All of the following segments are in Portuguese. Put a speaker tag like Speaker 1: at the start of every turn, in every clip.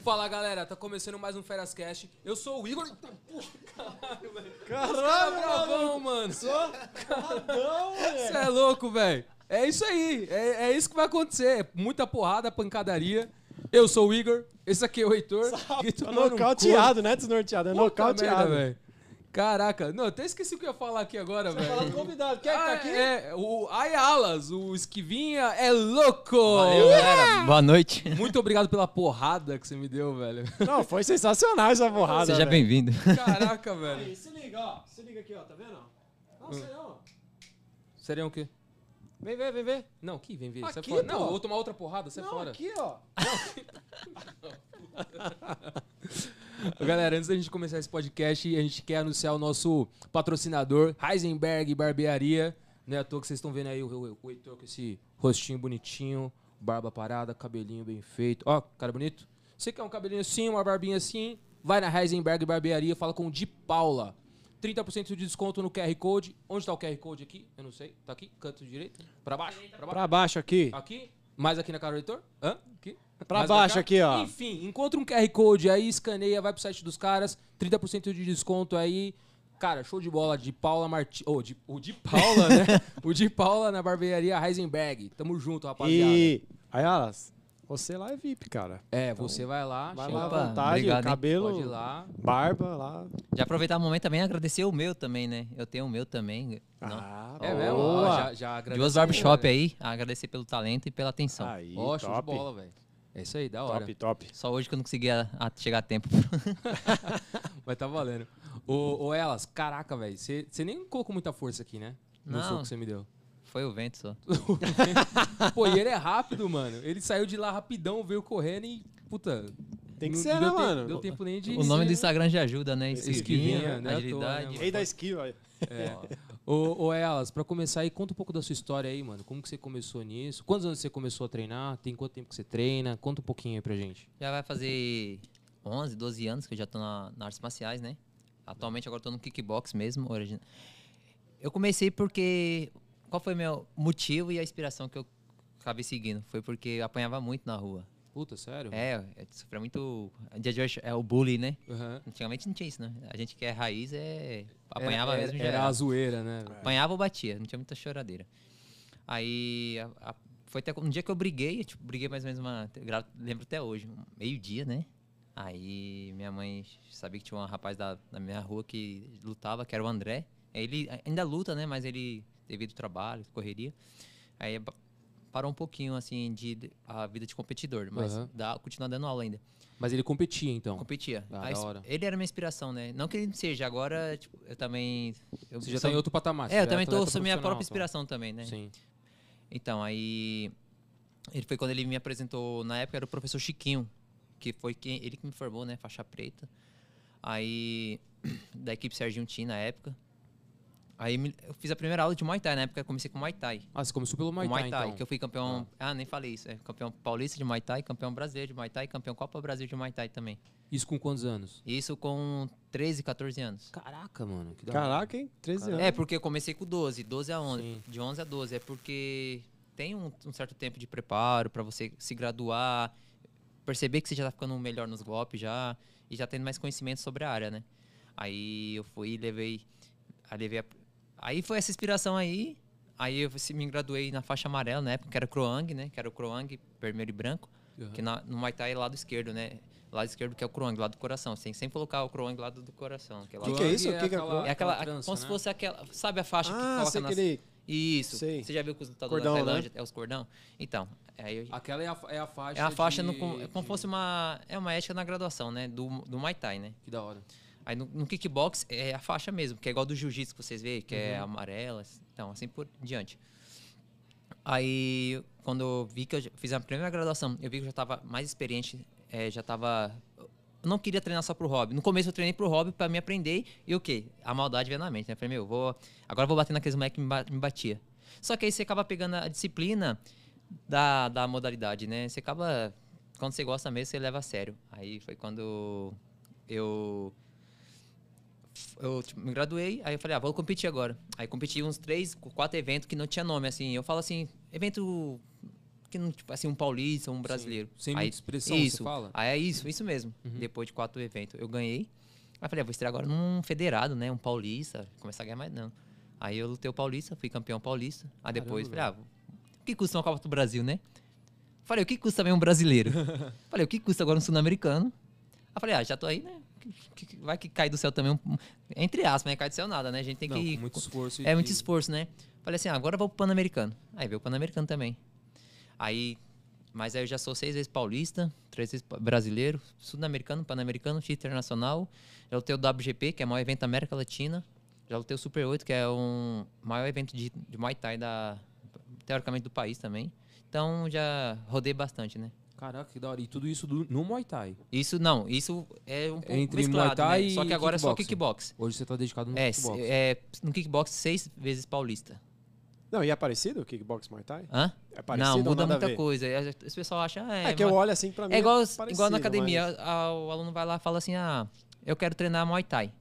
Speaker 1: Fala galera, tá começando mais um Feras Cast. Eu sou o Igor. Eita, puxa, Caralho, velho. Tá bravão, mano. Você
Speaker 2: Não, velho.
Speaker 1: é louco, velho. É isso aí. É, é isso que vai acontecer. É Muita porrada, pancadaria. Eu sou o Igor. Esse aqui é o Heitor. E
Speaker 2: Tá
Speaker 1: tomando um
Speaker 2: nocauteado, né? Desnorteado. É
Speaker 1: couro. Puta merda,
Speaker 2: nocauteado.
Speaker 1: velho. Caraca. Não, eu até esqueci o que eu ia falar aqui agora, velho.
Speaker 2: Fala do convidado. Quem é que tá
Speaker 1: Ah,
Speaker 2: aqui?
Speaker 1: é, o Ayalas, o Esquivinha é louco!
Speaker 3: Valeu, galera. Boa noite.
Speaker 1: Muito obrigado pela porrada que você me deu, velho.
Speaker 2: Não, foi sensacional essa porrada.
Speaker 3: Seja
Speaker 2: velho.
Speaker 3: bem-vindo.
Speaker 1: Caraca, velho.
Speaker 2: Aí, se liga, ó. Se liga aqui, ó. Tá vendo? ó?
Speaker 1: Hum.
Speaker 2: Não, sei não.
Speaker 1: Seria o quê?
Speaker 2: Vem ver, vem ver.
Speaker 1: Não, que vem é ver, sai
Speaker 2: Aqui,
Speaker 1: fora.
Speaker 2: pô.
Speaker 1: Não, eu vou tomar outra porrada, sai
Speaker 2: Não,
Speaker 1: fora.
Speaker 2: aqui, ó.
Speaker 1: Galera, antes da gente começar esse podcast, a gente quer anunciar o nosso patrocinador, Heisenberg Barbearia. Não é à toa que vocês estão vendo aí o, o, o Heitor com esse rostinho bonitinho, barba parada, cabelinho bem feito. Ó, cara bonito. Você quer um cabelinho assim, uma barbinha assim? Vai na Heisenberg Barbearia, fala com o Di Paula. 30% de desconto no QR Code. Onde tá o QR Code aqui? Eu não sei. Tá aqui? Canto direito? Pra baixo? Pra baixo?
Speaker 2: Pra baixo aqui.
Speaker 1: Aqui? Mais aqui na cara do Heitor? Hã? Aqui?
Speaker 2: Pra
Speaker 1: Mais
Speaker 2: baixo
Speaker 1: cá?
Speaker 2: aqui, ó.
Speaker 1: Enfim, encontra um QR Code aí, escaneia, vai pro site dos caras, 30% de desconto aí. Cara, show de bola de Paula Martins. Oh, de, o de Paula, né? o de Paula na barbearia Heisenberg. Tamo junto, rapaziada.
Speaker 2: E... Aí, ó. Você lá é VIP, cara.
Speaker 1: É, você vai lá,
Speaker 2: Vai
Speaker 1: chega
Speaker 2: lá à
Speaker 3: Opa,
Speaker 2: vontade.
Speaker 3: obrigado, hein?
Speaker 2: cabelo,
Speaker 1: pode ir lá.
Speaker 2: barba lá.
Speaker 3: Já aproveitar o momento também e agradecer o meu também, né? Eu tenho o meu também. né? Não.
Speaker 2: Ah,
Speaker 1: É mesmo? Ó,
Speaker 2: boa.
Speaker 1: Já, já agradece.
Speaker 3: Duas barbershop aí. Agradecer pelo talento e pela atenção.
Speaker 2: Tá Aí,
Speaker 1: Ó, show de
Speaker 2: top.
Speaker 1: bola, velho. É isso aí, da hora.
Speaker 2: Top, top.
Speaker 3: Só hoje que eu não consegui a- a chegar a tempo.
Speaker 1: Mas tá valendo. Ô, ô Elas, caraca, velho. Você você nem colocou muita força aqui, né? No
Speaker 3: Não.
Speaker 1: soco que você me deu.
Speaker 3: Foi o vento só.
Speaker 1: Pô, e ele é rápido, mano. Ele saiu de lá rapidão, veio correndo e. Puta.
Speaker 2: Tem que
Speaker 1: não- não
Speaker 2: ser, né,
Speaker 1: deu tempo-
Speaker 2: mano?
Speaker 1: Deu tempo nem de.
Speaker 3: O nome do Instagram já ajuda, né?
Speaker 1: Esse esquivinha,
Speaker 3: Esquivinha,
Speaker 1: né?
Speaker 3: agilidade.
Speaker 1: Toa,
Speaker 2: Rei da esquiva. aí.
Speaker 1: É. Ô, ô, Elas, pra começar aí, conta um pouco da sua história aí, mano. Como que você começou nisso? Quantos anos você começou a treinar? Tem quanto tempo que você treina? Conta um pouquinho aí pra gente.
Speaker 3: Já vai fazer 11, 12 anos que eu já tô na, na artes marciais, né? Atualmente agora eu tô no kickbox mesmo. origi- Eu comecei porque... Qual foi meu motivo e a inspiração que eu acabei seguindo? Foi porque eu apanhava muito na rua.
Speaker 1: Puta, sério?
Speaker 3: É, eu sofria muito... No dia de hoje é o bullying, né?
Speaker 1: Aham.
Speaker 3: Antigamente não tinha isso, né? A gente que é raiz é...
Speaker 1: Era-
Speaker 3: Apanhava
Speaker 1: era,
Speaker 3: mesmo já
Speaker 1: Era,
Speaker 3: era.
Speaker 1: a zoeira, né?
Speaker 3: Apanhava ou batia, não tinha muita choradeira. Aí a- a- foi até um dia que eu briguei, eu, tipo, briguei mais ou menos uma. gra- Lembro até hoje, um meio-dia, né? Aí minha mãe sabia que tinha um rapaz da, da minha rua que lutava, que era o André. Ele a- ainda luta, né? Mas ele, devido ao trabalho, correria. Aí ba- parou um pouquinho, assim, de de- a vida de competidor, mas
Speaker 1: Aham.
Speaker 3: dá, continua dando aula ainda.
Speaker 1: Mas ele competia, então.
Speaker 3: Competia.
Speaker 1: Ah,
Speaker 3: A
Speaker 1: da
Speaker 3: ins-
Speaker 1: hora.
Speaker 3: Ele era minha inspiração, né? Não que ele não seja, agora, tipo, eu também. Eu
Speaker 1: Você já
Speaker 3: sou-
Speaker 1: tá em outro patamar. você
Speaker 3: é,
Speaker 1: já
Speaker 3: eu também tô
Speaker 1: atleta
Speaker 3: sou minha própria
Speaker 1: profissional,
Speaker 3: inspiração também, né?
Speaker 1: então. Sim.
Speaker 3: Então, aí. Ele foi quando ele me apresentou, na época era o professor Chiquinho, que foi quem, ele que me formou, né? Faixa preta. Aí. Da equipe Serginho Tim na época. Aí me- eu fiz a primeira aula de Muay Thai, na época eu comecei com Muay Thai.
Speaker 1: Ah, você começou pelo Muay
Speaker 3: Com
Speaker 1: Thai,
Speaker 3: Muay Thai,
Speaker 1: então.
Speaker 3: que eu fui campeão. Ah, nem falei isso. É campeão paulista de Muay Thai, campeão brasileiro de Muay Thai, campeão Copa Brasil de Muay Thai também.
Speaker 1: Isso com quantos anos?
Speaker 3: Isso com 13, 14 anos.
Speaker 1: Caraca, mano. Que da hora.
Speaker 2: Caraca, hein? 13 anos.
Speaker 3: É, porque eu comecei com 12, 12 a 11,
Speaker 1: Sim.
Speaker 3: de 11 a 12, é porque tem um, um certo tempo de preparo pra você se graduar, perceber que você já tá ficando melhor nos golpes já e já tendo mais conhecimento sobre a área, né? Aí eu fui e levei, aí levei a- aí foi essa inspiração aí, aí eu se- me graduei na faixa amarela na época, que era Croang, né? Que era o Croang vermelho e branco,
Speaker 1: Aham.
Speaker 3: que na- no Muay Thai é lado esquerdo, né? Lado esquerdo que é o Croang, lado do coração, sem sempre colocar o Croang lado do coração, que é
Speaker 2: O
Speaker 3: lado
Speaker 2: que, que é isso? O
Speaker 1: É
Speaker 2: que, que é
Speaker 1: aquela-
Speaker 2: aquela...
Speaker 3: é aquela,
Speaker 1: trança,
Speaker 3: como se
Speaker 1: né?
Speaker 3: fosse aquela, sabe a faixa que
Speaker 2: Ah,
Speaker 3: coloca
Speaker 2: sei
Speaker 3: nas...
Speaker 2: aquele.
Speaker 3: Isso,
Speaker 2: Sei.
Speaker 3: você já viu que os lutadores
Speaker 2: Cordão,
Speaker 3: da
Speaker 2: né?
Speaker 3: Tailândia é os cordão? Então, aí eu-
Speaker 1: Aquela é a, é a faixa.
Speaker 3: é a faixa,
Speaker 1: de-
Speaker 3: no, com- é como
Speaker 1: de-
Speaker 3: se fosse uma, é uma ética na graduação, né, do, do Muay Thai, né?
Speaker 1: Que da hora.
Speaker 3: Aí no, no kickbox é a faixa mesmo, que é igual do jiu-jitsu que vocês veem, que é amarela, então, assim por diante. Aí, quando eu vi que eu já- fiz a primeira graduação, eu vi que eu já estava mais experiente, eh, já estava... Eu não queria treinar só pro hobby. No começo eu treinei pro hobby pra me aprender e o quê? A maldade veio na mente, né? Eu Falei, meu, vou, agora eu vou bater naqueles moleques que me, ba- me batia. Só que aí você acaba pegando a disciplina da, da modalidade, né? Você acaba... Quando você gosta mesmo, você leva a sério. Aí foi quando eu eu tipo, me graduei, aí eu falei, ah, vou competir agora. Aí competi uns três, qu- quatro eventos que não tinha nome, assim. Eu falo assim, evento que não, tipo assim, um paulista, um brasileiro.
Speaker 1: Sem
Speaker 3: aí,
Speaker 1: muita expressão, você
Speaker 3: isso,
Speaker 1: fala? Uhum.
Speaker 3: Aí é isso, isso mesmo. Depois de quatro eventos, eu ganhei. Aí falei, ah, vou estrear agora num federado, né? Um paulista. Começar a ganhar mais, não. Aí eu lutei o paulista, fui campeão paulista. Aí depois, falei, ah, o que custa uma Copa do Brasil, né? Falei, o que custa também um brasileiro? falei, o que custa agora um sul-americano? Aí falei, ah, já tô aí, né? Que- que- Vai que cai do céu também, um, entre aspas, né? Cai do céu nada, né? A gente tem
Speaker 1: Não,
Speaker 3: que
Speaker 1: com muito esforço. e
Speaker 3: é muito
Speaker 1: que-
Speaker 3: esforço, né? Falei assim, ah, agora eu vou pro Pan-Americano. Aí veio o Pan-Americano também. Aí, mas aí eu já sou seis vezes paulista, três vezes pa- brasileiro, sul-americano, pan-americano, X internacional. Já lutei o WGP, que é o maior evento da América Latina. Já lutei o Super 8, que é o maior evento de, de Muay Thai, da, teoricamente, do país também. Então, já rodei bastante, né?
Speaker 1: Caraca, que da hora. E tudo isso do- no Muay Thai.
Speaker 3: Isso, não, isso é um pouco
Speaker 1: Entre
Speaker 3: mesclado,
Speaker 1: Muay Thai
Speaker 3: né? Só que
Speaker 1: e
Speaker 3: agora é só
Speaker 1: kickboxing.
Speaker 3: kickbox.
Speaker 1: Hoje você tá dedicado no
Speaker 3: É, se-
Speaker 1: futebol.
Speaker 3: é, no kickbox, seis vezes paulista.
Speaker 2: Não, e é parecido o kickbox Muay Thai?
Speaker 3: Hã?
Speaker 2: É parecido
Speaker 3: não,
Speaker 2: ou nada
Speaker 3: muda
Speaker 2: a
Speaker 3: muita
Speaker 2: ver?
Speaker 3: coisa. Aí As pessoas acham, ah,
Speaker 2: É, que eu
Speaker 3: mas-
Speaker 2: olho assim pra mim.
Speaker 3: é igual, igual
Speaker 2: parecido,
Speaker 3: na academia.
Speaker 2: mas-
Speaker 3: a- o aluno vai lá e fala assim, ah, eu quero treinar Muay Thai.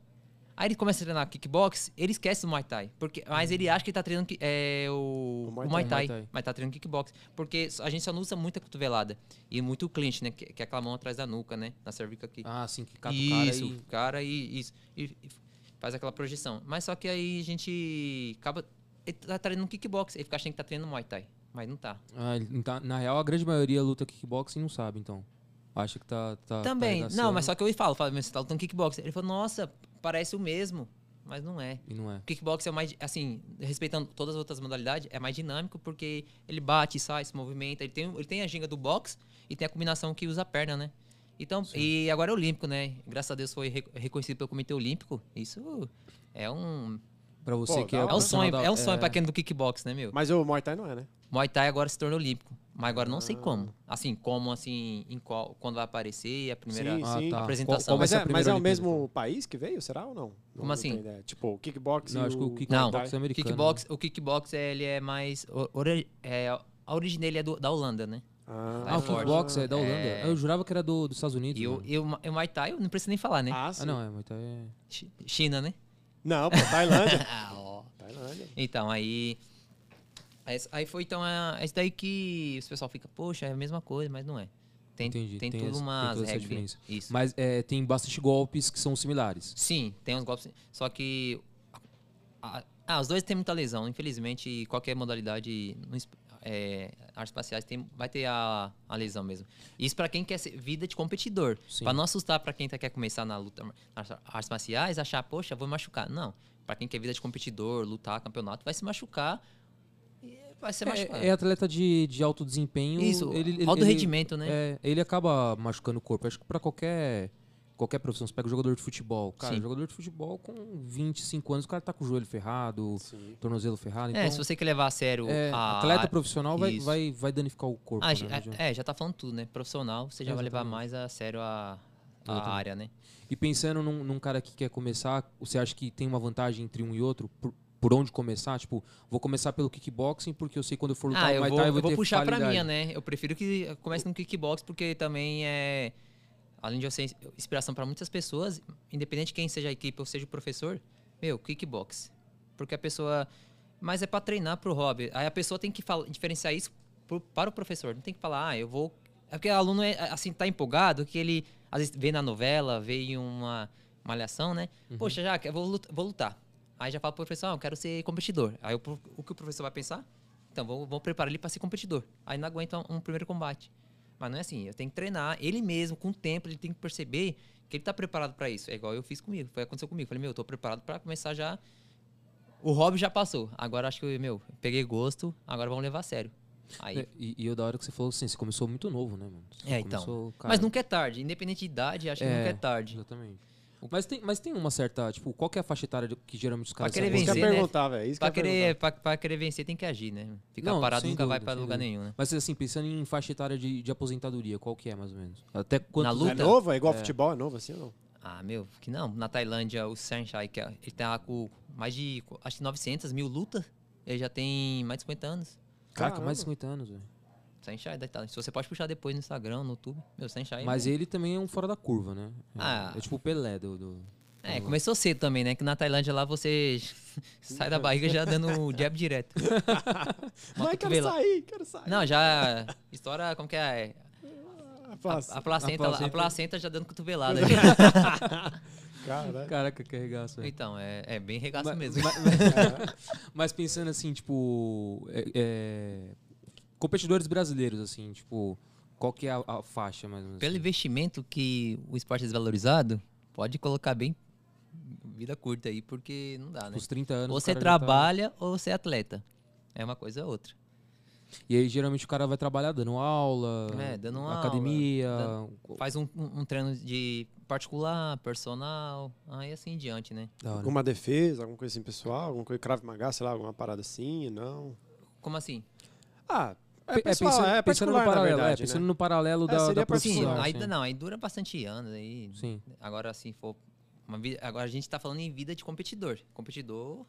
Speaker 3: Aí ele começa a treinar kickbox, ele esquece do Muay Thai. Porque, mas ele acha que tá treinando ki- é, o,
Speaker 2: O
Speaker 3: o
Speaker 2: Muay
Speaker 3: Muay,
Speaker 2: Thai.
Speaker 3: Thai,
Speaker 1: Muay Thai.
Speaker 3: mas tá treinando kickbox. Porque a gente só não usa muita cotovelada. E muito clinch, né? Que, que é aquela mão atrás da nuca, né? Na cervical aqui
Speaker 1: Ah, sim, que cata o cara
Speaker 3: isso,
Speaker 1: e...
Speaker 3: cara e isso. E, e faz aquela projeção. Mas só que aí a gente acaba. Ele tá treinando kickbox, ele fica achando que tá treinando Muay Thai. Mas não tá.
Speaker 1: Ah, ele não tá- na real, a grande maioria luta kickboxing e não sabe, então. Acha que tá... tá
Speaker 3: Também.
Speaker 1: tá
Speaker 3: não, mas
Speaker 1: arregaçando
Speaker 3: só que eu falo, falo, "Mas você tá lutando kickbox. Ele falou, nossa, parece o mesmo. Mas não é.
Speaker 1: E não é.
Speaker 3: O kickbox é mais, assim, respeitando todas as outras modalidades, é mais dinâmico porque ele bate, sai, se movimenta. Ele tem, ele tem a ginga do box e tem a combinação que usa a perna, né? Então, e agora é olímpico, né? Graças a Deus foi re- reconhecido pelo Comitê Olímpico. Isso é um.
Speaker 1: Pra você
Speaker 2: Pô,
Speaker 1: que
Speaker 2: da
Speaker 1: é...
Speaker 2: hora.
Speaker 3: É um
Speaker 1: profissional
Speaker 3: sonho,
Speaker 1: da-
Speaker 3: é um sonho pra quem é do kickbox, né, meu?
Speaker 2: Mas Ah. o Muay Thai não é, né?
Speaker 3: Muay Thai agora se torna olímpico. Mas agora não sei como. Assim, como, assim, em qual, quando vai aparecer, a primeira.
Speaker 2: Sim, sim.
Speaker 1: Qual-
Speaker 3: apresentação.
Speaker 1: qual vai
Speaker 2: Mas
Speaker 1: ser a
Speaker 2: é, mas
Speaker 1: primeira
Speaker 2: é o
Speaker 1: Olimpíada,
Speaker 2: mesmo país que veio, será ou não? não
Speaker 3: Como
Speaker 2: não
Speaker 3: assim?
Speaker 2: tenho ideia. Tipo, o kickbox
Speaker 1: Não,
Speaker 2: e
Speaker 1: acho que o
Speaker 3: Não.
Speaker 1: kickbox é americano.
Speaker 3: Kickbox, o kickbox ele é mais. o- ori- é, a origem dele é do- da Holanda, né?
Speaker 1: Né? Ah, o
Speaker 3: forte.
Speaker 1: kickbox é da Holanda.
Speaker 3: É.
Speaker 1: Eu jurava que era do, dos Estados Unidos.
Speaker 3: E o,
Speaker 1: mano.
Speaker 3: e o, Ma- e o Muay Thai, eu não preciso nem falar, né?
Speaker 2: Ah,
Speaker 1: Ah,
Speaker 2: sim.
Speaker 1: não,
Speaker 2: não.
Speaker 1: é, mas tá... é-
Speaker 3: Chi- China, né?
Speaker 2: pô, Tailândia.
Speaker 3: Ah, ó.
Speaker 2: Tailândia.
Speaker 3: Então, aí. aí s- Aí foi então a, é isso daí que os pessoal fica, poxa, é a mesma coisa, mas não é. Tem,
Speaker 1: Entendi,
Speaker 3: tem,
Speaker 1: tem
Speaker 3: tudo
Speaker 1: essa- tem
Speaker 3: umas
Speaker 1: toda essa
Speaker 3: regras.
Speaker 1: diferença.
Speaker 3: Isso.
Speaker 1: Mas é, tem bastante golpes que são similares.
Speaker 3: Sim, tem uns golpes. Só que. a- ah, os dois têm muita lesão. Infelizmente, qualquer modalidade. no es- É, artes espaciais tem, vai ter a, a lesão mesmo. Isso pra quem quer ser vida de competidor.
Speaker 1: Sim.
Speaker 3: Pra não assustar pra quem tá, quer começar na luta nas artes marciais, achar, poxa, vou me machucar. Não. Pra quem quer vida de competidor, lutar, campeonato, vai se machucar. e Vai ser machucado.
Speaker 1: É, é atleta de, de alto desempenho.
Speaker 3: Isso,
Speaker 1: ele, ele-
Speaker 3: alto
Speaker 1: ele-
Speaker 3: rendimento, né?
Speaker 1: É, ele acaba machucando o corpo. Acho que pra qualquer, qualquer profissão, você pega o jogador de futebol. Cara,
Speaker 3: Sim.
Speaker 1: jogador de futebol com 25 anos, o cara tá com o joelho ferrado, tornozelo ferrado. Então,
Speaker 3: É, se você quer levar a sério
Speaker 1: é,
Speaker 3: a
Speaker 1: atleta
Speaker 3: a-
Speaker 1: profissional vai,
Speaker 3: Isso.
Speaker 1: vai, vai danificar o corpo.
Speaker 3: Ah,
Speaker 1: né?
Speaker 3: já-
Speaker 1: Não adianta.
Speaker 3: é, já tá falando tudo, né? Profissional, você já vai levar mais a sério a, a
Speaker 1: Exatamente.
Speaker 3: área, né?
Speaker 1: E pensando num, num cara que quer começar, você acha que tem uma vantagem entre um e outro? Por, por onde começar? Tipo, vou começar pelo kickboxing, porque eu sei quando eu for lutar
Speaker 3: Ah,
Speaker 1: no
Speaker 3: eu
Speaker 1: Muay
Speaker 3: vou,
Speaker 1: Thai,
Speaker 3: eu vou
Speaker 1: ter
Speaker 3: puxar pra
Speaker 1: qualidade.
Speaker 3: minha, né? Eu prefiro que comece no kickbox, porque também é. Além de eu ser ins- inspiração pra muitas pessoas, independente de quem seja a equipe ou seja o professor, meu, kickbox. Porque a pessoa. Mas é pra treinar pro hobby. Aí a pessoa tem que fala- diferenciar isso pro- para o professor. Não tem que falar, ah, eu vou. É porque o aluno é, assim, tá empolgado, que ele às vezes vê na novela, vê em uma malhação, né? Poxa, já, eu vou lutar, vou lutar. Aí já fala pro professor, ah, eu quero ser competidor. Aí o pro- o que o professor vai pensar? Então, vamos, vamos preparar ele para ser competidor. Aí não aguenta um, um primeiro combate. Mas não é assim, eu tenho que treinar ele mesmo, com o tempo, ele tem que perceber que ele tá preparado para isso. É igual eu fiz comigo, foi aconteceu comigo. Falei, meu, eu tô preparado para começar já. O hobby já passou. Agora acho que, meu, peguei gosto, agora vamos levar a sério. Aí.
Speaker 1: É, e, e eu da hora que você falou assim, você começou muito novo, né, mano? Você
Speaker 3: É, então.
Speaker 1: começou, cara,
Speaker 3: Mas nunca é tarde, independente de idade, acho que nunca é tarde.
Speaker 1: Exatamente. Mas tem, mas tem uma certa, tipo, qual que é a faixa etária de- que geralmente os caras...
Speaker 3: querer
Speaker 1: se
Speaker 2: Isso que eu
Speaker 1: aposentam?
Speaker 2: ia
Speaker 3: vencer, né?
Speaker 2: perguntar, velho. Isso que eu
Speaker 3: Pra
Speaker 2: ia perguntar.
Speaker 3: querer, pra, pra querer vencer tem que agir, né? Ficar
Speaker 1: Não,
Speaker 3: parado
Speaker 1: sem
Speaker 3: nunca vai
Speaker 1: dúvida,
Speaker 3: pra
Speaker 1: sem
Speaker 3: lugar
Speaker 1: dúvida.
Speaker 3: nenhum, né?
Speaker 1: Mas assim, pensando em faixa etária de, de aposentadoria, qual que é mais ou menos? Até quantos
Speaker 3: Na
Speaker 2: É
Speaker 3: luta?
Speaker 2: novo? É igual futebol? É novo assim ou não?
Speaker 3: Ah, meu, que não. Na Tailândia, o Sunshine, que é- ele tá com mais de, co- acho que 900 mil lutas. Ele já tem mais de 50 anos.
Speaker 1: Caraca, mais
Speaker 2: Caramba.
Speaker 1: de 50 anos, velho.
Speaker 3: Sunshine da Tailândia. Se você pode puxar depois no Instagram, no YouTube. Meu, Sunshine.
Speaker 1: Mas ele também é um fora da curva, né? É,
Speaker 3: Ah.
Speaker 1: É tipo o Pelé do... do-
Speaker 3: É, começou cedo também, né? Que na Tailândia lá você sai da barriga já dando o jab direto.
Speaker 2: Mas quero
Speaker 3: cotovelo.
Speaker 2: sair, quero sair.
Speaker 3: Não, já estoura, como que é?
Speaker 2: Ah,
Speaker 3: A,
Speaker 2: passa.
Speaker 3: a placenta,
Speaker 1: A
Speaker 3: lá- a
Speaker 1: placenta.
Speaker 3: placenta já dando cotovelada.
Speaker 2: Cara,
Speaker 1: Caraca, que arregaço, velho.
Speaker 3: então, é, é bem regaço
Speaker 1: Ma-
Speaker 3: mesmo.
Speaker 1: ma- ma- Mas pensando assim, tipo. é- é, competidores brasileiros, assim, tipo. Qual que é a, a faixa, mais ou menos?
Speaker 3: Pelo
Speaker 1: assim?
Speaker 3: investimento que o esporte é desvalorizado, pode colocar bem vida curta aí, porque não dá, né?
Speaker 1: Os 30 anos.
Speaker 3: Ou
Speaker 1: o
Speaker 3: você
Speaker 1: cara já tá-
Speaker 3: trabalha ou você é atleta. É uma coisa ou outra.
Speaker 1: E aí, geralmente, o cara vai trabalhar dando aula.
Speaker 3: É, dando aula,
Speaker 1: Academia.
Speaker 3: Faz um, um- um treino de particular, personal, aí assim em diante, né?
Speaker 1: Da hora.
Speaker 2: Alguma defesa, alguma coisa assim pessoal, alguma coisa crave magá, sei lá, alguma parada assim, não.
Speaker 3: Como assim?
Speaker 2: Ah,
Speaker 1: Pe-
Speaker 2: é, pessoal, é
Speaker 1: pensando
Speaker 2: particular,
Speaker 1: no
Speaker 2: na
Speaker 1: paralelo, é,
Speaker 2: verdade,
Speaker 1: pensando
Speaker 2: né?
Speaker 1: no paralelo
Speaker 2: É,
Speaker 1: da,
Speaker 2: seria
Speaker 1: da
Speaker 3: Sim,
Speaker 1: profissão.
Speaker 2: particular,
Speaker 3: aí,
Speaker 1: assim.
Speaker 3: não, aí dura bastante anos aí.
Speaker 1: Sim.
Speaker 3: Agora, assim, for uma vida, agora a gente tá falando em vida de competidor. Competidor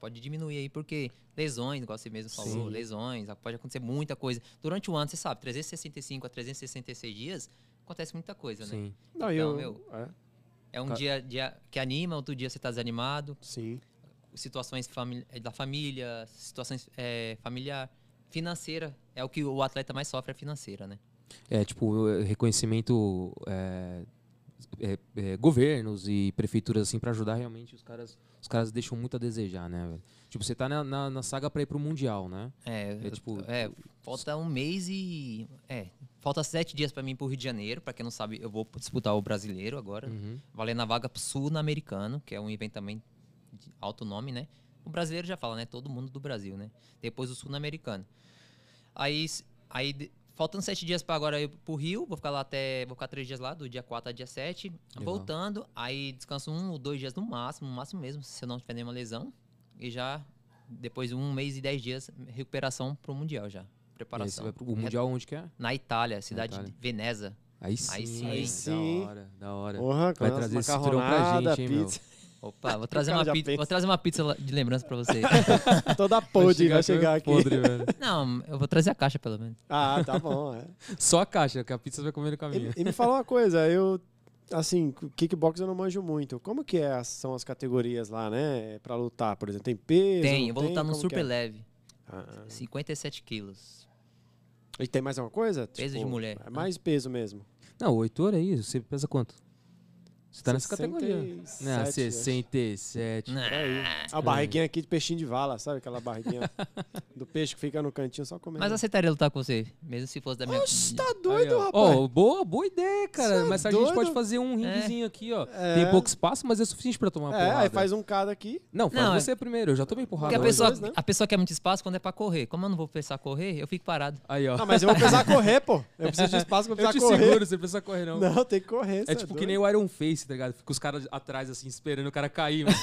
Speaker 3: pode diminuir aí, porque lesões, igual você mesmo falou,
Speaker 2: Sim.
Speaker 3: lesões, a- pode acontecer muita coisa. Durante o ano, você sabe, 365 a 366 dias, acontece muita coisa, né?
Speaker 1: Sim.
Speaker 2: Não, e
Speaker 3: Então,
Speaker 2: eu-
Speaker 3: meu,
Speaker 2: é,
Speaker 3: É um
Speaker 1: Ca-
Speaker 3: dia, dia que anima, outro dia você tá desanimado,
Speaker 2: sim.
Speaker 3: situações fami- eh, da família, situações eh, familiar, financeira. É o que o atleta mais sofre, é financeira, né?
Speaker 1: É, tipo, eh, reconhecimento. é, é, é, governos e prefeituras assim pra ajudar realmente os caras os caras deixam muito a desejar né velho? tipo você tá na, na, na saga pra ir pro mundial né
Speaker 3: É,
Speaker 1: É
Speaker 3: eu-
Speaker 1: tipo-
Speaker 3: é, falta um mês e. É, falta sete dias pra mim pro Rio de Janeiro. Pra quem não sabe, eu vou disputar o brasileiro agora,
Speaker 1: Uhum.
Speaker 3: valendo a vaga pro sul-americano, que é um evento também de alto nome, né? O brasileiro já fala, né? Todo mundo do Brasil, né? Depois o sul-americano. Aí, s- aí de- faltando sete dias pra agora ir pro Rio, vou ficar lá até. Vou ficar três dias lá, do dia 4 ao dia 7.
Speaker 1: Legal.
Speaker 3: Voltando, aí descanso um ou dois dias no máximo, no máximo mesmo, se eu não tiver nenhuma lesão. E já, depois de um mês e dez dias, recuperação pro Mundial já.
Speaker 1: E aí você
Speaker 3: Preparação.
Speaker 1: vai pro o mundial onde que é
Speaker 3: Na Itália, cidade
Speaker 1: Itália.
Speaker 3: de Veneza.
Speaker 1: aí sim,
Speaker 3: sim,
Speaker 1: hein?
Speaker 3: aí
Speaker 2: sim.
Speaker 1: da hora da hora
Speaker 2: Porra,
Speaker 1: É. vai
Speaker 2: com
Speaker 1: trazer
Speaker 2: as
Speaker 1: esse cinturão pra
Speaker 2: macarronada,
Speaker 1: gente hein, meu?
Speaker 2: pizza,
Speaker 3: Opa, vou trazer,
Speaker 2: cara
Speaker 3: uma
Speaker 2: já
Speaker 3: pizza,
Speaker 2: pensa.
Speaker 3: vou trazer uma pizza lá de lembrança pra vocês.
Speaker 2: toda podre vai
Speaker 1: todo
Speaker 2: chegar
Speaker 1: é
Speaker 2: aqui.
Speaker 1: podre, velho.
Speaker 3: não, eu vou trazer a caixa pelo menos.
Speaker 2: Ah, tá bom, é.
Speaker 1: só a caixa que a pizza você vai comer no caminho
Speaker 2: E, e me fala uma coisa, eu assim, kickbox eu não manjo muito. Como que é, as- são as categorias lá, né, Pra lutar, por exemplo, tem peso?
Speaker 3: tem,
Speaker 2: não
Speaker 3: eu vou lutar no
Speaker 2: Como que é?
Speaker 3: super leve.
Speaker 2: Ah,
Speaker 3: 57 quilos.
Speaker 2: e tem mais alguma coisa?
Speaker 3: Peso de mulher.
Speaker 2: É mais peso mesmo.
Speaker 1: Não, 8 horas é isso. Você pesa quanto? Você tá nessa categoria. Ah,
Speaker 2: 67,
Speaker 1: Não,
Speaker 2: acho.
Speaker 1: 67.
Speaker 2: É aí. A barriguinha aqui de peixinho de vala, sabe aquela barriguinha do peixe que fica no cantinho só comendo.
Speaker 3: Mas eu aceitaria lutar com você, mesmo se fosse da minha.
Speaker 2: né? tá
Speaker 1: Aí,
Speaker 2: doido,
Speaker 1: ó.
Speaker 2: rapaz.
Speaker 1: Ó, boa, boa ideia, cara.
Speaker 2: Cê é
Speaker 1: mas a gente
Speaker 2: doido?
Speaker 1: pode fazer um ringuezinho aqui, ó.
Speaker 2: É.
Speaker 1: Tem pouco espaço, mas é suficiente pra tomar uma
Speaker 2: é,
Speaker 1: porrada.
Speaker 2: aí faz um cada aqui.
Speaker 1: Não, faz
Speaker 3: Não, é-
Speaker 1: você primeiro. Eu já tomei porrada.
Speaker 3: Porque a
Speaker 1: hoje.
Speaker 3: pessoa,
Speaker 2: dois, né?
Speaker 3: a pessoa quer muito espaço quando é pra correr. Como eu não vou pensar correr, eu fico parado.
Speaker 1: Aí, ó.
Speaker 2: Não, mas eu vou precisar correr, pô. Eu preciso de espaço pra
Speaker 1: eu te
Speaker 2: precisar correr.
Speaker 1: seguro, você não precisa correr, não.
Speaker 2: Não, tem que correr.
Speaker 1: É tipo que nem o Iron Face, tá ligado? Fica os caras atrás, assim, esperando o cara cair. mano.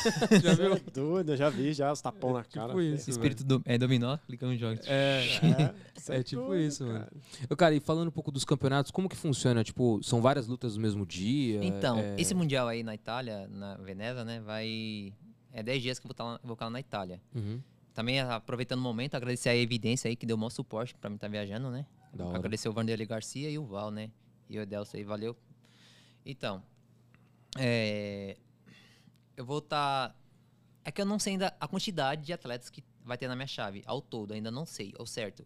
Speaker 1: já viu?
Speaker 2: É doido, eu já vi, já, os tapão na cara.
Speaker 1: Tipo isso.
Speaker 3: Esse espírito do, é dominó, clicando em jogos.
Speaker 1: É.
Speaker 2: É,
Speaker 1: É tipo isso, mano. Eu, cara, e falando um pouco dos campeonatos, como que funciona? Tipo, são várias lutas no mesmo dia?
Speaker 3: Então,
Speaker 1: é...
Speaker 3: esse mundial aí na Itália, na Veneza, né, vai. É 10 dias que eu vou estar lá, vou estar lá na Itália.
Speaker 1: Uhum.
Speaker 3: Também aproveitando o momento, agradecer a evidência aí que deu o maior suporte pra mim estar viajando, né?
Speaker 1: Da hora.
Speaker 3: Agradecer o Vanderlei Garcia e o Val, né? E o Edelson aí, valeu. Então, é, eu vou estar. É que eu não sei ainda a quantidade de atletas que vai ter na minha chave, ao todo, ainda não sei, ao certo.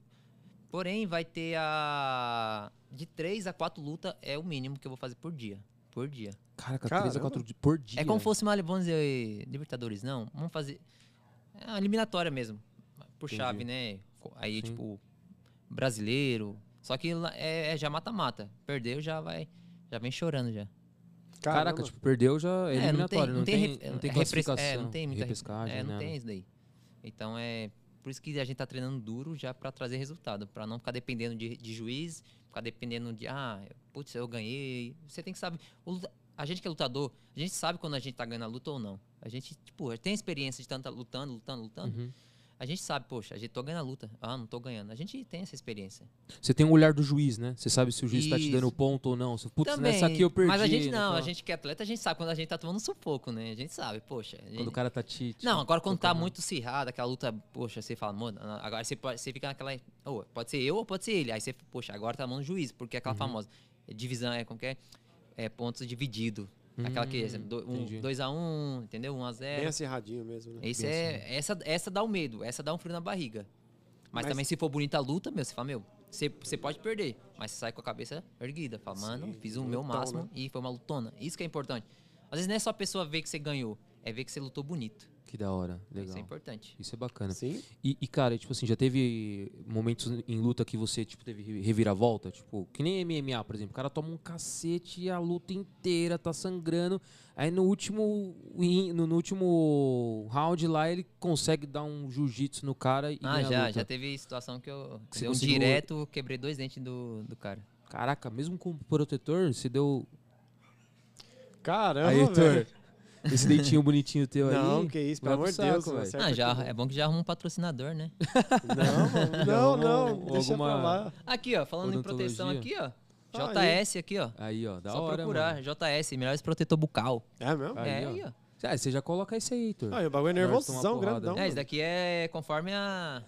Speaker 3: Porém, vai ter a. De três a quatro lutas é o mínimo que eu vou fazer por dia. Por dia.
Speaker 1: Caraca,
Speaker 2: Caramba.
Speaker 1: 3 a 4 di- por dia.
Speaker 3: É como fosse uma, vamos dizer, Libertadores, não. Vamos fazer. É uma eliminatória mesmo. Por
Speaker 1: Entendi.
Speaker 3: chave, né? Co- Aí,
Speaker 1: Sim.
Speaker 3: tipo, brasileiro. Só que lá é, é já mata-mata. Perdeu, já vai. Já vem chorando já.
Speaker 1: Caraca, tipo, perdeu já é
Speaker 3: É, não tem-
Speaker 1: eliminatório, não tem, não
Speaker 3: rep-
Speaker 1: tem,
Speaker 3: é, repres-
Speaker 1: classificação,
Speaker 3: É, não tem muita rep-
Speaker 1: repescagem,
Speaker 3: É, não
Speaker 1: né?
Speaker 3: tem isso daí. Então é. Por isso que a gente tá treinando duro já pra trazer resultado, pra não ficar dependendo de, de juiz, ficar dependendo de, ah, eu- putz, eu ganhei. Você tem que saber. o luta- a gente que é lutador, a gente sabe quando a gente tá ganhando a luta ou não. A gente, tipo, tem experiência de tanto lutando, lutando, lutando.
Speaker 1: Uhum.
Speaker 3: A gente sabe, poxa, a gente tô ganhando a luta. Ah, não tô ganhando. A gente tem essa experiência.
Speaker 1: Você tem um olhar do juiz, né? Você sabe se o juiz tá te dando
Speaker 3: Isso.
Speaker 1: ponto ou não. Se, Putz,
Speaker 3: Também,
Speaker 1: nessa aqui eu perdi.
Speaker 3: Mas a gente
Speaker 1: né,
Speaker 3: não, a
Speaker 1: tal.
Speaker 3: gente que é atleta, a gente sabe quando a gente tá tomando sufoco, né? A gente sabe, poxa. a
Speaker 1: Quando
Speaker 3: gente-
Speaker 1: o cara tá te... te-
Speaker 3: Não, agora quando tá
Speaker 1: colocando-
Speaker 3: muito acirrada, aquela luta, poxa, você fala, mano, agora você, pode- você fica naquela. ô, pode ser eu ou pode ser ele. Aí
Speaker 2: Uhum.
Speaker 3: você, poxa, agora tá mão do juiz, porque é aquela famosa divisão, é como que é? É pontos dividido. Aquela que, exemplo, do- um-
Speaker 1: entendi.
Speaker 3: 2 a 1 entendeu? 1 a 0
Speaker 2: Hum,
Speaker 1: é.
Speaker 2: Bem acirradinho mesmo, né?
Speaker 3: Esse é, essa, essa dá um medo, essa dá um frio na barriga. Mas,
Speaker 2: Mas-
Speaker 3: também se for bonita a luta, meu, você fala, meu, você, você pode perder, mas você sai com a cabeça erguida. Fala, mano,
Speaker 2: Sim,
Speaker 3: fiz o
Speaker 2: lutão,
Speaker 3: meu máximo
Speaker 2: né?
Speaker 3: e foi uma lutona. Isso que é importante. Às vezes não é só a pessoa ver que você ganhou, é ver que você lutou bonito.
Speaker 1: Que da hora.
Speaker 3: Isso
Speaker 1: Legal.
Speaker 3: é importante.
Speaker 1: Isso é bacana.
Speaker 2: Sim.
Speaker 1: E, e, cara, tipo assim, já teve momentos em luta que você, tipo, teve re- reviravolta? Tipo, que nem MMA, por exemplo. O cara toma um cacete e a luta inteira tá sangrando. Aí no último, win- no, no último round lá, ele consegue dar um jiu-jitsu no cara e
Speaker 3: Ah,
Speaker 1: ganha a
Speaker 3: já,
Speaker 1: luta.
Speaker 3: já teve situação que eu
Speaker 1: Que você
Speaker 3: dei um
Speaker 1: conseguiu-
Speaker 3: direto, quebrei dois dentes do, do cara.
Speaker 1: Caraca, mesmo com o protetor, você deu...
Speaker 2: Caramba,
Speaker 1: aí, Heitor,
Speaker 2: velho.
Speaker 1: esse dentinho bonitinho teu aí...
Speaker 2: Não, que isso, pelo
Speaker 1: vai pro
Speaker 2: amor de Deus.
Speaker 1: saco,
Speaker 2: não
Speaker 1: velho.
Speaker 2: acerta
Speaker 3: Ah, já,
Speaker 2: tudo.
Speaker 3: é bom que já arruma um patrocinador, né?
Speaker 2: Não,
Speaker 1: Já
Speaker 2: não,
Speaker 1: arrumou
Speaker 2: deixa
Speaker 1: alguma-
Speaker 2: pra lá.
Speaker 3: Aqui, ó, falando em proteção aqui, ó.
Speaker 2: Aí.
Speaker 3: JS aqui, ó.
Speaker 1: Ah, Aí, ó, da
Speaker 3: só
Speaker 1: hora,
Speaker 3: procurar,
Speaker 1: mano.
Speaker 3: JS, melhores protetor bucal.
Speaker 2: É mesmo?
Speaker 1: Aí,
Speaker 3: é,
Speaker 1: ó.
Speaker 3: aí, ó.
Speaker 1: Ah, você já coloca isso aí, Heitor.
Speaker 2: Ah, e o bagulho é
Speaker 1: Agora eles tomam
Speaker 2: nervosão,
Speaker 1: uma porrada.
Speaker 2: grandão.
Speaker 1: Então,
Speaker 3: É, isso daqui é conforme a.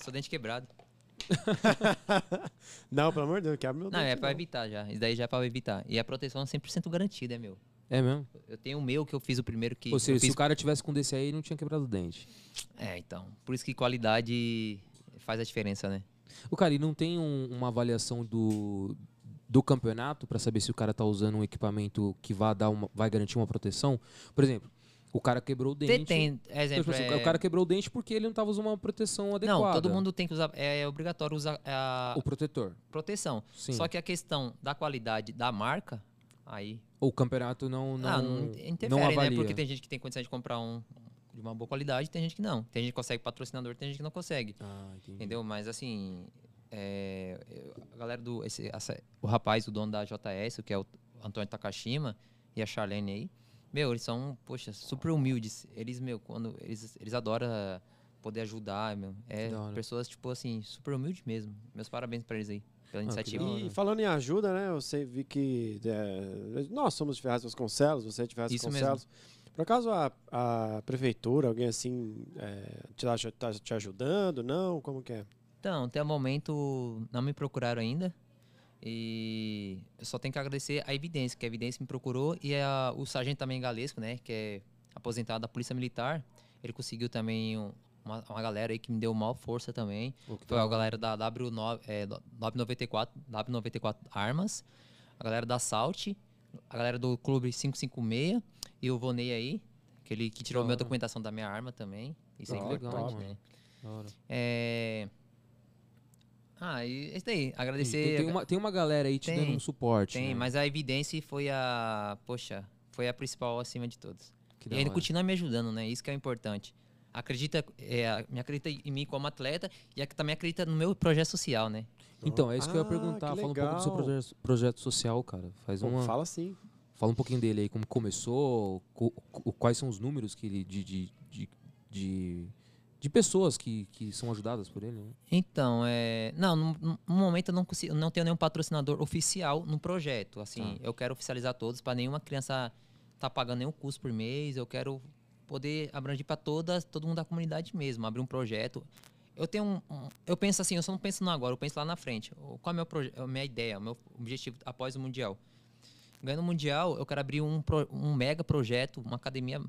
Speaker 3: o Seu dente quebrado.
Speaker 2: Não, pelo amor de Deus, quebra meu
Speaker 3: é. Não,
Speaker 2: dente,
Speaker 3: é pra evitar já. Isso daí já é pra evitar. E a proteção é 100% garantida, é meu.
Speaker 1: É mesmo?
Speaker 3: Eu tenho o meu que eu fiz o primeiro que.
Speaker 1: Ou seja,
Speaker 3: eu
Speaker 1: se
Speaker 3: fiz...
Speaker 1: o cara tivesse com um desse aí, ele não tinha quebrado o dente.
Speaker 3: É, então. Por isso que qualidade faz a diferença, né?
Speaker 1: O cara, e não tem um- uma avaliação do, do campeonato pra saber se o cara tá usando um equipamento que vai, dar uma, vai garantir uma proteção? Por exemplo, o cara quebrou o dente.
Speaker 3: Tem, tem
Speaker 1: Então, tipo
Speaker 3: exemplo.
Speaker 1: assim,
Speaker 3: é-
Speaker 1: O cara quebrou o dente porque ele não tava usando uma proteção adequada.
Speaker 3: Não, todo mundo tem que usar. É obrigatório usar a
Speaker 1: O protetor.
Speaker 3: proteção.
Speaker 1: Sim.
Speaker 3: Só que a questão da qualidade da marca, aí.
Speaker 1: O campeonato não. Não,
Speaker 3: ah, não interfere,
Speaker 1: avalia.
Speaker 3: né? Porque tem gente que tem condição de comprar um de uma boa qualidade, tem gente que não. Tem gente que consegue patrocinador, tem gente que não consegue.
Speaker 1: Ah, entendi.
Speaker 3: Entendeu? Mas assim, é, eu- a galera do. esse- essa- o rapaz, o dono da JS, que é o Antônio Takashima e a Charlene aí, meu, eles são, poxa, super humildes. Eles, meu, quando. Eles, eles adoram poder ajudar, meu. É
Speaker 1: Que da hora.
Speaker 3: pessoas, tipo assim, super humildes mesmo. Meus parabéns pra eles aí, pela
Speaker 1: que
Speaker 3: iniciativa.
Speaker 1: da hora.
Speaker 2: E falando em ajuda, né? Eu sei, vi que é, nós somos de Ferraz Vasconcelos, você é de Ferraz
Speaker 3: Isso
Speaker 2: Vasconcelos. Por acaso a, a prefeitura, alguém assim, é, te tá, tá te ajudando? Não? Como que é?
Speaker 3: Então, até o momento não me procuraram ainda. E eu só tenho que agradecer a Evidência, que a Evidência me procurou e a- o sargento também galesco, né, que é aposentado da Polícia Militar. Ele conseguiu também um- uma, uma galera aí que me deu maior força também.
Speaker 1: Pô, que da
Speaker 3: Foi a
Speaker 1: hora.
Speaker 3: galera da W9, é, do- 994, W94 Armas, a galera da Salt, a galera do Clube 556 e o Vonei aí, que ele que tirou
Speaker 1: Da
Speaker 3: minha
Speaker 1: hora.
Speaker 3: documentação da minha arma também. Isso é
Speaker 1: Da hora,
Speaker 3: importante,
Speaker 1: Então top.
Speaker 3: né?
Speaker 1: Da hora.
Speaker 3: É... Ah, e é isso daí. Agradecer.
Speaker 1: Então, tem,
Speaker 3: a-
Speaker 1: uma, tem uma galera aí te
Speaker 3: Tem,
Speaker 1: dando um suporte.
Speaker 3: tem,
Speaker 1: né?
Speaker 3: mas a evidência foi a. Poxa, foi a principal acima de todos.
Speaker 1: Que
Speaker 3: e
Speaker 1: da
Speaker 3: ele
Speaker 1: hora.
Speaker 3: continua me ajudando, né? Isso que é o importante. Acredita, é, a- me acredita em mim como atleta e a- também acredita no meu projeto social, né?
Speaker 1: Então, é isso que eu ia
Speaker 2: Ah,
Speaker 1: perguntar.
Speaker 2: que
Speaker 1: Fala um pouco do seu
Speaker 2: legal.
Speaker 1: proje- projeto social, cara. Faz
Speaker 2: Bom,
Speaker 1: uma.
Speaker 2: Fala sim.
Speaker 1: Fala um pouquinho dele aí, como começou, co- co- quais são os números que ele de, de, de, de, de pessoas que, que são ajudadas por ele. Né?
Speaker 3: Então, é. Não, no, no- no momento eu não, consigo, não tenho nenhum patrocinador oficial no projeto. Assim,
Speaker 1: Tá.
Speaker 3: eu quero oficializar todos para nenhuma criança tá pagando nenhum custo por mês. Eu quero poder abranger para todas, todo mundo da comunidade mesmo, abrir um projeto. Eu tenho um, um- eu penso assim, eu só não penso não agora, eu penso lá na frente. O- Qual é o meu proje- a minha ideia, o meu objetivo após o mundial? Ganhando o mundial, eu quero abrir um pro- um mega projeto, uma academia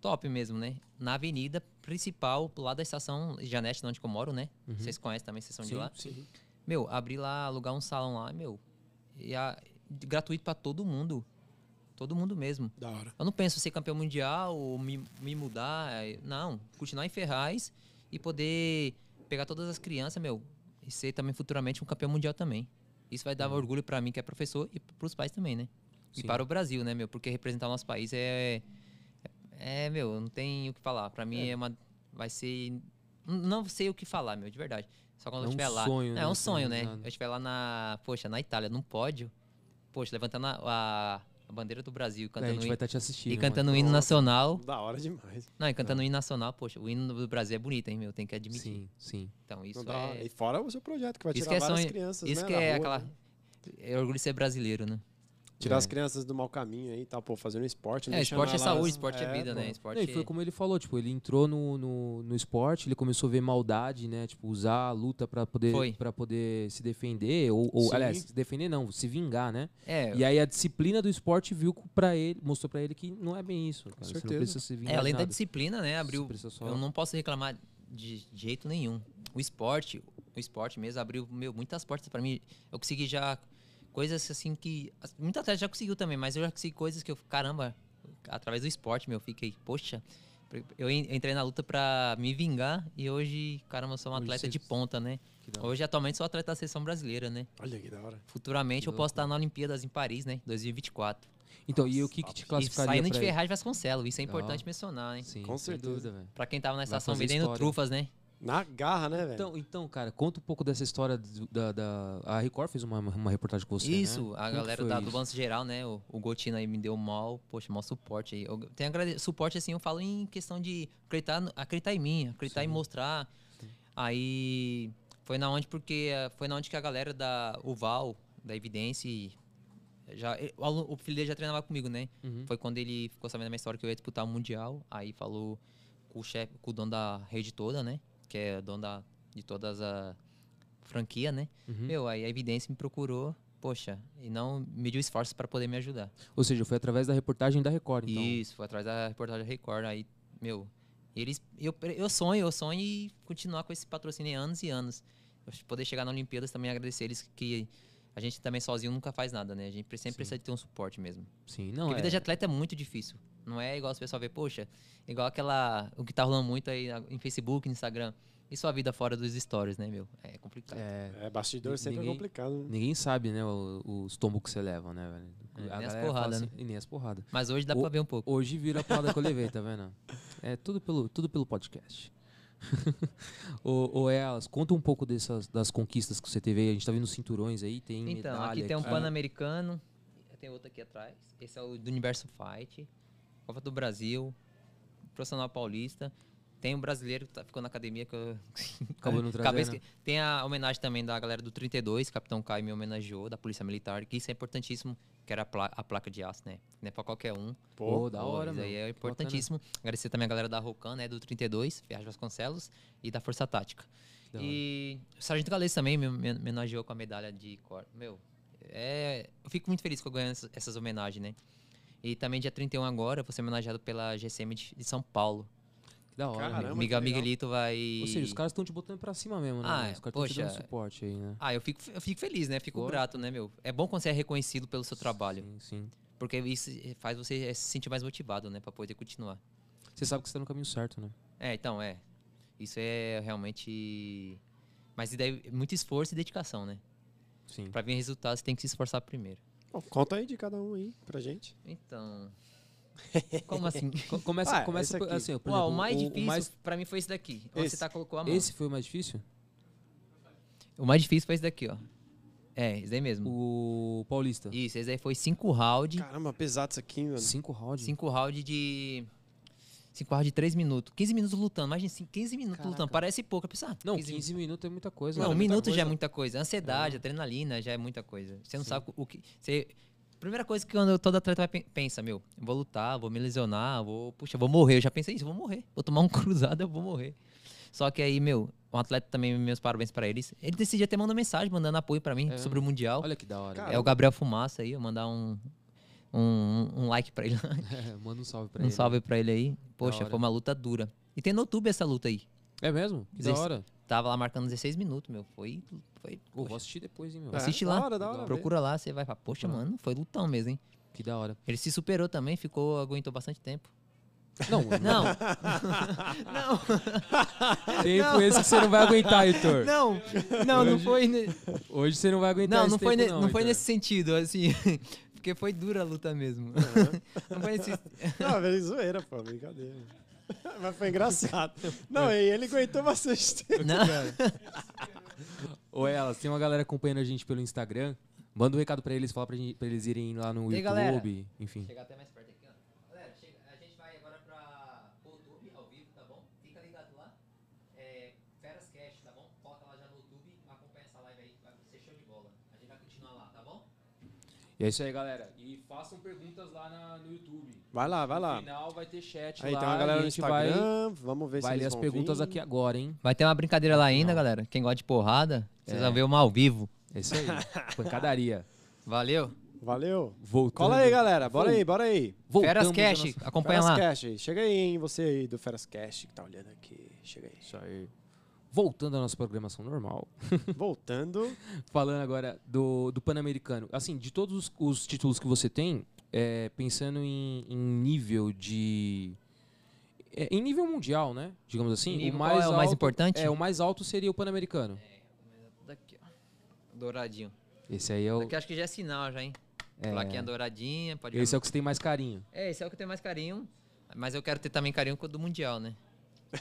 Speaker 3: top mesmo, né? Na avenida principal, lá da estação Janete, onde que eu moro, né? Vocês conhecem também, vocês são de Então, lá.
Speaker 1: sim.
Speaker 3: Meu, abrir lá, alugar um salão lá, meu. E a, de- gratuito pra todo mundo. Todo mundo mesmo.
Speaker 2: Da hora.
Speaker 3: Eu não penso ser campeão mundial ou me, me mudar. eh, Não. Continuar em Ferraz e poder pegar todas as crianças, meu. E ser também futuramente um campeão mundial também. Isso vai dar orgulho pra mim, que é professor, e pros pais também, né? E
Speaker 1: Sim.
Speaker 3: para o Brasil, né, meu? Porque representar o nosso país é. É, meu, não tem o que falar. Pra mim é, uma. Vai ser. Não sei o que falar, meu, de verdade. Só quando
Speaker 1: É
Speaker 3: eu
Speaker 1: um
Speaker 3: estiver lá.
Speaker 1: sonho,
Speaker 3: Não,
Speaker 1: né,
Speaker 3: É um
Speaker 1: assim,
Speaker 3: sonho, né?
Speaker 1: nada.
Speaker 3: Eu estiver lá na. Poxa, na Itália, num pódio. Poxa, levantando a, a- a bandeira do
Speaker 1: Daí É,
Speaker 3: Brasil,
Speaker 1: a
Speaker 3: cantando
Speaker 1: gente
Speaker 3: o
Speaker 1: vai
Speaker 3: hino,
Speaker 1: estar te assistindo.
Speaker 3: e
Speaker 1: mano.
Speaker 3: cantando o hino nacional.
Speaker 2: Da hora demais.
Speaker 3: Não, e cantando o hino nacional, poxa, o hino do Brasil é bonito, hein, meu? Tem que admitir.
Speaker 1: Sim, sim.
Speaker 3: Então,
Speaker 2: Não
Speaker 3: isso
Speaker 2: dá-
Speaker 3: é.
Speaker 2: E fora o seu projeto, que vai
Speaker 3: Isso
Speaker 2: tirar
Speaker 3: que é
Speaker 2: várias
Speaker 3: sonho-
Speaker 2: crianças,
Speaker 3: Isso
Speaker 2: né,
Speaker 3: que
Speaker 2: da
Speaker 3: é
Speaker 2: rua,
Speaker 3: aquela.
Speaker 2: né?
Speaker 3: É orgulho de ser brasileiro, né?
Speaker 2: Tirar as crianças do mau caminho aí e tal, pô, fazendo esporte. não
Speaker 3: É,
Speaker 2: deixar
Speaker 3: esporte
Speaker 2: lá-
Speaker 3: é saúde, esporte é
Speaker 2: É,
Speaker 3: vida,
Speaker 2: pô.
Speaker 3: né?
Speaker 1: Não,
Speaker 3: Esporte
Speaker 1: e foi como ele falou, tipo, ele entrou no, no, no esporte, ele começou a ver maldade, né? Tipo, usar a luta pra
Speaker 3: Foi.
Speaker 1: poder, pra poder se defender, ou, ou
Speaker 2: Sim.
Speaker 1: aliás, se defender não, se vingar, né?
Speaker 3: é,
Speaker 1: E aí a disciplina do esporte viu para ele, mostrou pra ele que não é bem isso, cara. Você não
Speaker 2: certeza.
Speaker 1: precisa se vingar.
Speaker 3: É, além
Speaker 1: de
Speaker 3: da
Speaker 1: nada.
Speaker 3: disciplina, né? Abriu.
Speaker 1: Você precisa só-
Speaker 3: Eu não posso reclamar de jeito nenhum. O esporte, o esporte mesmo abriu meu, muitas portas pra mim. Eu consegui já coisas assim que as- muita atleta já conseguiu também, mas eu já consegui coisas que eu caramba, através do esporte, meu, eu fiquei, poxa, eu en- entrei na luta pra me vingar e hoje, caramba, eu sou um
Speaker 1: Hoje
Speaker 3: atleta
Speaker 1: você-
Speaker 3: de ponta, né?
Speaker 1: Que da hora.
Speaker 3: Hoje atualmente sou atleta da seleção brasileira, né?
Speaker 2: Olha que da hora.
Speaker 3: Futuramente
Speaker 1: Que
Speaker 3: eu posso estar na Olimpíadas em Paris, né? 2024.
Speaker 1: Então, e o que, que te
Speaker 3: E
Speaker 1: classificaria
Speaker 3: saindo de
Speaker 1: pra ele?
Speaker 3: Ferraz Vasconcelos, isso é
Speaker 1: Legal.
Speaker 3: importante mencionar, hein?
Speaker 1: Sim,
Speaker 2: Com
Speaker 1: sem
Speaker 2: certeza.
Speaker 1: dúvida, velho.
Speaker 3: Pra quem tava na estação
Speaker 1: fazer
Speaker 3: vendendo
Speaker 1: história.
Speaker 3: trufas, né?
Speaker 2: Na garra, né, velho?
Speaker 1: Então, então, cara, conta um pouco dessa história do- da, da- A Record fez uma, uma reportagem com você, né?
Speaker 3: isso,
Speaker 1: Como
Speaker 3: a
Speaker 1: que
Speaker 3: galera
Speaker 1: foi
Speaker 3: da
Speaker 1: isso?
Speaker 3: Banco geral, né? O, o Gotina aí me deu mal, poxa, mal suporte aí. Eu tenho agrade... suporte assim, eu falo em questão de acreditar, no- acreditar em mim, acreditar em mostrar. Aí foi na onde porque eh, foi na onde que a galera da Uval, da Evidência e já e- o, alu- o filho dele já treinava comigo, né?
Speaker 1: Uhum.
Speaker 3: Foi quando ele ficou sabendo da minha história que eu ia disputar o mundial, aí falou com o chefe, com o dono da rede toda, né? Que é dono da, de todas a franquia, né?
Speaker 1: Uhum.
Speaker 3: Meu, aí a evidência me procurou, poxa, e não mediu esforços para poder me ajudar.
Speaker 1: Ou seja, foi através da reportagem da Record, então.
Speaker 3: Isso, foi atrás da reportagem da Record, aí, meu, eles, eu, eu sonho, eu sonho em continuar com esse patrocínio em anos e anos. Eu acho que Poder chegar na Olimpíadas também agradecer eles que a gente também sozinho nunca faz nada, né? A gente sempre precisa de ter um suporte mesmo.
Speaker 1: Sim, não
Speaker 3: Porque
Speaker 1: é.
Speaker 3: vida de atleta é muito difícil. Não é igual as pessoas vê, poxa, igual aquela. O que tá rolando muito aí na- em Facebook, no Instagram. E sua vida fora dos stories, né, meu? É complicado.
Speaker 1: É,
Speaker 2: É, bastidor sempre
Speaker 1: Ninguém-
Speaker 2: é complicado. né?
Speaker 1: Ninguém sabe, né, o- os tombos que você leva, né, velho?
Speaker 3: É,
Speaker 1: A
Speaker 3: nem
Speaker 1: galera
Speaker 3: as
Speaker 1: fala
Speaker 3: porrada,
Speaker 1: assim- E nem as porradas.
Speaker 3: Mas hoje dá
Speaker 1: O-
Speaker 3: pra ver um pouco.
Speaker 1: Hoje vira a porrada que eu levei, tá vendo? É tudo pelo, tudo pelo podcast. ou, elas, conta um pouco dessas, das conquistas que você teve aí. A gente tá vendo cinturões aí, tem
Speaker 3: Então,
Speaker 1: medalha
Speaker 3: aqui tem um
Speaker 1: aqui.
Speaker 3: Pan-Americano. Tem outro aqui atrás. Esse é o do Universo Fight. Copa do Brasil. Profissional Paulista. Tem um brasileiro que tá- ficou na academia que eu.
Speaker 1: Acabou não
Speaker 3: Acabei
Speaker 1: trazendo. né?
Speaker 3: esque- Tem a homenagem também da galera do 32, Capitão Caio me homenageou, da Polícia Militar, que isso é importantíssimo, que era a, pla- a placa de aço, né? Não é pra qualquer um.
Speaker 1: Pô,
Speaker 2: Pô,
Speaker 1: da
Speaker 3: Pô,
Speaker 1: hora,
Speaker 3: isso
Speaker 1: meu.
Speaker 3: aí é
Speaker 1: Que bacana.
Speaker 3: importantíssimo. Agradecer também a galera da Rocan, né? Do 32, Ferraz Vasconcelos e da Força Tática.
Speaker 1: Da hora.
Speaker 3: E o Sargento Galês também me me homenageou com a medalha de cor. Meu, é, eu fico muito feliz que eu ganhei essas, essas homenagens, né? E também dia 31 agora, eu vou ser homenageado pela GCM de, de São Paulo.
Speaker 1: Que da hora, meu.
Speaker 2: Caramba. que
Speaker 3: Miguel
Speaker 2: legal.
Speaker 3: Miguelito vai...
Speaker 1: Ou seja, os caras estão te botando pra cima mesmo, né?
Speaker 3: Ah,
Speaker 1: mano? os caras estão te dando
Speaker 3: poxa.
Speaker 1: suporte aí, né?
Speaker 3: Ah, eu fico, eu fico feliz, né? Fico
Speaker 1: Boa.
Speaker 3: grato, né, meu? É bom quando você é reconhecido pelo seu trabalho.
Speaker 1: Sim, sim.
Speaker 3: Porque isso faz você eh, se sentir mais motivado, né? Pra poder continuar.
Speaker 1: Você sabe que você tá no caminho certo, né?
Speaker 3: É, então, é. Isso é realmente... Mas e daí, muito esforço e dedicação, né?
Speaker 1: Sim.
Speaker 3: Pra vir resultado, você tem que se esforçar primeiro.
Speaker 2: Bom, conta aí de cada um aí pra gente.
Speaker 3: Então... Como assim?
Speaker 1: Co- Começa,
Speaker 2: Ah,
Speaker 1: começa
Speaker 2: esse
Speaker 1: por-
Speaker 2: aqui.
Speaker 1: assim, ó, por
Speaker 3: Uau, o
Speaker 1: exemplo,
Speaker 3: mais difícil
Speaker 1: mais-
Speaker 3: pra mim foi esse daqui. Onde
Speaker 2: Esse.
Speaker 3: você tá colocou a mão.
Speaker 1: esse foi o mais difícil?
Speaker 3: O mais difícil foi esse daqui, ó. É, esse daí mesmo.
Speaker 1: O Paulista.
Speaker 3: Isso, esse daí foi cinco rounds.
Speaker 2: Caramba, pesado isso aqui, mano.
Speaker 1: Cinco rounds?
Speaker 3: Cinco rounds de. Cinco rounds de três minutos. 15 minutos lutando. Imagina, cinco- 15 minutos
Speaker 1: Caraca.
Speaker 3: lutando. Parece pouco. Eu pensei, ah,
Speaker 1: Não,
Speaker 3: 15
Speaker 1: 15 minutos é muita coisa.
Speaker 3: Não,
Speaker 1: né?
Speaker 3: um
Speaker 2: é muita
Speaker 3: minuto já é
Speaker 2: coisa.
Speaker 3: muita coisa. Ansiedade, adrenalina já é muita coisa. Você não sabe o que. Você... Primeira coisa que quando todo atleta vai pen- pensa, meu, eu vou lutar, vou me lesionar, vou. Puxa, vou morrer. Eu já pensei isso, eu vou morrer. Vou tomar um cruzado, eu vou morrer. Só que aí, meu, um atleta também, meus parabéns pra eles. Ele decidiu até mandar mensagem, mandando apoio pra mim
Speaker 1: É.
Speaker 3: sobre o Mundial.
Speaker 1: Olha que da hora.
Speaker 2: Cara,
Speaker 1: velho.
Speaker 3: é o Gabriel Fumaça aí, eu mandar um, um, um like pra ele.
Speaker 1: É, manda um salve pra
Speaker 3: um
Speaker 1: ele.
Speaker 3: salve pra ele aí. Poxa,
Speaker 1: hora.
Speaker 3: foi uma luta dura. E tem no YouTube essa luta aí.
Speaker 1: É mesmo? Que da
Speaker 3: Dezesse-
Speaker 1: hora.
Speaker 3: Tava lá marcando 16 minutos, meu. Foi. foi
Speaker 1: Pô, vou
Speaker 3: poxa. Ah.
Speaker 1: assistir depois, hein, meu.
Speaker 2: É,
Speaker 3: Assiste
Speaker 2: da
Speaker 3: lá.
Speaker 2: hora, da hora,
Speaker 3: procura lá, você vai falar, poxa, mano, foi lutão mesmo, hein?
Speaker 1: Que da hora.
Speaker 3: Ele se superou também, ficou, aguentou bastante tempo.
Speaker 1: Não,
Speaker 3: Não! não!
Speaker 1: tempo esse que você não vai aguentar, Heitor.
Speaker 3: Não! Não, não
Speaker 1: Hoje-
Speaker 3: foi. ne-
Speaker 1: Hoje você não vai aguentar
Speaker 3: Não,
Speaker 1: esse
Speaker 3: não foi,
Speaker 1: tempo,
Speaker 3: ne- não foi
Speaker 1: Heitor.
Speaker 3: nesse sentido, assim. Porque foi dura a luta mesmo. Não foi nesse.
Speaker 2: Não, velho, zoeira, pô, brincadeira. Mas foi engraçado. Não, e ele aguentou bastante tempo.
Speaker 3: Não.
Speaker 1: Ou elas, tem uma galera acompanhando a gente pelo Instagram. Manda um recado pra eles, fala pra, gente, pra eles irem lá no
Speaker 3: E aí,
Speaker 1: YouTube,
Speaker 3: galera?
Speaker 1: enfim.
Speaker 3: Chegar até mais perto aqui, ó. Galera, chega- a gente vai agora pra o YouTube ao vivo, tá bom? Fica ligado lá. É, Feras Cash, tá bom? Coloca lá já no YouTube, acompanha essa live aí, vai ser show de bola. A gente vai continuar lá, tá bom?
Speaker 1: E é isso aí, galera. E façam perguntas lá na- no YouTube.
Speaker 2: Vai lá, vai
Speaker 1: No
Speaker 2: lá.
Speaker 1: final vai ter chat
Speaker 2: Ah. Aí
Speaker 1: lá.
Speaker 2: tem uma galera
Speaker 1: e a
Speaker 2: no
Speaker 1: gente vai,
Speaker 2: Instagram, vamos ver se
Speaker 1: vai ler
Speaker 2: eles
Speaker 1: as
Speaker 2: vão
Speaker 1: perguntas
Speaker 2: vir.
Speaker 1: aqui agora, hein?
Speaker 3: Vai ter uma brincadeira lá ainda, galera. Quem gosta de porrada, vocês vão ver uma ao vivo.
Speaker 1: É isso aí. Pancadaria.
Speaker 3: Valeu.
Speaker 2: Valeu.
Speaker 1: Voltando.
Speaker 2: Cola aí, galera. Bora
Speaker 1: Vol-
Speaker 2: aí, bora aí.
Speaker 1: Voltamos
Speaker 3: Feras
Speaker 1: ao
Speaker 3: Cash,
Speaker 1: nosso-
Speaker 3: acompanha
Speaker 2: Feras
Speaker 3: lá.
Speaker 2: Cash aí. Chega aí, hein? Você aí do Feras Cash que tá olhando aqui. Chega aí.
Speaker 1: Isso aí. Voltando à nossa programação normal.
Speaker 2: Voltando.
Speaker 1: Falando agora do, do Pan-Americano. Assim, de todos os, os títulos que você tem, é, pensando em, em nível de. é, em nível mundial, né? Digamos assim.
Speaker 3: Nível- qual é o mais importante?
Speaker 1: É, o mais alto seria o Pan-Americano.
Speaker 3: Daqui, ó. Douradinho.
Speaker 1: Esse aí é o.
Speaker 3: Daqui acho que já é sinal, já, hein? Plaquinha douradinha, pode
Speaker 1: Esse é o que você tem mais carinho.
Speaker 3: É, esse é o que eu tenho mais carinho. Mas eu quero ter também carinho com o do Mundial, né?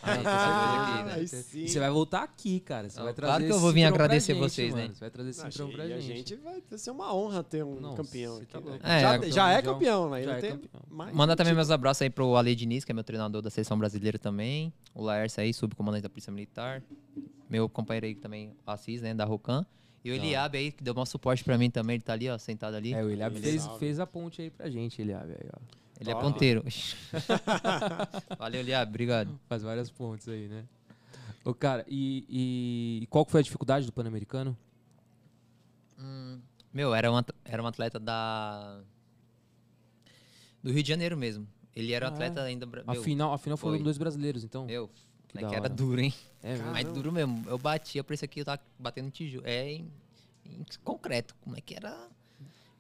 Speaker 2: Ah,
Speaker 3: né?
Speaker 2: aí
Speaker 1: E
Speaker 2: sim.
Speaker 1: você vai voltar aqui, cara. Você
Speaker 3: Não,
Speaker 1: vai trazer
Speaker 3: claro que eu
Speaker 1: esse
Speaker 3: vou vir
Speaker 1: cinturão pra
Speaker 3: agradecer
Speaker 1: gente,
Speaker 3: vocês,
Speaker 1: mano.
Speaker 3: né?
Speaker 1: Você vai trazer esse
Speaker 2: Não,
Speaker 1: cinturão pra
Speaker 2: e a
Speaker 1: gente.
Speaker 2: gente vai vai ser uma honra ter um
Speaker 1: Não,
Speaker 2: campeão
Speaker 1: você
Speaker 2: aqui.
Speaker 1: tá
Speaker 2: né?
Speaker 1: louco.
Speaker 3: É,
Speaker 2: já,
Speaker 3: campeão
Speaker 2: já é
Speaker 1: mundial.
Speaker 2: campeão, né?
Speaker 1: Já
Speaker 2: Não
Speaker 1: é
Speaker 2: tem
Speaker 1: campeão.
Speaker 2: mais
Speaker 3: Mandar também
Speaker 2: motivo.
Speaker 3: meus abraços aí pro Ale Diniz, que é meu treinador da seleção brasileira também. O Laércio aí, subcomandante da Polícia Militar. Meu companheiro aí também, o Assis, né, da Rocan. E o Eliabe aí, que deu maior suporte pra mim também. Ele tá ali, ó, sentado ali.
Speaker 1: É, o Eliab
Speaker 2: Beleza.
Speaker 1: fez, fez a ponte aí pra gente, Eliab. Aí, ó.
Speaker 3: Ele é
Speaker 2: Top.
Speaker 3: ponteiro. Valeu, Eliabe. Obrigado.
Speaker 1: Faz várias pontes aí, né? Ô, cara, e, e- e qual que foi a dificuldade do Pan-Americano?
Speaker 3: Meu, era um, at- era um atleta da... Do Rio de Janeiro mesmo. Ele era um
Speaker 1: Ah, é?
Speaker 3: atleta ainda... bra-
Speaker 1: A
Speaker 3: Meu,
Speaker 1: final, a final foram
Speaker 3: foi.
Speaker 1: dois brasileiros, então.
Speaker 3: Meu,
Speaker 1: Que
Speaker 3: que,
Speaker 1: da
Speaker 3: era
Speaker 1: hora.
Speaker 3: duro, hein?
Speaker 1: É, mesmo?
Speaker 3: Mas duro mesmo. Eu batia pra isso aqui, eu tava batendo tijolo. É em, em concreto. Como é que era?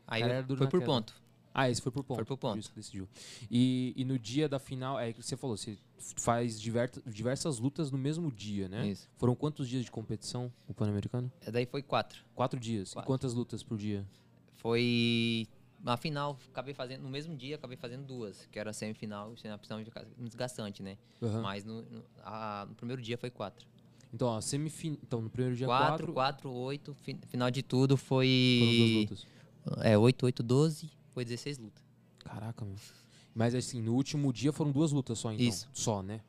Speaker 3: Aí
Speaker 1: Cara,
Speaker 3: eu-
Speaker 1: era duro
Speaker 3: foi
Speaker 1: na
Speaker 3: por
Speaker 1: queda.
Speaker 3: ponto.
Speaker 1: Ah, esse foi por ponto.
Speaker 3: Foi por ponto.
Speaker 1: Isso, decidiu. E, e no dia da final, é que você falou, você faz diverta- diversas lutas no mesmo dia, né?
Speaker 3: Isso.
Speaker 1: Foram quantos dias de competição o Pan-Americano?
Speaker 3: É, Daí foi quatro.
Speaker 1: Quatro dias. E
Speaker 3: Quatro.
Speaker 1: quantas lutas por dia?
Speaker 3: Foi. Na final, acabei fazendo. No mesmo dia, acabei fazendo duas, que era semifinal e semifinal de casa- desgastante, né?
Speaker 1: Aham.
Speaker 3: Mas no, no- a- no primeiro dia foi quatro.
Speaker 1: Então, ó, semifinal. Então, no primeiro dia,
Speaker 3: quatro,
Speaker 1: quatro.
Speaker 3: quatro, oito. fi- final de tudo
Speaker 1: Foram duas
Speaker 3: foi.
Speaker 1: lutas.
Speaker 3: É, oito, oito, doze. Foi 16 lutas.
Speaker 1: Caraca, meu. Mas assim, no último dia foram duas lutas só, então.
Speaker 3: Isso. É
Speaker 1: Só, né?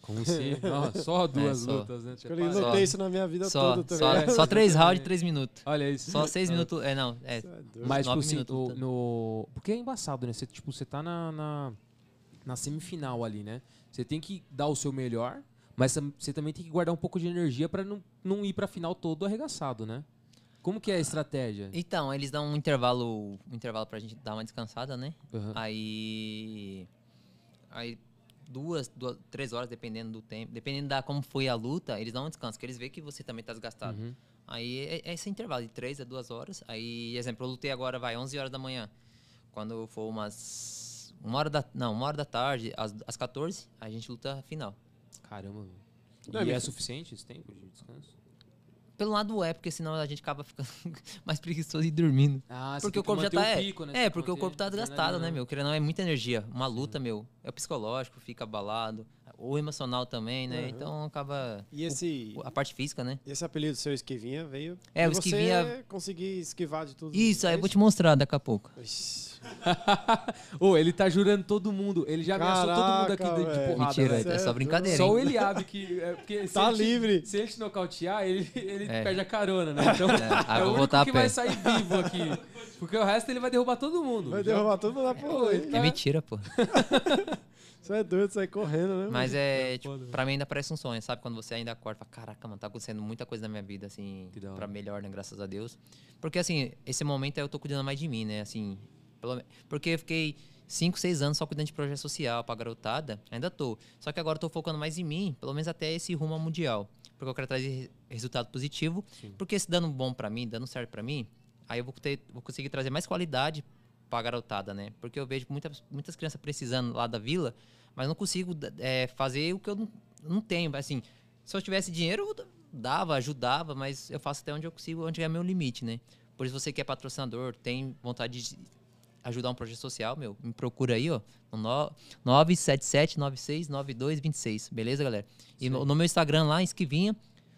Speaker 1: Como se. Não, só duas
Speaker 3: só.
Speaker 1: lutas, né? Até
Speaker 2: Eu
Speaker 1: parece.
Speaker 3: Só-
Speaker 2: lutei isso na minha vida
Speaker 3: Só,
Speaker 2: toda também.
Speaker 3: só, só três rounds de três minutos.
Speaker 1: Olha isso.
Speaker 3: Só seis minutos. É, não. É,
Speaker 1: Mas, tipo
Speaker 3: nove
Speaker 1: assim,
Speaker 3: minutos,
Speaker 1: o-
Speaker 3: tá?
Speaker 1: no. Porque é embaçado, né? Você, tipo, você tá na, na, na semifinal ali, né? Você tem que dar o seu melhor, mas tam- você também tem que guardar um pouco de energia pra não, não ir pra final todo arregaçado, né? Como que é a estratégia?
Speaker 3: Então, eles dão um intervalo, um intervalo pra gente dar uma descansada, né?
Speaker 1: Aham.
Speaker 3: Aí aí duas, duas, três horas dependendo do tempo, dependendo da como foi a luta, eles dão um descanso, porque eles veem que você também tá desgastado. Aí é, é esse intervalo de três a duas horas. Aí, exemplo, eu lutei agora vai 11 horas da manhã. Quando for umas uma hora da não, uma hora da tarde, às, às 14, a gente luta a final.
Speaker 1: Caramba, velho.
Speaker 2: Não,
Speaker 1: E
Speaker 2: mas-
Speaker 1: é suficiente esse tempo de descanso?
Speaker 3: Pelo lado é, porque senão a gente acaba ficando mais preguiçoso e dormindo.
Speaker 1: Ah,
Speaker 3: Porque o corpo já tá. é, é, porque o corpo tá desgastado, né, meu? Querendo ou não, é muita energia. Uma luta, meu, é o psicológico, fica abalado. Ou emocional também, né?
Speaker 2: Aham.
Speaker 3: Então acaba.
Speaker 2: E esse,
Speaker 3: A parte física, né?
Speaker 2: e esse apelido seu, Esquivinha, veio...
Speaker 3: É,
Speaker 2: de
Speaker 3: o Esquivinha-
Speaker 2: você conseguir esquivar de tudo.
Speaker 3: Isso, aí eu
Speaker 2: é
Speaker 3: vou te mostrar daqui a pouco.
Speaker 2: Ixi,
Speaker 1: Ô, ele tá jurando todo mundo. Ele já ameaçou todo mundo aqui
Speaker 2: Caraca,
Speaker 1: de- de
Speaker 2: velho.
Speaker 1: porrada.
Speaker 3: Mentira,
Speaker 1: velho.
Speaker 2: Cê
Speaker 3: é
Speaker 2: é
Speaker 3: só brincadeira.
Speaker 1: Só o
Speaker 3: hein?
Speaker 1: Eliabe que. é, porque se
Speaker 2: Tá
Speaker 1: ele te-
Speaker 2: livre.
Speaker 1: se ele te nocautear, ele, ele
Speaker 3: É.
Speaker 1: perde a carona, né? Então
Speaker 3: aí
Speaker 1: é o
Speaker 3: eu vou
Speaker 1: único
Speaker 3: voltar a
Speaker 1: que
Speaker 3: pé.
Speaker 1: vai sair vivo aqui. Porque o resto ele vai derrubar todo mundo.
Speaker 2: Vai
Speaker 1: Já-
Speaker 2: derrubar tudo lá pro
Speaker 1: É,
Speaker 2: leite.
Speaker 3: É mentira, pô.
Speaker 2: Isso é doido, sai correndo, né?
Speaker 3: Mas é,
Speaker 1: foda,
Speaker 3: tipo, pra mim ainda parece um sonho, sabe? Quando você ainda acorda, fala, caraca, mano, tá acontecendo muita coisa na minha vida, assim,
Speaker 1: Que da hora.
Speaker 3: pra melhor, né? Graças a Deus. Porque, assim, esse momento eu tô cuidando mais de mim, né? Assim, pelo me- porque eu fiquei 5, 6 anos só cuidando de projeto social pra garotada, ainda tô. Só que agora eu tô focando mais em mim, pelo menos até esse rumo ao mundial. Porque eu quero trazer re- resultado positivo, porque se dando bom pra mim, dando certo pra mim, aí eu vou, ter- vou conseguir trazer mais qualidade pra garotada, né? Porque eu vejo muitas, muitas crianças precisando lá da vila, mas não consigo da- é, fazer o que eu não, não tenho. Assim, se eu tivesse dinheiro, eu dava, ajudava, mas eu faço até onde eu consigo, onde é meu limite, né? Por isso você que é patrocinador, tem vontade de ajudar um projeto social, meu, me procura aí, ó, no no- 977-969226, beleza, galera? E no, no meu Instagram lá, Esquivinha,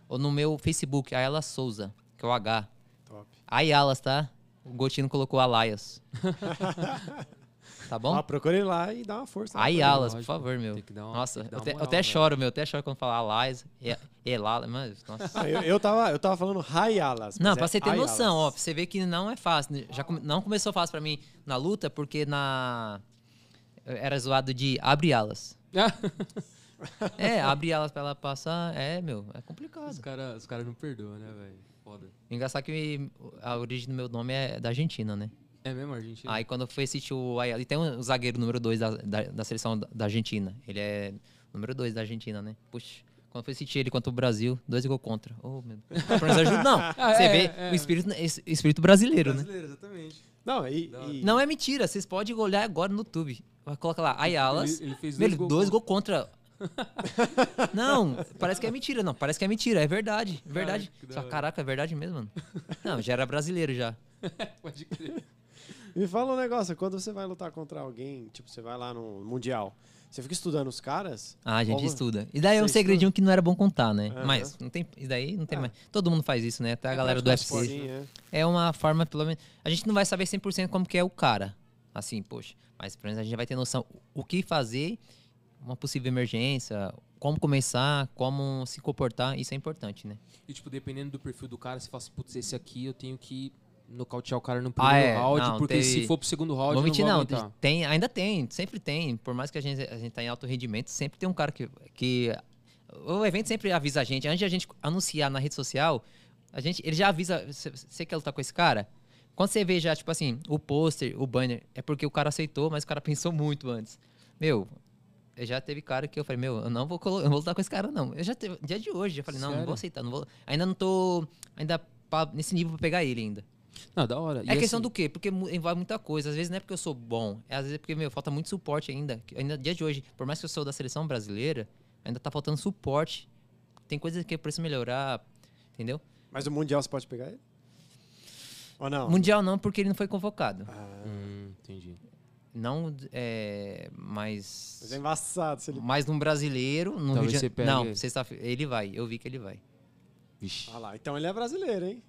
Speaker 3: ou no meu Facebook, Ayala Souza, que é o H.
Speaker 2: Top.
Speaker 3: Ayalas, tá? O Gotino colocou Alaias. Tá bom?
Speaker 2: Ah, procura ele lá e dá uma força.
Speaker 3: Aí,
Speaker 1: Lógico,
Speaker 3: Alas, por favor, meu.
Speaker 1: tem que dar uma-
Speaker 3: nossa,
Speaker 1: tem que dar
Speaker 3: eu,
Speaker 1: uma
Speaker 3: te- eu
Speaker 1: moral,
Speaker 3: até
Speaker 1: né?
Speaker 3: choro, meu. Eu até choro quando fala é, Alais, E- Elala, mano. Nossa.
Speaker 2: Ah, eu, eu, tava, eu tava falando Rayalas.
Speaker 3: Não,
Speaker 1: é
Speaker 3: pra você ter noção, ó, pra você ver que não é fácil. né? Já come- não começou fácil pra mim na luta, porque na. eu Era zoado de abre alas. É, abre alas pra ela passar. É, meu, é
Speaker 1: os
Speaker 3: complicado.
Speaker 1: caras os cara não perdoam, né, velho? Foda.
Speaker 3: Engraçado que a origem do meu nome é da Argentina, né?
Speaker 1: É mesmo, Argentina?
Speaker 3: Aí quando eu fui assistir o Ayala, e tem um zagueiro número 2 da, da, da seleção da- da Argentina. Ele é número 2 da Argentina, né? Puxa. Quando eu fui assistir ele contra o Brasil, dois gols contra. Oh, meu Deus. Pra nós ajudar, não. Você
Speaker 1: é,
Speaker 3: vê
Speaker 1: é.
Speaker 3: o espírito, esse espírito brasileiro, né?
Speaker 1: Brasileiro, exatamente.
Speaker 2: Não, e.
Speaker 1: Da hora.
Speaker 2: e-
Speaker 3: Não é mentira, vocês podem olhar agora no YouTube. Vai colocar lá, Ayalas.
Speaker 1: Ele- ele fez
Speaker 3: assim. Meu,
Speaker 1: dois gols
Speaker 3: dois gols contra. não, parece que é mentira, não. Parece que é mentira, é verdade. é Verdade.
Speaker 1: Caraca, que da
Speaker 3: Só,
Speaker 1: hora.
Speaker 3: caraca, é verdade mesmo, mano. Não, já era brasileiro já.
Speaker 1: Pode crer.
Speaker 2: Me fala um negócio, quando você vai lutar contra alguém, tipo, você vai lá no Mundial, você fica estudando os caras?
Speaker 3: Ah, a gente
Speaker 2: Ou-
Speaker 3: estuda. E daí é um
Speaker 2: Você
Speaker 3: segredinho que não era bom contar, né?
Speaker 2: Aham.
Speaker 3: Mas não tem, e daí não tem
Speaker 2: Ah.
Speaker 3: mais. Todo mundo faz isso, né? Até a
Speaker 1: É
Speaker 3: galera do
Speaker 1: praticar
Speaker 3: UFC.
Speaker 1: esporte, né?
Speaker 2: Sim, é.
Speaker 3: É uma forma, pelo menos. A gente não vai saber 100% como que é o cara. Assim, poxa. Mas pelo menos a gente vai ter noção o que fazer, uma possível emergência, como começar, como se comportar. Isso é importante, né?
Speaker 1: E, tipo, dependendo do perfil do cara, você fala assim, putz, esse aqui eu tenho que nocautear o cara no
Speaker 3: Ah,
Speaker 1: primeiro
Speaker 3: é,
Speaker 1: round,
Speaker 3: não,
Speaker 1: porque
Speaker 3: tem-
Speaker 1: se for pro segundo round,
Speaker 3: Vou mentir,
Speaker 1: não vou
Speaker 3: não.
Speaker 1: aguentar.
Speaker 3: Tem, ainda tem, sempre tem. Por mais que a gente, a gente tá em alto rendimento, sempre tem um cara que, que. O evento sempre avisa a gente. Antes de a gente anunciar na rede social, a gente, ele já avisa. "Você- Você quer lutar com esse cara? Quando você vê já, tipo assim, o pôster, o banner, é porque o cara aceitou, mas o cara pensou muito antes. Meu, eu já teve cara que eu falei, meu, eu não vou, colo- eu não vou lutar com esse cara, não. Eu já teve, dia de hoje, eu falei, não, não
Speaker 1: Sério?
Speaker 3: vou aceitar, não vou. Ainda não tô. Ainda pa- nesse nível pra pegar ele ainda.
Speaker 1: Não, da hora. E
Speaker 3: É questão
Speaker 1: assim,
Speaker 3: do quê? Porque mu- envolve muita coisa. Às vezes não é porque eu sou bom, é às vezes é porque, meu, falta muito suporte ainda. Que Ainda dia de hoje, por mais que eu sou da seleção brasileira, ainda tá faltando suporte. Tem coisas que eu preciso melhorar, entendeu?
Speaker 2: Mas o Mundial você pode pegar ele? Ou não?
Speaker 3: Mundial não, porque ele não foi convocado.
Speaker 2: Ah,
Speaker 1: Hum, entendi.
Speaker 3: Não, é. Mas.
Speaker 2: mas é embaçado se ele.
Speaker 3: Mas num brasileiro, no Rio
Speaker 1: Talvez
Speaker 3: de
Speaker 1: você
Speaker 3: Janeiro.
Speaker 1: pegue
Speaker 3: Não,
Speaker 1: ele.
Speaker 3: sexta-feira. Ele vai, eu vi que ele vai.
Speaker 1: Vixe.
Speaker 2: Ah lá, então ele é brasileiro, hein?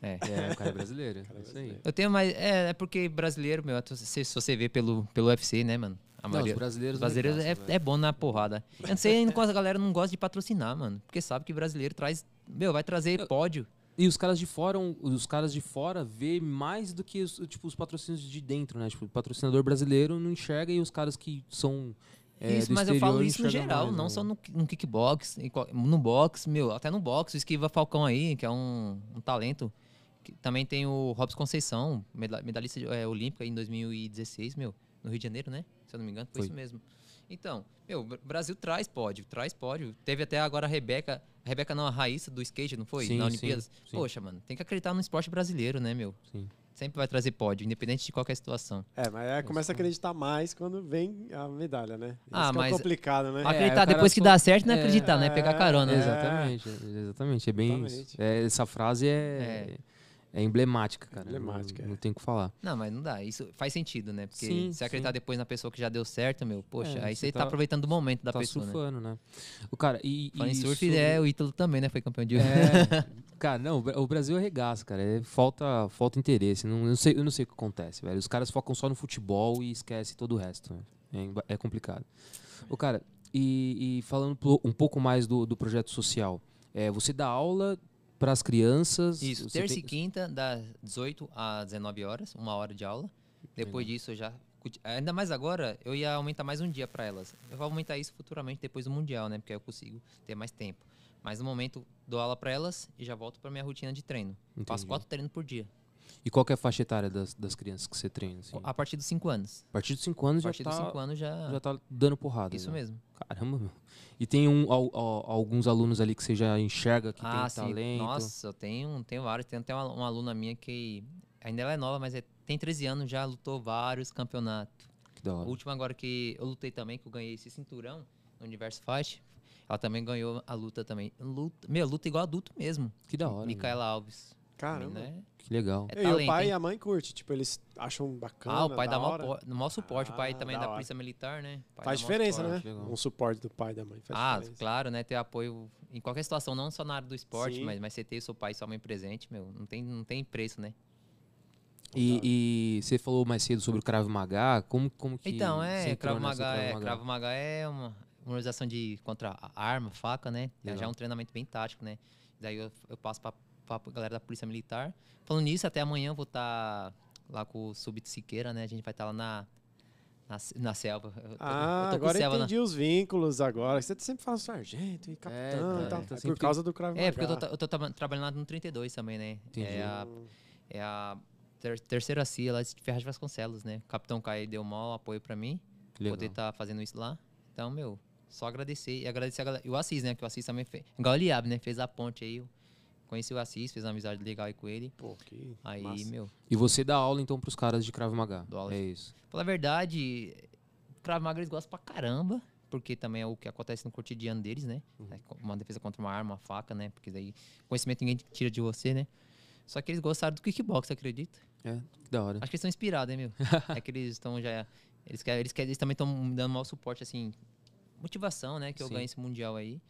Speaker 3: É.
Speaker 1: É, o cara é brasileiro. é isso aí.
Speaker 2: brasileiro.
Speaker 3: Eu tenho mais. É, é porque brasileiro, meu, se, se você vê pelo, pelo UFC, né, mano? A
Speaker 1: Não, os
Speaker 3: maioria.
Speaker 1: brasileiros.
Speaker 3: Os brasileiros
Speaker 1: arregaçam,
Speaker 3: é, é bom na porrada. Eu não sei quando a galera não gosta de patrocinar, mano. Porque sabe que brasileiro traz. Meu, vai trazer pódio.
Speaker 1: E os caras de fora, os caras de fora vê mais do que os, tipo, os patrocínios de dentro, né? Tipo, o patrocinador brasileiro não enxerga e os caras que são é,
Speaker 3: isso,
Speaker 1: do
Speaker 3: mas eu
Speaker 1: exterior
Speaker 3: falo isso no
Speaker 1: enxergam
Speaker 3: geral,
Speaker 1: mais,
Speaker 3: não
Speaker 1: né?
Speaker 3: só no, ki- no kickbox, em qual- no box, meu, até no box, o Esquiva Falcão aí, que é um, um talento. Que também tem o Robson Conceição, meda- medalhista é, olímpica em 2016, meu, no Rio de Janeiro, né? Se eu não me engano, foi,
Speaker 1: Foi.
Speaker 3: isso mesmo. Então, meu, o Bra- Brasil traz pódio, traz pódio. Teve até agora a Rebeca, a Rebeca não, a Raíssa do skate, não foi?
Speaker 1: Sim,
Speaker 3: Na
Speaker 1: sim,
Speaker 3: Olimpíadas.
Speaker 1: sim.
Speaker 3: Poxa, mano, tem que acreditar no esporte brasileiro, né, meu?
Speaker 1: Sim.
Speaker 3: Sempre vai trazer pódio, independente de qualquer situação.
Speaker 2: É, mas aí começa a acreditar mais quando vem a medalha, né? Isso
Speaker 3: Ah,
Speaker 2: que
Speaker 3: mas-
Speaker 2: é complicado, né?
Speaker 1: aí o
Speaker 3: acreditar
Speaker 1: cara
Speaker 3: depois que
Speaker 1: só-
Speaker 3: dá certo não é
Speaker 1: É,
Speaker 3: acreditar, né? Pegar carona, né?
Speaker 1: Exatamente, é- exatamente. É bem isso.
Speaker 2: Exatamente.
Speaker 1: É, essa frase é, é. emblemática, cara.
Speaker 2: Emblemática,
Speaker 1: Não,
Speaker 2: é.
Speaker 1: não tem o que falar.
Speaker 3: Não, mas não dá. Isso faz sentido, né? Porque
Speaker 1: Sim,
Speaker 3: se acreditar
Speaker 1: sim.
Speaker 3: depois na pessoa que já deu certo, meu, poxa,
Speaker 1: É,
Speaker 3: aí
Speaker 1: você
Speaker 3: você tá,
Speaker 1: tá-
Speaker 3: aproveitando o momento da
Speaker 1: tá
Speaker 3: pessoa, né?
Speaker 1: surfando, né? O cara, e.
Speaker 3: Falando
Speaker 1: e
Speaker 3: em surf,
Speaker 1: sobre-
Speaker 3: é, o Ítalo também, né? Foi campeão de...
Speaker 1: É, cara, não, o Bra- o Brasil arregaça, cara. É, falta, falta interesse. Não, eu, não sei, eu não sei o que acontece, velho. Os caras focam só no futebol e esquecem todo o resto. né? É, emba- é complicado. O cara, e, e falando plo- um pouco mais do, do projeto social, é, você dá aula para as crianças.
Speaker 3: Isso,
Speaker 1: você
Speaker 3: terça
Speaker 1: tem-
Speaker 3: e quinta, das 18 às 19 horas, uma hora de aula. Depois disso, eu já... cuti- Ainda mais agora, eu ia aumentar mais um dia pra elas. Eu vou aumentar isso futuramente, depois do Mundial, né? Porque aí eu consigo ter mais tempo. Mas no momento, dou aula pra elas e já volto pra minha rotina de treino. Faço
Speaker 1: Entendi.
Speaker 3: quatro treinos por dia,
Speaker 1: E qual que é a faixa etária das, das crianças que você treina? assim?
Speaker 3: a partir dos cinco anos.
Speaker 1: A partir dos 5
Speaker 3: A
Speaker 1: anos já
Speaker 3: partir
Speaker 1: tá,
Speaker 3: dos cinco anos já...
Speaker 1: já tá dando porrada.
Speaker 3: Isso
Speaker 1: já.
Speaker 3: mesmo.
Speaker 1: Caramba, meu. E tem um, al- al- alguns alunos ali que você já enxerga que tem talento.
Speaker 3: Ah, Nossa, eu tenho, tenho vários. Tem até uma, uma aluna minha que ainda ela é nova, mas é- tem 13 anos, já lutou vários campeonatos.
Speaker 1: Que da
Speaker 3: O
Speaker 1: hora.
Speaker 3: último agora que eu lutei também, que eu ganhei esse cinturão no Universo Fight, ela também ganhou a luta também. Luta, meu, luta igual adulto mesmo.
Speaker 1: Que da hora. meu.
Speaker 3: Micaela Alves.
Speaker 2: Caramba.
Speaker 3: Menina
Speaker 1: Que legal.
Speaker 3: É, é
Speaker 2: E
Speaker 3: talento,
Speaker 2: o pai
Speaker 3: hein?
Speaker 2: e a mãe curte, tipo, eles acham bacana.
Speaker 3: Ah, o pai
Speaker 2: da
Speaker 3: dá maior
Speaker 2: hora.
Speaker 3: po- maior suporte. o pai
Speaker 2: Ah,
Speaker 3: também é
Speaker 2: da
Speaker 3: da
Speaker 2: hora.
Speaker 3: Polícia Militar, né? O pai
Speaker 2: Faz
Speaker 3: dá maior
Speaker 2: diferença,
Speaker 3: suporte.
Speaker 2: né?
Speaker 1: legal.
Speaker 2: Um suporte do pai e da mãe. Faz
Speaker 3: ah,
Speaker 2: diferença.
Speaker 3: claro, né? Ter apoio em qualquer situação, não só na área do esporte,
Speaker 2: Sim.
Speaker 3: mas, mas você ter seu pai e sua mãe presente, meu, não tem, não tem preço, né?
Speaker 1: E, e você falou mais cedo sobre o Krav Maga, como, como que
Speaker 3: Então,
Speaker 1: você
Speaker 3: é,
Speaker 1: entrou
Speaker 3: Krav
Speaker 1: nessa
Speaker 3: Maga, é, Krav Maga é uma uma organização de contra a- arma, faca, né? Já- Já é
Speaker 1: Legal.
Speaker 3: um treinamento bem tático, né? Daí eu, eu passo pra, pra galera da Polícia Militar. Falando nisso, até amanhã eu vou estar lá com o Subito Siqueira, né? A gente vai estar lá na, na, se- na selva. Eu tô- eu
Speaker 2: Ah,
Speaker 3: tô com né?
Speaker 2: agora
Speaker 3: selva na-
Speaker 2: entendi os vínculos agora. Você sempre fala sargento e capitão e
Speaker 1: tá,
Speaker 2: tal.
Speaker 1: tá
Speaker 2: É por
Speaker 1: sempre-
Speaker 2: causa do Krav Maga.
Speaker 3: É, porque eu tô, eu tô traba- trabalhando lá no 32 também, né?
Speaker 1: Entendi.
Speaker 3: É a, é a ter- terceira CIA lá de Ferraz de Vasconcelos, né? O Capitão Caio deu o maior apoio pra mim.
Speaker 1: Legal.
Speaker 3: poder estar fazendo isso lá. Então, meu, só agradecer. E agradecer a galera. E o Assis, né? Que o Assis também fez. Igual o Eliabe, né? Fez a ponte aí. eu Conheci o Assis, fez uma amizade legal aí com ele.
Speaker 2: Pô, que
Speaker 3: Aí,
Speaker 2: massa.
Speaker 3: meu,
Speaker 1: E você dá aula então pros caras de Krav Maga.
Speaker 3: Dou aula.
Speaker 1: É isso.
Speaker 3: Pela verdade, Krav Maga eles gostam pra caramba, porque também é o que acontece no cotidiano deles, né? É co- Uma defesa contra uma arma, uma faca, né? Porque daí conhecimento ninguém tira de você, né? Só que eles gostaram do kickbox, acredita?
Speaker 1: É, que da hora.
Speaker 3: Acho que eles estão inspirados, hein, meu? é que eles estão já. Eles, querem, eles, querem, eles também estão me dando maior suporte, assim. Motivação, né? Que eu
Speaker 1: Sim.
Speaker 3: ganhei esse mundial aí.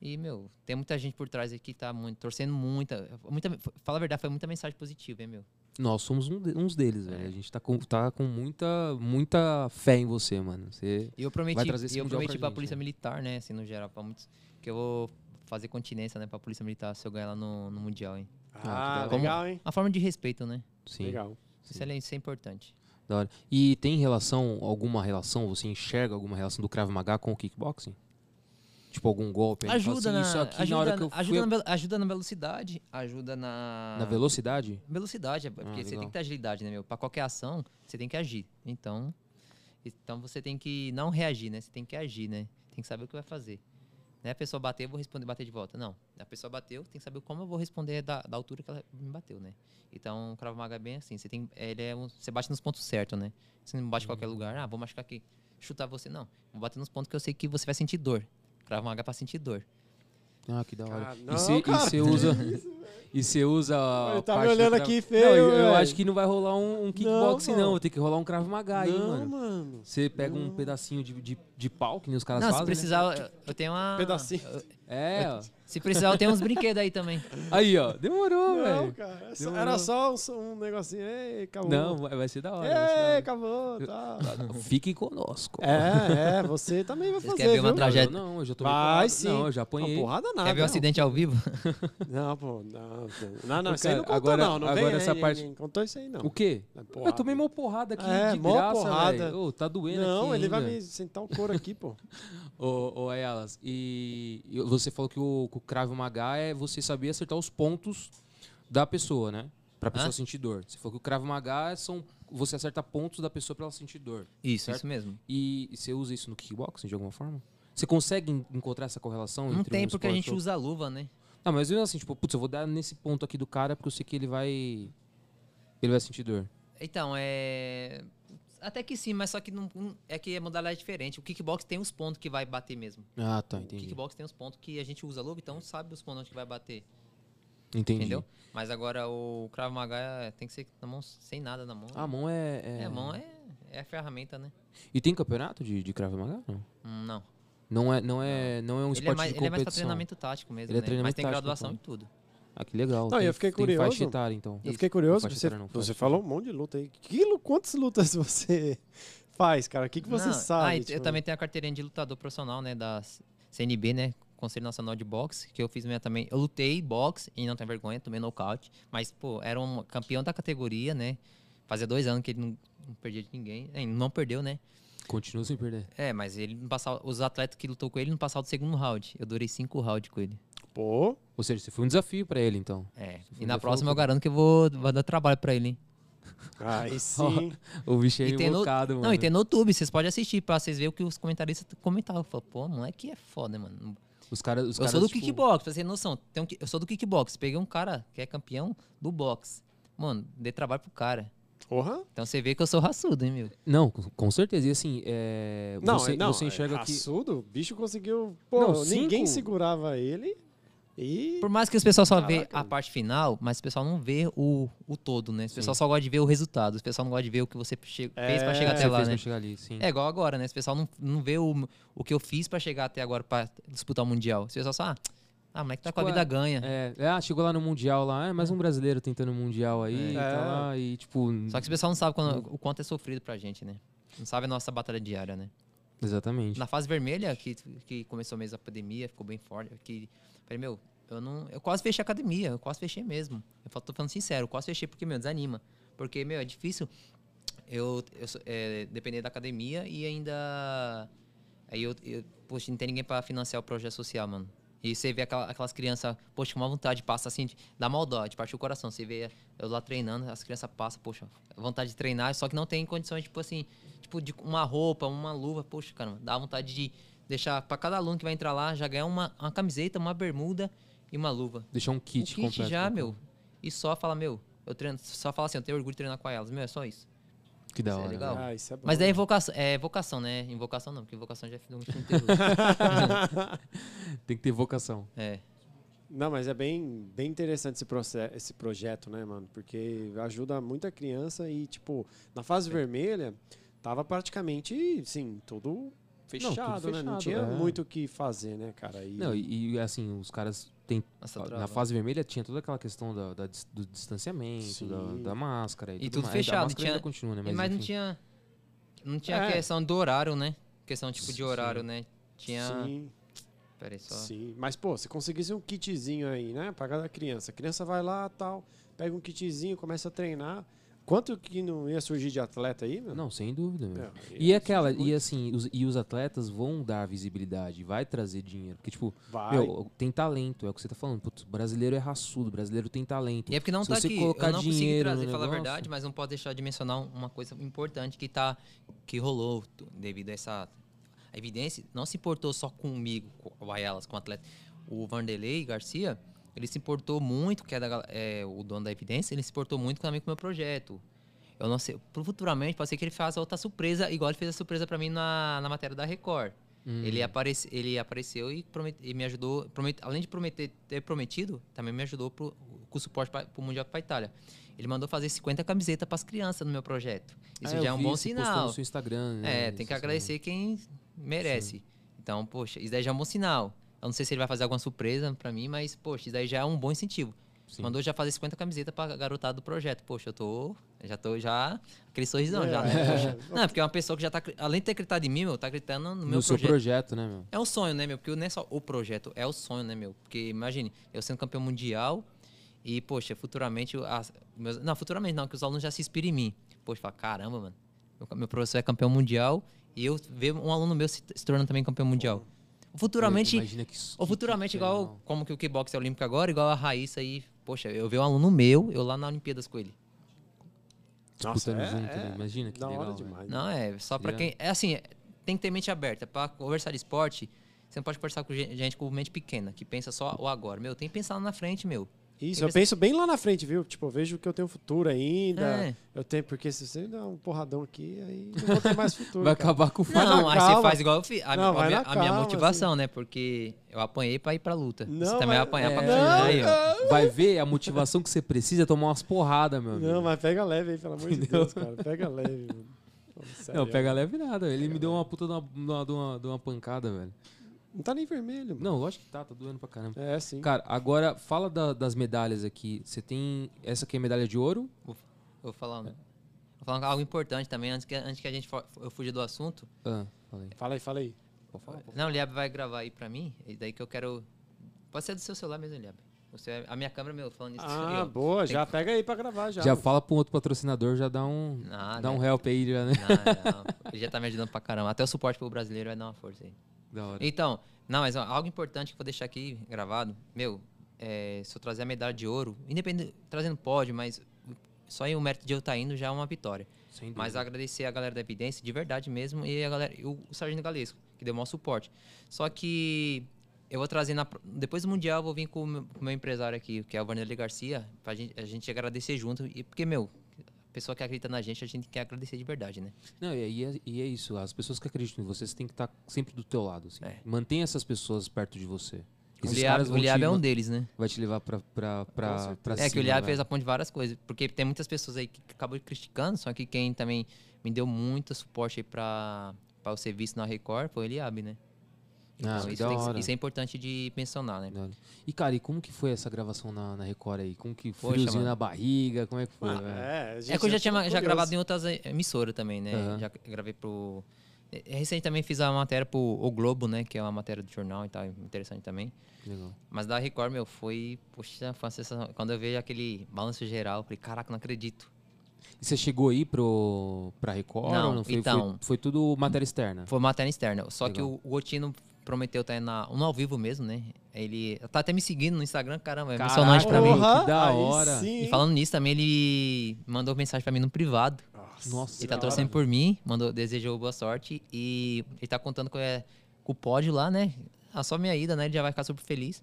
Speaker 3: E, meu, tem muita gente por trás aqui que tá muito, torcendo muita, muita. Fala a verdade, foi muita mensagem positiva, hein, meu?
Speaker 1: Nós somos um de- uns deles,
Speaker 3: É.
Speaker 1: velho. A gente tá com, tá com muita, muita fé em você, mano. Você.
Speaker 3: E eu prometi,
Speaker 1: Vai trazer esse
Speaker 3: e eu
Speaker 1: mundial
Speaker 3: prometi
Speaker 1: pra
Speaker 3: pra,
Speaker 1: gente,
Speaker 3: Polícia
Speaker 1: né?
Speaker 3: Militar, né? Assim, no geral, pra muitos. Que eu vou fazer continência, né, pra Polícia Militar se eu ganhar lá no, no Mundial, hein?
Speaker 2: Ah,
Speaker 1: Ah,
Speaker 3: que
Speaker 2: legal, hein?
Speaker 3: Uma forma de respeito, né?
Speaker 1: Sim.
Speaker 2: Legal.
Speaker 3: Isso é, isso é importante.
Speaker 1: Da hora. E tem relação, alguma relação, você enxerga alguma relação do Krav Maga com o kickboxing? Tipo, algum golpe? aí ele fala
Speaker 3: Ajuda,
Speaker 1: assim,
Speaker 3: na,
Speaker 1: isso aqui
Speaker 3: ajuda,
Speaker 1: na hora que eu fui
Speaker 3: ajuda, na, velo- ajuda na velocidade, ajuda na.
Speaker 1: Na velocidade?
Speaker 3: Velocidade, é porque você tem
Speaker 1: legal.
Speaker 3: que ter agilidade, né, meu? Pra qualquer ação, você tem que agir. Então, então você tem que não reagir, né? Você tem que agir, né? Tem que saber o que vai fazer. Né? A pessoa bater, eu vou responder, bater de volta. Não. A pessoa bateu, tem que saber como eu vou responder da, da altura que ela me bateu, né? Então, o Krav Maga é bem assim. Você, tem, ele é um- você bate nos pontos certos, né? Você não bate em qualquer lugar. Ah, vou machucar aqui. Chutar você. Não. Vou bater nos pontos que eu sei que você vai sentir dor. Krav Maga é pra sentir dor.
Speaker 1: Ah, que da hora.
Speaker 2: Cara,
Speaker 1: E
Speaker 2: não,
Speaker 1: você- e
Speaker 2: cara,
Speaker 1: você
Speaker 2: que
Speaker 1: usa. E você usa. a
Speaker 2: Ele tá me
Speaker 1: parte do
Speaker 2: olhando
Speaker 1: Krav-
Speaker 2: aqui
Speaker 1: Não,
Speaker 2: feio,
Speaker 1: eu- eu
Speaker 2: velho.
Speaker 1: acho que não vai rolar um, um kickboxing, não.
Speaker 2: mano.
Speaker 1: Tem que rolar um Krav Maga aí,
Speaker 2: Não,
Speaker 1: mano.
Speaker 2: tá mano.
Speaker 1: Você pega um pedacinho de, de, de pau, que nem os caras
Speaker 3: Não, se
Speaker 1: fazem. né?
Speaker 3: precisar, eu, eu tenho uma...
Speaker 2: Pedacinho.
Speaker 3: Ah,
Speaker 1: É, ó.
Speaker 3: Se precisar, eu tenho uns brinquedos aí também.
Speaker 1: Aí, ó. Demorou,
Speaker 2: Não,
Speaker 1: velho.
Speaker 2: cara. é só-
Speaker 1: Demorou.
Speaker 2: Era só um, só um negocinho. Ei, acabou.
Speaker 1: Não, vai vai ser da hora. vai ser da
Speaker 2: Ei,
Speaker 1: hora.
Speaker 2: É, acabou. Tá.
Speaker 1: Fique conosco.
Speaker 2: É, é. Você também vai
Speaker 3: Vocês
Speaker 2: fazer,
Speaker 3: querem ver
Speaker 1: Não,
Speaker 2: viu?
Speaker 3: uma
Speaker 1: eu
Speaker 3: tragédia?
Speaker 1: Não, eu já tomei
Speaker 2: Vai
Speaker 1: porrada.
Speaker 2: sim.
Speaker 1: Não, eu já apanhei.
Speaker 2: Uma porrada nada.
Speaker 3: Quer ver um
Speaker 2: Ah, não.
Speaker 3: acidente ao vivo?
Speaker 2: Não, pô. Não, não, não
Speaker 1: Ô,
Speaker 2: isso aí
Speaker 1: cara,
Speaker 2: não contou,
Speaker 1: agora-
Speaker 2: não. Não
Speaker 1: agora
Speaker 2: vem,
Speaker 1: essa
Speaker 2: né,
Speaker 1: parte-
Speaker 2: ninguém contou isso aí, não.
Speaker 1: O quê?
Speaker 2: É
Speaker 1: Eu
Speaker 2: porrada.
Speaker 1: tomei uma porrada aqui
Speaker 2: É,
Speaker 1: de
Speaker 2: mó
Speaker 1: graça,
Speaker 2: porrada.
Speaker 1: velho. Ô, tá doendo aqui
Speaker 2: Não, ele vai
Speaker 1: ainda.
Speaker 2: me sentar o couro aqui, pô.
Speaker 1: Ô, ô Elas, e e você falou que o, que o Krav Maga é você saber acertar os pontos da pessoa, né? Pra pessoa
Speaker 3: Hã?
Speaker 1: sentir dor. Você falou que o Krav Maga é- são você acerta pontos da pessoa pra ela sentir dor.
Speaker 3: Isso,
Speaker 1: Certo?
Speaker 3: isso mesmo.
Speaker 1: E, e você usa isso no kickboxing de alguma forma? Você consegue en- encontrar essa correlação
Speaker 3: Não
Speaker 1: entre
Speaker 3: tem,
Speaker 1: um
Speaker 3: porque a
Speaker 1: esporte
Speaker 3: gente
Speaker 1: e outro?
Speaker 3: usa a luva, né?
Speaker 1: Não, mas eu assim, tipo, putz, eu vou dar nesse ponto aqui do cara porque eu sei que ele vai ele vai sentir dor.
Speaker 3: Então, é. Até que sim, mas só que não, não- é que a modalidade é diferente. O kickbox tem os pontos que vai bater mesmo.
Speaker 1: Ah, tá,
Speaker 3: O
Speaker 1: entendi.
Speaker 3: kickbox tem os pontos que a gente usa a luva, então sabe os pontos onde que vai bater.
Speaker 1: Entendi.
Speaker 3: Entendeu? Mas agora o Krav Maga é- tem que ser na mão, sem nada na mão.
Speaker 1: A mão é, é...
Speaker 3: É, a mão é, é a ferramenta, né?
Speaker 1: E tem campeonato de, de Krav Maga? Não.
Speaker 3: Hum, Não.
Speaker 1: Não é, não é, não é um
Speaker 3: ele, é
Speaker 1: esporte
Speaker 3: mais,
Speaker 1: de
Speaker 3: ele é mais
Speaker 1: competição.
Speaker 3: pra treinamento tático mesmo,
Speaker 1: Ele é
Speaker 3: né? Mas
Speaker 1: treinamento
Speaker 3: tem
Speaker 1: tático,
Speaker 3: graduação
Speaker 1: então.
Speaker 3: em tudo.
Speaker 1: Ah, que legal.
Speaker 2: Não,
Speaker 1: tem,
Speaker 2: eu fiquei
Speaker 1: tem faixa
Speaker 2: curioso.
Speaker 1: etária, então.
Speaker 2: Eu
Speaker 1: Isso,
Speaker 2: fiquei
Speaker 1: não,
Speaker 2: curioso,
Speaker 1: faixa
Speaker 2: você,
Speaker 1: etária não,
Speaker 2: você
Speaker 1: faixa-
Speaker 2: falou um monte de luta aí. Que, lu- quantas lutas você faz, cara? O que, que você
Speaker 3: Não,
Speaker 2: sabe?
Speaker 3: ah, e
Speaker 2: tipo,
Speaker 3: eu também tenho a carteirinha de lutador profissional, né? Da C- CNB, né? Conselho Nacional de Boxe, que eu fiz minha também. Eu lutei boxe e não tenho vergonha, tomei nocaute. Mas, pô, era um campeão da categoria, né? Fazia dois anos que ele não, não perdia de ninguém. É, não perdeu, né?
Speaker 1: Continua sem perder.
Speaker 3: É, mas ele não passava. Os atletas que lutou com ele não passavam do segundo round. Eu durei cinco rounds com ele.
Speaker 2: Pô,
Speaker 1: Ou seja, você foi um desafio pra ele, então.
Speaker 3: É.
Speaker 1: foi
Speaker 3: E na
Speaker 1: um
Speaker 3: próxima
Speaker 1: desafio.
Speaker 3: eu garanto que eu vou, vou dar trabalho pra ele, hein?
Speaker 2: aí sim.
Speaker 1: O bicho é
Speaker 3: E tem no-
Speaker 1: invocado, mano.
Speaker 3: Não, e tem no YouTube, vocês podem assistir pra vocês verem o que os comentaristas comentavam. Eu falo, pô, moleque é foda, mano.
Speaker 1: Os caras... Os
Speaker 3: Eu
Speaker 1: caras,
Speaker 3: sou do
Speaker 1: tipo,
Speaker 3: kickbox, pra você ter noção. Tem um ki- eu sou do kickbox. Peguei um cara que é campeão do box. Mano, dei trabalho pro cara.
Speaker 2: Porra.
Speaker 3: Então você vê que eu sou raçudo, hein, meu?
Speaker 1: Não, com com certeza. E assim, é...
Speaker 2: Não,
Speaker 1: você,
Speaker 2: é- não,
Speaker 1: você enxerga
Speaker 2: é,
Speaker 1: que...
Speaker 2: raçudo, o bicho conseguiu. Pô,
Speaker 1: Não, cinco.
Speaker 2: ninguém segurava ele. E.
Speaker 3: Por mais que os pessoal só vê
Speaker 2: Caraca.
Speaker 3: a parte final, mas o pessoal não vê o, o todo, né? O pessoal só gosta de ver o resultado. O pessoal não gosta de ver o que você che-
Speaker 1: É,
Speaker 3: fez pra chegar
Speaker 1: que
Speaker 3: até
Speaker 1: você
Speaker 3: lá,
Speaker 1: fez
Speaker 3: né?
Speaker 1: pra chegar ali, sim.
Speaker 3: É igual agora, né? O pessoal não, não vê o, o que eu fiz pra chegar até agora pra disputar o Mundial. O pessoal só, ah, Ah, o moleque tá
Speaker 1: Tipo,
Speaker 3: com a vida
Speaker 1: é-
Speaker 3: ganha.
Speaker 1: É, é, ah, chegou lá no Mundial lá, é mais um brasileiro tentando o Mundial aí,
Speaker 2: É.
Speaker 1: tá lá, e tipo.
Speaker 3: Só que esse pessoal não sabe quando- o quanto é sofrido pra gente, né? Não sabe a nossa batalha diária, né?
Speaker 1: Exatamente.
Speaker 3: Na fase vermelha, que, que começou mesmo a pandemia, ficou bem forte. Que, falei, meu, eu não. Eu quase fechei a academia, eu quase fechei mesmo. Eu falo- tô falando sincero, eu quase fechei porque, meu, desanima. Porque, meu, é difícil eu, eu sou- é, depender da academia e ainda. Aí eu, eu poxa, não tem ninguém pra financiar o projeto social, mano. E você vê aquela- aquelas crianças, poxa, com uma vontade, passa assim, de- dá maldade, parte o coração. Você vê eu lá treinando, as crianças passam, poxa, vontade de treinar, só que não tem condições, tipo assim, tipo, de uma roupa, uma luva, poxa, caramba, dá vontade de deixar pra cada aluno que vai entrar lá, já ganhar uma, uma camiseta, uma bermuda e uma luva.
Speaker 1: Deixar um
Speaker 3: O
Speaker 1: kit,
Speaker 3: kit
Speaker 1: completo.
Speaker 3: já,
Speaker 1: né?
Speaker 3: meu, e só fala, meu, eu treino, só fala assim, eu tenho orgulho de treinar com elas, meu, é só isso.
Speaker 1: Que da
Speaker 3: Isso é
Speaker 1: hora.
Speaker 3: legal.
Speaker 1: né?
Speaker 2: Ah, isso é bom.
Speaker 3: Mas é invocação, é vocação, né? Invocação não, porque invocação já é um filme de terror.
Speaker 1: Tem que ter vocação.
Speaker 3: É.
Speaker 2: Não, mas é bem, bem interessante esse, processo, esse projeto, né, mano? Porque ajuda muita criança e, tipo, na
Speaker 1: É.
Speaker 2: fase vermelha, tava praticamente, sim, tudo fechado, né? Não
Speaker 1: fechado,
Speaker 2: tinha
Speaker 1: é.
Speaker 2: muito o que fazer, né, cara? E,
Speaker 1: Não, e, e, assim, os caras têm.
Speaker 3: Nossa,
Speaker 1: Na
Speaker 3: trava.
Speaker 1: fase vermelha tinha toda aquela questão da, da dis- do distanciamento, da,
Speaker 2: Sim.
Speaker 1: da máscara e,
Speaker 3: E
Speaker 1: tudo,
Speaker 3: tudo
Speaker 1: mais.
Speaker 3: fechado,
Speaker 1: A máscara
Speaker 3: tinha-
Speaker 1: ainda continua, né?
Speaker 3: E- Mas não
Speaker 1: enfim.
Speaker 3: tinha. Não tinha
Speaker 2: É.
Speaker 3: questão do horário, né? Questão tipo
Speaker 1: Sim.
Speaker 3: de horário, né? Tinha.
Speaker 2: Sim,
Speaker 3: Peraí, só.
Speaker 2: sim. Mas, pô, se conseguisse um kitzinho aí, né, pra cada criança. A criança vai lá, tal, pega um kitzinho, começa a treinar. Quanto que não ia surgir de atleta aí, meu?
Speaker 1: Não, sem dúvida. meu.
Speaker 2: Não,
Speaker 1: E
Speaker 2: ia
Speaker 1: aquela,
Speaker 2: surgir
Speaker 1: e
Speaker 2: muito.
Speaker 1: assim, os, e os atletas vão dar visibilidade, vai trazer dinheiro. Porque, tipo,
Speaker 2: Vai.
Speaker 1: meu, tem talento, é o que você tá falando. Putz, brasileiro é raçudo, brasileiro tem talento. Ah,
Speaker 3: E é porque não
Speaker 1: Se
Speaker 3: tá
Speaker 1: você
Speaker 3: aqui.
Speaker 1: colocar
Speaker 3: Eu não consegui
Speaker 1: dinheiro no
Speaker 3: trazer, falar a
Speaker 1: negócio-
Speaker 3: verdade, mas não pode deixar de mencionar uma coisa importante que tá. que rolou t- devido a essa. A evidência não se importou só comigo, com o Ayalas, com o atleta. O Vanderlei Garcia, ele se importou muito, que é, da gal- é o dono da evidência, ele se importou muito também com o meu projeto. Eu não sei, pro- futuramente pode ser que ele faça outra surpresa, igual ele fez a surpresa pra mim na, na matéria da Record.
Speaker 1: Hum.
Speaker 3: Ele, aparece, ele apareceu e, promete- e me ajudou, promet- além de prometer, ter prometido, também me ajudou pro, com suporte para o Mundial para Itália. Ele mandou fazer 50 camisetas para as crianças no meu projeto. Isso
Speaker 1: Ah, eu
Speaker 3: já é um
Speaker 1: vi,
Speaker 3: bom
Speaker 1: você postou
Speaker 3: sinal.
Speaker 1: no seu Instagram, né,
Speaker 3: É, tem
Speaker 1: isso,
Speaker 3: que
Speaker 1: assim.
Speaker 3: agradecer quem merece. Então, poxa, isso daí já é um bom sinal. Eu não sei se ele vai fazer alguma surpresa pra mim, mas, poxa, isso daí já é um bom incentivo.
Speaker 1: Sim.
Speaker 3: Mandou já fazer 50 camisetas pra garotada do projeto. Poxa, eu tô. Já tô já. Aquele sorrisão
Speaker 2: É,
Speaker 3: já, né?
Speaker 2: é.
Speaker 3: Poxa. Não, porque é uma pessoa que já tá. acre- Além de ter acreditado em mim, meu, tá acreditando no,
Speaker 1: No
Speaker 3: meu
Speaker 1: seu
Speaker 3: projeto.
Speaker 1: projeto, né, meu?
Speaker 3: É um sonho, né, meu? Porque não é só o projeto, é o sonho, né, meu? Porque imagine, eu sendo campeão mundial e, poxa, futuramente. as- meus- não, futuramente não, que os alunos já se inspiram em mim. Poxa, fala, caramba, mano. Meu, meu professor é campeão mundial e eu ver um aluno meu se, se tornando também campeão mundial. Futuramente.
Speaker 1: Imagina que isso-
Speaker 3: Ou
Speaker 1: que-
Speaker 3: futuramente,
Speaker 1: que
Speaker 3: igual
Speaker 1: legal.
Speaker 3: como que o kickbox é olímpico agora, igual a Raíssa aí. Poxa, eu ver um aluno meu, eu lá na Olimpíadas com ele.
Speaker 1: Disputando
Speaker 2: é-
Speaker 1: junto,
Speaker 2: é
Speaker 1: né? Imagina que
Speaker 2: da
Speaker 1: legal.
Speaker 2: hora
Speaker 1: velho.
Speaker 2: demais.
Speaker 3: Não, é só pra
Speaker 1: Seria-
Speaker 3: quem. É assim, é, tem que ter mente aberta. Pra conversar de esporte, você não pode conversar com gen- gente com mente pequena, que pensa só o agora. Meu, tem que pensar lá na frente, meu.
Speaker 2: Isso,
Speaker 3: Tem
Speaker 2: eu penso bem lá na frente, viu? Tipo, eu vejo que eu tenho futuro ainda.
Speaker 3: É.
Speaker 2: Eu tenho, porque se você dá um porradão aqui, aí não vou ter mais futuro.
Speaker 1: Vai
Speaker 2: cara.
Speaker 1: acabar com o
Speaker 2: Vai
Speaker 3: não,
Speaker 2: na
Speaker 3: aí
Speaker 2: calma.
Speaker 3: você faz igual eu fiz. A,
Speaker 2: Não,
Speaker 3: a
Speaker 2: vai na
Speaker 3: minha, a minha
Speaker 2: calma, assim.
Speaker 3: motivação, né? Porque eu apanhei pra ir pra luta.
Speaker 2: Não,
Speaker 3: você também vai
Speaker 2: mas-
Speaker 3: apanhar pra
Speaker 1: é.
Speaker 3: continuar aí, ó.
Speaker 1: fa- Vai ver a motivação que você precisa é tomar umas porradas, meu amigo.
Speaker 2: Não, mas pega leve aí, pelo amor de Deus, cara. Pega leve, mano. Pô, sério,
Speaker 1: Não, pega leve nada. Ele me deu uma puta de uma, de uma- de uma- de uma pancada, velho.
Speaker 2: Não tá nem vermelho, mano.
Speaker 1: Não, lógico que tá, tá doendo pra caramba.
Speaker 2: É, sim.
Speaker 1: Cara, agora fala da- das medalhas aqui. Você tem. Essa aqui é medalha de ouro?
Speaker 3: Vou falar, um- vou falar algo importante também, antes que, antes que a gente for, eu fuja do assunto.
Speaker 1: Ah, falei.
Speaker 2: Fala aí, fala aí.
Speaker 3: Não, o Liab vai gravar aí pra mim, e daí que eu quero. Pode ser do seu celular mesmo, Liab. Você, a minha câmera, meu, falando isso.
Speaker 2: Ah,
Speaker 3: aqui, ó.
Speaker 2: boa.
Speaker 3: Tem
Speaker 2: Já pega aí pra gravar, já.
Speaker 1: Já
Speaker 2: mano.
Speaker 1: fala pra um outro patrocinador, já dá um.
Speaker 3: Ah,
Speaker 1: dá
Speaker 3: né?
Speaker 1: um help aí, já, né?
Speaker 3: Não, não. Ele já tá me ajudando pra caramba. Até o suporte pro brasileiro vai dar uma força aí.
Speaker 1: Da hora.
Speaker 3: Então, não, mas ó, algo importante que eu vou deixar aqui gravado, meu, é, se eu trazer a medalha de ouro, independente, trazendo pódio, mas só em o mérito de eu estar indo já é uma vitória.
Speaker 1: Sem dúvida.
Speaker 3: Mas agradecer a galera da Evidência, de verdade mesmo, e a galera, e o, o Sargento Galesco, que deu o maior suporte. Só que eu vou trazer, na pro- depois do Mundial, eu vou vir com o meu, com o meu empresário aqui, que é o Vanderlei Garcia, pra gente, a gente agradecer junto, e porque, meu, a pessoa que acredita na gente, a gente quer agradecer de verdade, né?
Speaker 1: Não, e, e é, e é isso. As pessoas que acreditam em você, você tem que estar sempre do teu lado. Assim.
Speaker 3: É.
Speaker 1: Mantenha essas pessoas perto de você.
Speaker 3: O
Speaker 1: Esses
Speaker 3: Liab,
Speaker 1: caras
Speaker 3: o
Speaker 1: vão te,
Speaker 3: Liab é um
Speaker 1: ma-
Speaker 3: deles, né?
Speaker 1: vai te levar pra, pra, pra,
Speaker 2: certeza.
Speaker 1: pra cima. né?
Speaker 3: É que o Liab
Speaker 1: velho.
Speaker 3: fez a ponte de várias coisas, porque tem muitas pessoas aí que acabam criticando, só que quem também me deu muito suporte aí pra, pra o serviço na Record foi o Liab, né?
Speaker 1: Ah,
Speaker 3: Então,
Speaker 1: que
Speaker 3: isso,
Speaker 1: da
Speaker 3: tem que-
Speaker 1: hora.
Speaker 3: isso é importante de mencionar, né?
Speaker 1: Olha. E, cara, e como que foi essa gravação na, na Record aí? Como que
Speaker 3: Poxa,
Speaker 1: friozinho
Speaker 3: mano.
Speaker 1: na barriga? Como é que foi?
Speaker 2: Ah,
Speaker 1: velho?
Speaker 2: é, a gente
Speaker 3: É que eu já tinha
Speaker 2: ficou
Speaker 3: já
Speaker 2: curioso.
Speaker 3: gravado em outras eh, emissoras também, né?
Speaker 1: Aham.
Speaker 3: Já gravei pro. eh, Recente também fiz a matéria pro O Globo, né? Que é uma matéria do jornal e tal, interessante também.
Speaker 1: Legal.
Speaker 3: Mas da Record, meu, foi. Poxa, foi uma sensação. Quando eu vejo aquele balanço geral, eu falei, caraca, não acredito.
Speaker 1: E você chegou aí pro, pra Record?
Speaker 3: Não,
Speaker 1: ou Foi,
Speaker 3: então.
Speaker 1: foi, foi tudo matéria externa.
Speaker 3: Foi matéria externa. Só que
Speaker 1: Legal.
Speaker 3: o Gotino prometeu estar na, no ao vivo mesmo, né? Ele tá até me seguindo no Instagram, caramba, é
Speaker 1: Caraca,
Speaker 3: emocionante pra mim.
Speaker 1: porra.
Speaker 2: Aham,
Speaker 1: que da
Speaker 2: aí
Speaker 1: hora.
Speaker 2: sim,
Speaker 3: E
Speaker 2: hein?
Speaker 3: falando nisso também, ele mandou mensagem pra mim no privado.
Speaker 1: Nossa,
Speaker 3: Ele
Speaker 1: que é da
Speaker 3: tá
Speaker 1: hora,
Speaker 3: torcendo
Speaker 1: velho.
Speaker 3: por mim, mandou, desejou boa sorte e ele tá contando com, é, com o pódio lá, né? Ah, só minha ida, né? Ele já vai ficar super feliz.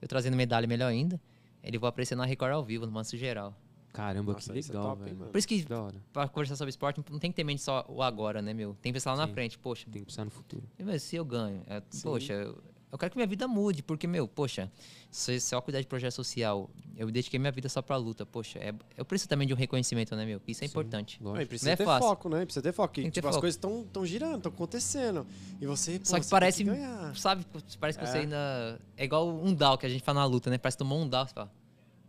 Speaker 3: Eu trazendo medalha melhor ainda. Ele vai aparecer na Record ao vivo, no Manso Geral.
Speaker 1: Caramba,
Speaker 2: Nossa,
Speaker 1: que
Speaker 2: isso é
Speaker 1: legal,
Speaker 2: top, hein,
Speaker 1: velho.
Speaker 2: mano?
Speaker 3: Por isso que,
Speaker 1: Que Da hora.
Speaker 3: pra conversar sobre esporte, não tem que ter mente só o agora, né, meu? Tem que pensar lá na frente. Poxa,
Speaker 1: Tem que pensar no futuro.
Speaker 3: meu, se eu ganho, é,
Speaker 2: Sim.
Speaker 3: poxa, eu, eu quero que minha vida mude, porque, meu, poxa, se, se eu cuidar de projeto social, eu dediquei minha vida só pra luta, poxa, é, eu preciso também de um reconhecimento, né, meu? Isso é importante.
Speaker 1: Lógico.
Speaker 2: Não, e precisa
Speaker 3: Não é
Speaker 2: ter
Speaker 3: fácil.
Speaker 2: foco, né? Precisa ter foco.
Speaker 3: Tem
Speaker 2: Que,
Speaker 3: que ter
Speaker 2: tipo, as
Speaker 3: foco.
Speaker 2: coisas estão girando, estão acontecendo. E você, pô,
Speaker 3: Só que
Speaker 2: você
Speaker 3: parece,
Speaker 2: tem que ganhar.
Speaker 3: sabe, parece que
Speaker 2: É.
Speaker 3: você ainda... É igual um down que a gente fala na luta, né? Parece que tomou um down, você fala,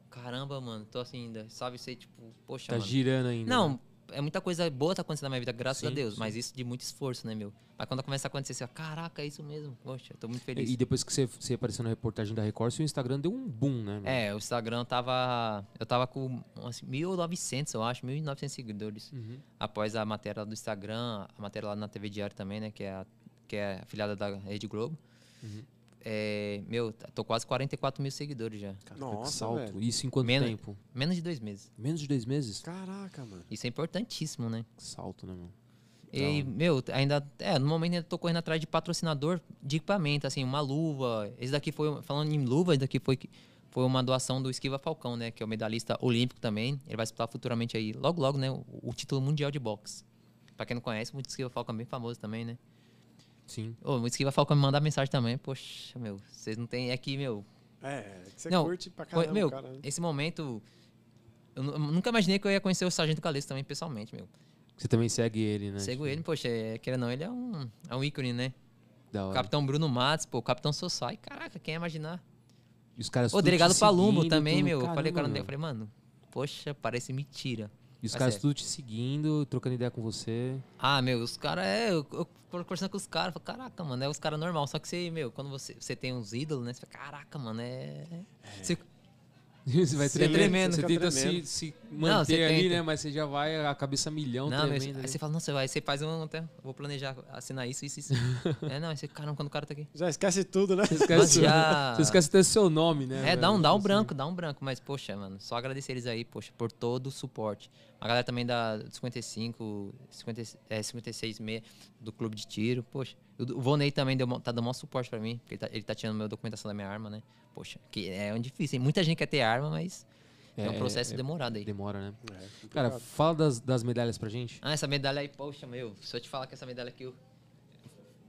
Speaker 3: caramba, mano, tô assim ainda, sabe? Você, tipo, poxa,
Speaker 1: Tá
Speaker 3: mano.
Speaker 1: girando ainda. né?
Speaker 3: Não, é muita coisa boa tá acontecendo na minha vida, graças a
Speaker 1: Sim,
Speaker 3: Deus,
Speaker 1: sim.
Speaker 3: mas isso de muito esforço, né, meu? Mas quando começa a acontecer, você fala, caraca, é isso mesmo, poxa, eu tô muito feliz.
Speaker 1: E, e depois que você, você apareceu na reportagem da Record, seu Instagram deu um boom, né? meu?
Speaker 3: É, o Instagram tava. Eu tava com umas 1.900, eu acho, 1.900 seguidores.
Speaker 1: Uhum.
Speaker 3: Após a matéria lá do Instagram, a matéria lá na TV Diário também, né? Que é, a, que é afiliada da Rede Globo. É, meu, t- tô quase 44 mil seguidores já.
Speaker 1: Caraca, que
Speaker 2: Nossa,
Speaker 1: salto.
Speaker 2: velho.
Speaker 1: Isso em quanto
Speaker 3: Menos-
Speaker 1: tempo?
Speaker 3: Menos de dois meses.
Speaker 1: Menos de dois meses?
Speaker 2: Caraca, mano.
Speaker 3: Isso é importantíssimo, né?
Speaker 1: Que salto, né, meu?
Speaker 3: E, meu, t- ainda. É, no momento ainda tô correndo atrás de patrocinador de equipamento, assim, uma luva. Esse daqui foi. Falando em luva, esse daqui foi. que- Foi uma doação do Esquiva Falcão, né? Que é o medalhista olímpico também. Ele vai disputar futuramente aí, logo, logo, né? O, o título mundial de boxe. Pra quem não conhece, o Esquiva Falcão é bem famoso também, né?
Speaker 1: Sim.
Speaker 3: Ô, o Esquiva Falcão me mandar mensagem também. Poxa, meu, vocês não tem. É que, meu,
Speaker 2: É, que você
Speaker 3: Não,
Speaker 2: curte pra
Speaker 3: foi-
Speaker 2: caramba,
Speaker 3: meu,
Speaker 2: cara. né?
Speaker 3: esse momento. Eu, nu- eu nunca imaginei que eu ia conhecer o Sargento Calixto também pessoalmente, meu.
Speaker 1: Você também segue ele, né?
Speaker 3: Cego
Speaker 1: Tipo,
Speaker 3: ele, poxa, é, querendo ou não, ele é um, é um ícone, né?
Speaker 1: Da hora.
Speaker 3: Capitão Bruno Matos, pô, Capitão Sossai, caraca, quem ia imaginar?
Speaker 1: E os caras
Speaker 3: O
Speaker 1: tudo te
Speaker 3: delegado Palumbo
Speaker 1: seguindo,
Speaker 3: também,
Speaker 1: tudo.
Speaker 3: meu. eu
Speaker 1: Caramba,
Speaker 3: falei com ela, no dia,
Speaker 1: meu.
Speaker 3: eu falei, mano, poxa, parece mentira.
Speaker 1: E os
Speaker 3: Mas
Speaker 1: caras
Speaker 3: é.
Speaker 1: tudo te seguindo, trocando ideia com você.
Speaker 3: Ah, meu, os caras, é, eu, eu conversando com os caras, eu falo, caraca, mano, é os caras normal. Só que você, meu, quando você, você tem uns ídolos, né? Você fala, caraca, mano, é. Você-
Speaker 1: Você vai
Speaker 2: Você
Speaker 1: tremendo.
Speaker 3: tremendo,
Speaker 1: Você
Speaker 2: fica
Speaker 1: tenta se,
Speaker 2: tremendo.
Speaker 1: se
Speaker 3: Não,
Speaker 1: manter
Speaker 3: você
Speaker 1: ali,
Speaker 3: tenta.
Speaker 1: né? Mas você já vai a cabeça milhão
Speaker 3: não, meu,
Speaker 1: tremendo. né?
Speaker 3: aí
Speaker 1: ali.
Speaker 3: você fala, nossa, vai, você faz um. até- Vou planejar assinar isso, isso, isso. é, não, esse caramba, quando o cara tá aqui.
Speaker 2: Já esquece tudo, né?
Speaker 1: Você esquece,
Speaker 3: Mas já-
Speaker 1: você esquece até seu nome, né?
Speaker 3: É, dá um,
Speaker 1: velho?
Speaker 3: dá um
Speaker 1: Assim.
Speaker 3: branco, dá um branco. Mas, poxa, mano, só agradecer eles aí, poxa, por todo o suporte. A galera também da do 55, 50, é, 56 meia do clube de tiro, poxa. O, do- o Vonei também deu, mó- tá dando maior suporte pra mim, porque ele tá, ele tá tirando minha documentação da minha arma, né? Poxa, que é um difícil, hein? Muita gente quer ter arma, mas é, um
Speaker 1: É,
Speaker 3: processo
Speaker 1: é,
Speaker 3: demorado aí.
Speaker 1: Demora, né?
Speaker 2: É,
Speaker 1: Cara,
Speaker 2: complicado.
Speaker 1: fala das, das medalhas pra gente.
Speaker 3: Ah, essa medalha aí, poxa, meu, se eu te falar que essa medalha aqui, eu...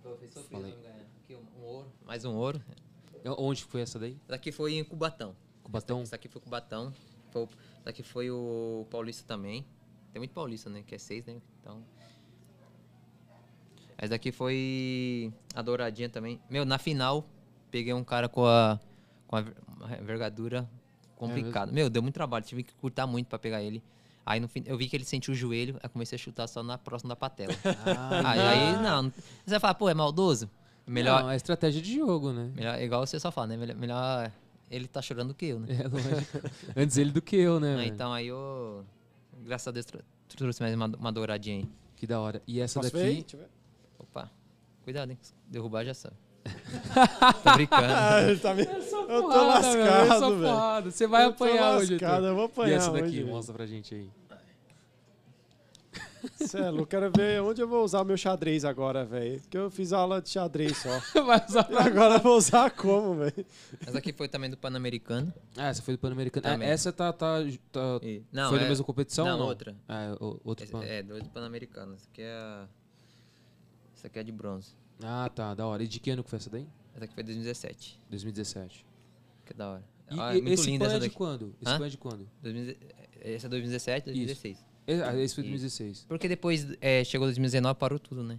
Speaker 3: Professor, fiz,
Speaker 1: Fala aí.
Speaker 3: vamos ganhar. Aqui, um, um ouro, mais um ouro.
Speaker 1: É, Onde que foi essa daí?
Speaker 3: Essa daqui foi em Cubatão.
Speaker 1: Cubatão?
Speaker 3: Essa aqui foi com o Batão. Foi o- esse aqui foi o Paulista também. Tem muito Paulista, né? Que é seis, né? Então. Essa daqui foi a Douradinha também. Meu, na final, peguei um cara com a, com a ver- uma envergadura complicada. Meu, deu muito trabalho. Tive que cortar muito pra pegar ele. Aí no fim, eu vi que ele sentiu o joelho, aí comecei a chutar só na próxima da patela. aí, aí, não. Você vai falar, pô, é maldoso? Melhor,
Speaker 1: Não, é estratégia de jogo, né?
Speaker 3: melhor igual você só fala, né? Melhor, melhor ele tá chorando do que eu, né?
Speaker 1: É lógico. Antes ele do que eu, né?
Speaker 3: Ah,
Speaker 1: velho?
Speaker 3: então aí eu. Graças a Deus tro- trouxe mais uma, uma douradinha aí.
Speaker 1: Que da hora. E essa
Speaker 2: Posso ver aí?
Speaker 1: daqui.
Speaker 2: Deixa eu ver.
Speaker 3: Opa, cuidado, hein? Se Derrubar já sabe. Tô brincando.
Speaker 2: Ah, ele tá me... Eu tô
Speaker 1: Porrada, velho, é
Speaker 2: lascado, velho.
Speaker 1: safado. Você vai
Speaker 2: Eu tô
Speaker 1: apanhar hoje,
Speaker 2: lascado,
Speaker 1: Heitor.
Speaker 2: eu vou apanhar
Speaker 1: E essa
Speaker 2: hoje,
Speaker 1: daqui,
Speaker 2: velho.
Speaker 1: mostra pra gente aí.
Speaker 2: Sério, é eu quero ver onde eu vou usar o meu xadrez agora, velho. Porque eu fiz aula de xadrez só.
Speaker 1: Vai usar
Speaker 2: E agora eu vou usar como, velho?
Speaker 3: Essa aqui foi também do Pan-Americano.
Speaker 1: Ah, essa foi do Pan-Americano. Ah,
Speaker 3: Também.
Speaker 1: essa tá. tá, tá-
Speaker 3: E- Não,
Speaker 1: foi
Speaker 3: é,
Speaker 1: da mesma competição?
Speaker 3: não,
Speaker 1: ou não,
Speaker 3: outra.
Speaker 1: Ah, o- outro pan.
Speaker 3: É, é, dois do Pan-Americano. Essa aqui é. a- Essa aqui é de bronze.
Speaker 1: Ah, tá, da hora. E de que ano que foi essa daí?
Speaker 3: Essa aqui foi 2017.
Speaker 1: 2017.
Speaker 3: Que da hora.
Speaker 1: E,
Speaker 3: Ah,
Speaker 1: e-
Speaker 3: é muito
Speaker 1: esse pan
Speaker 3: linda essa
Speaker 1: é de
Speaker 3: daqui.
Speaker 1: quando? Esse
Speaker 3: Hã?
Speaker 1: pan é de quando?
Speaker 3: 2000 Essa é 2017, 2016.
Speaker 1: Esse, ah, esse foi 2016.
Speaker 3: Porque depois é, chegou 2019 parou tudo, né?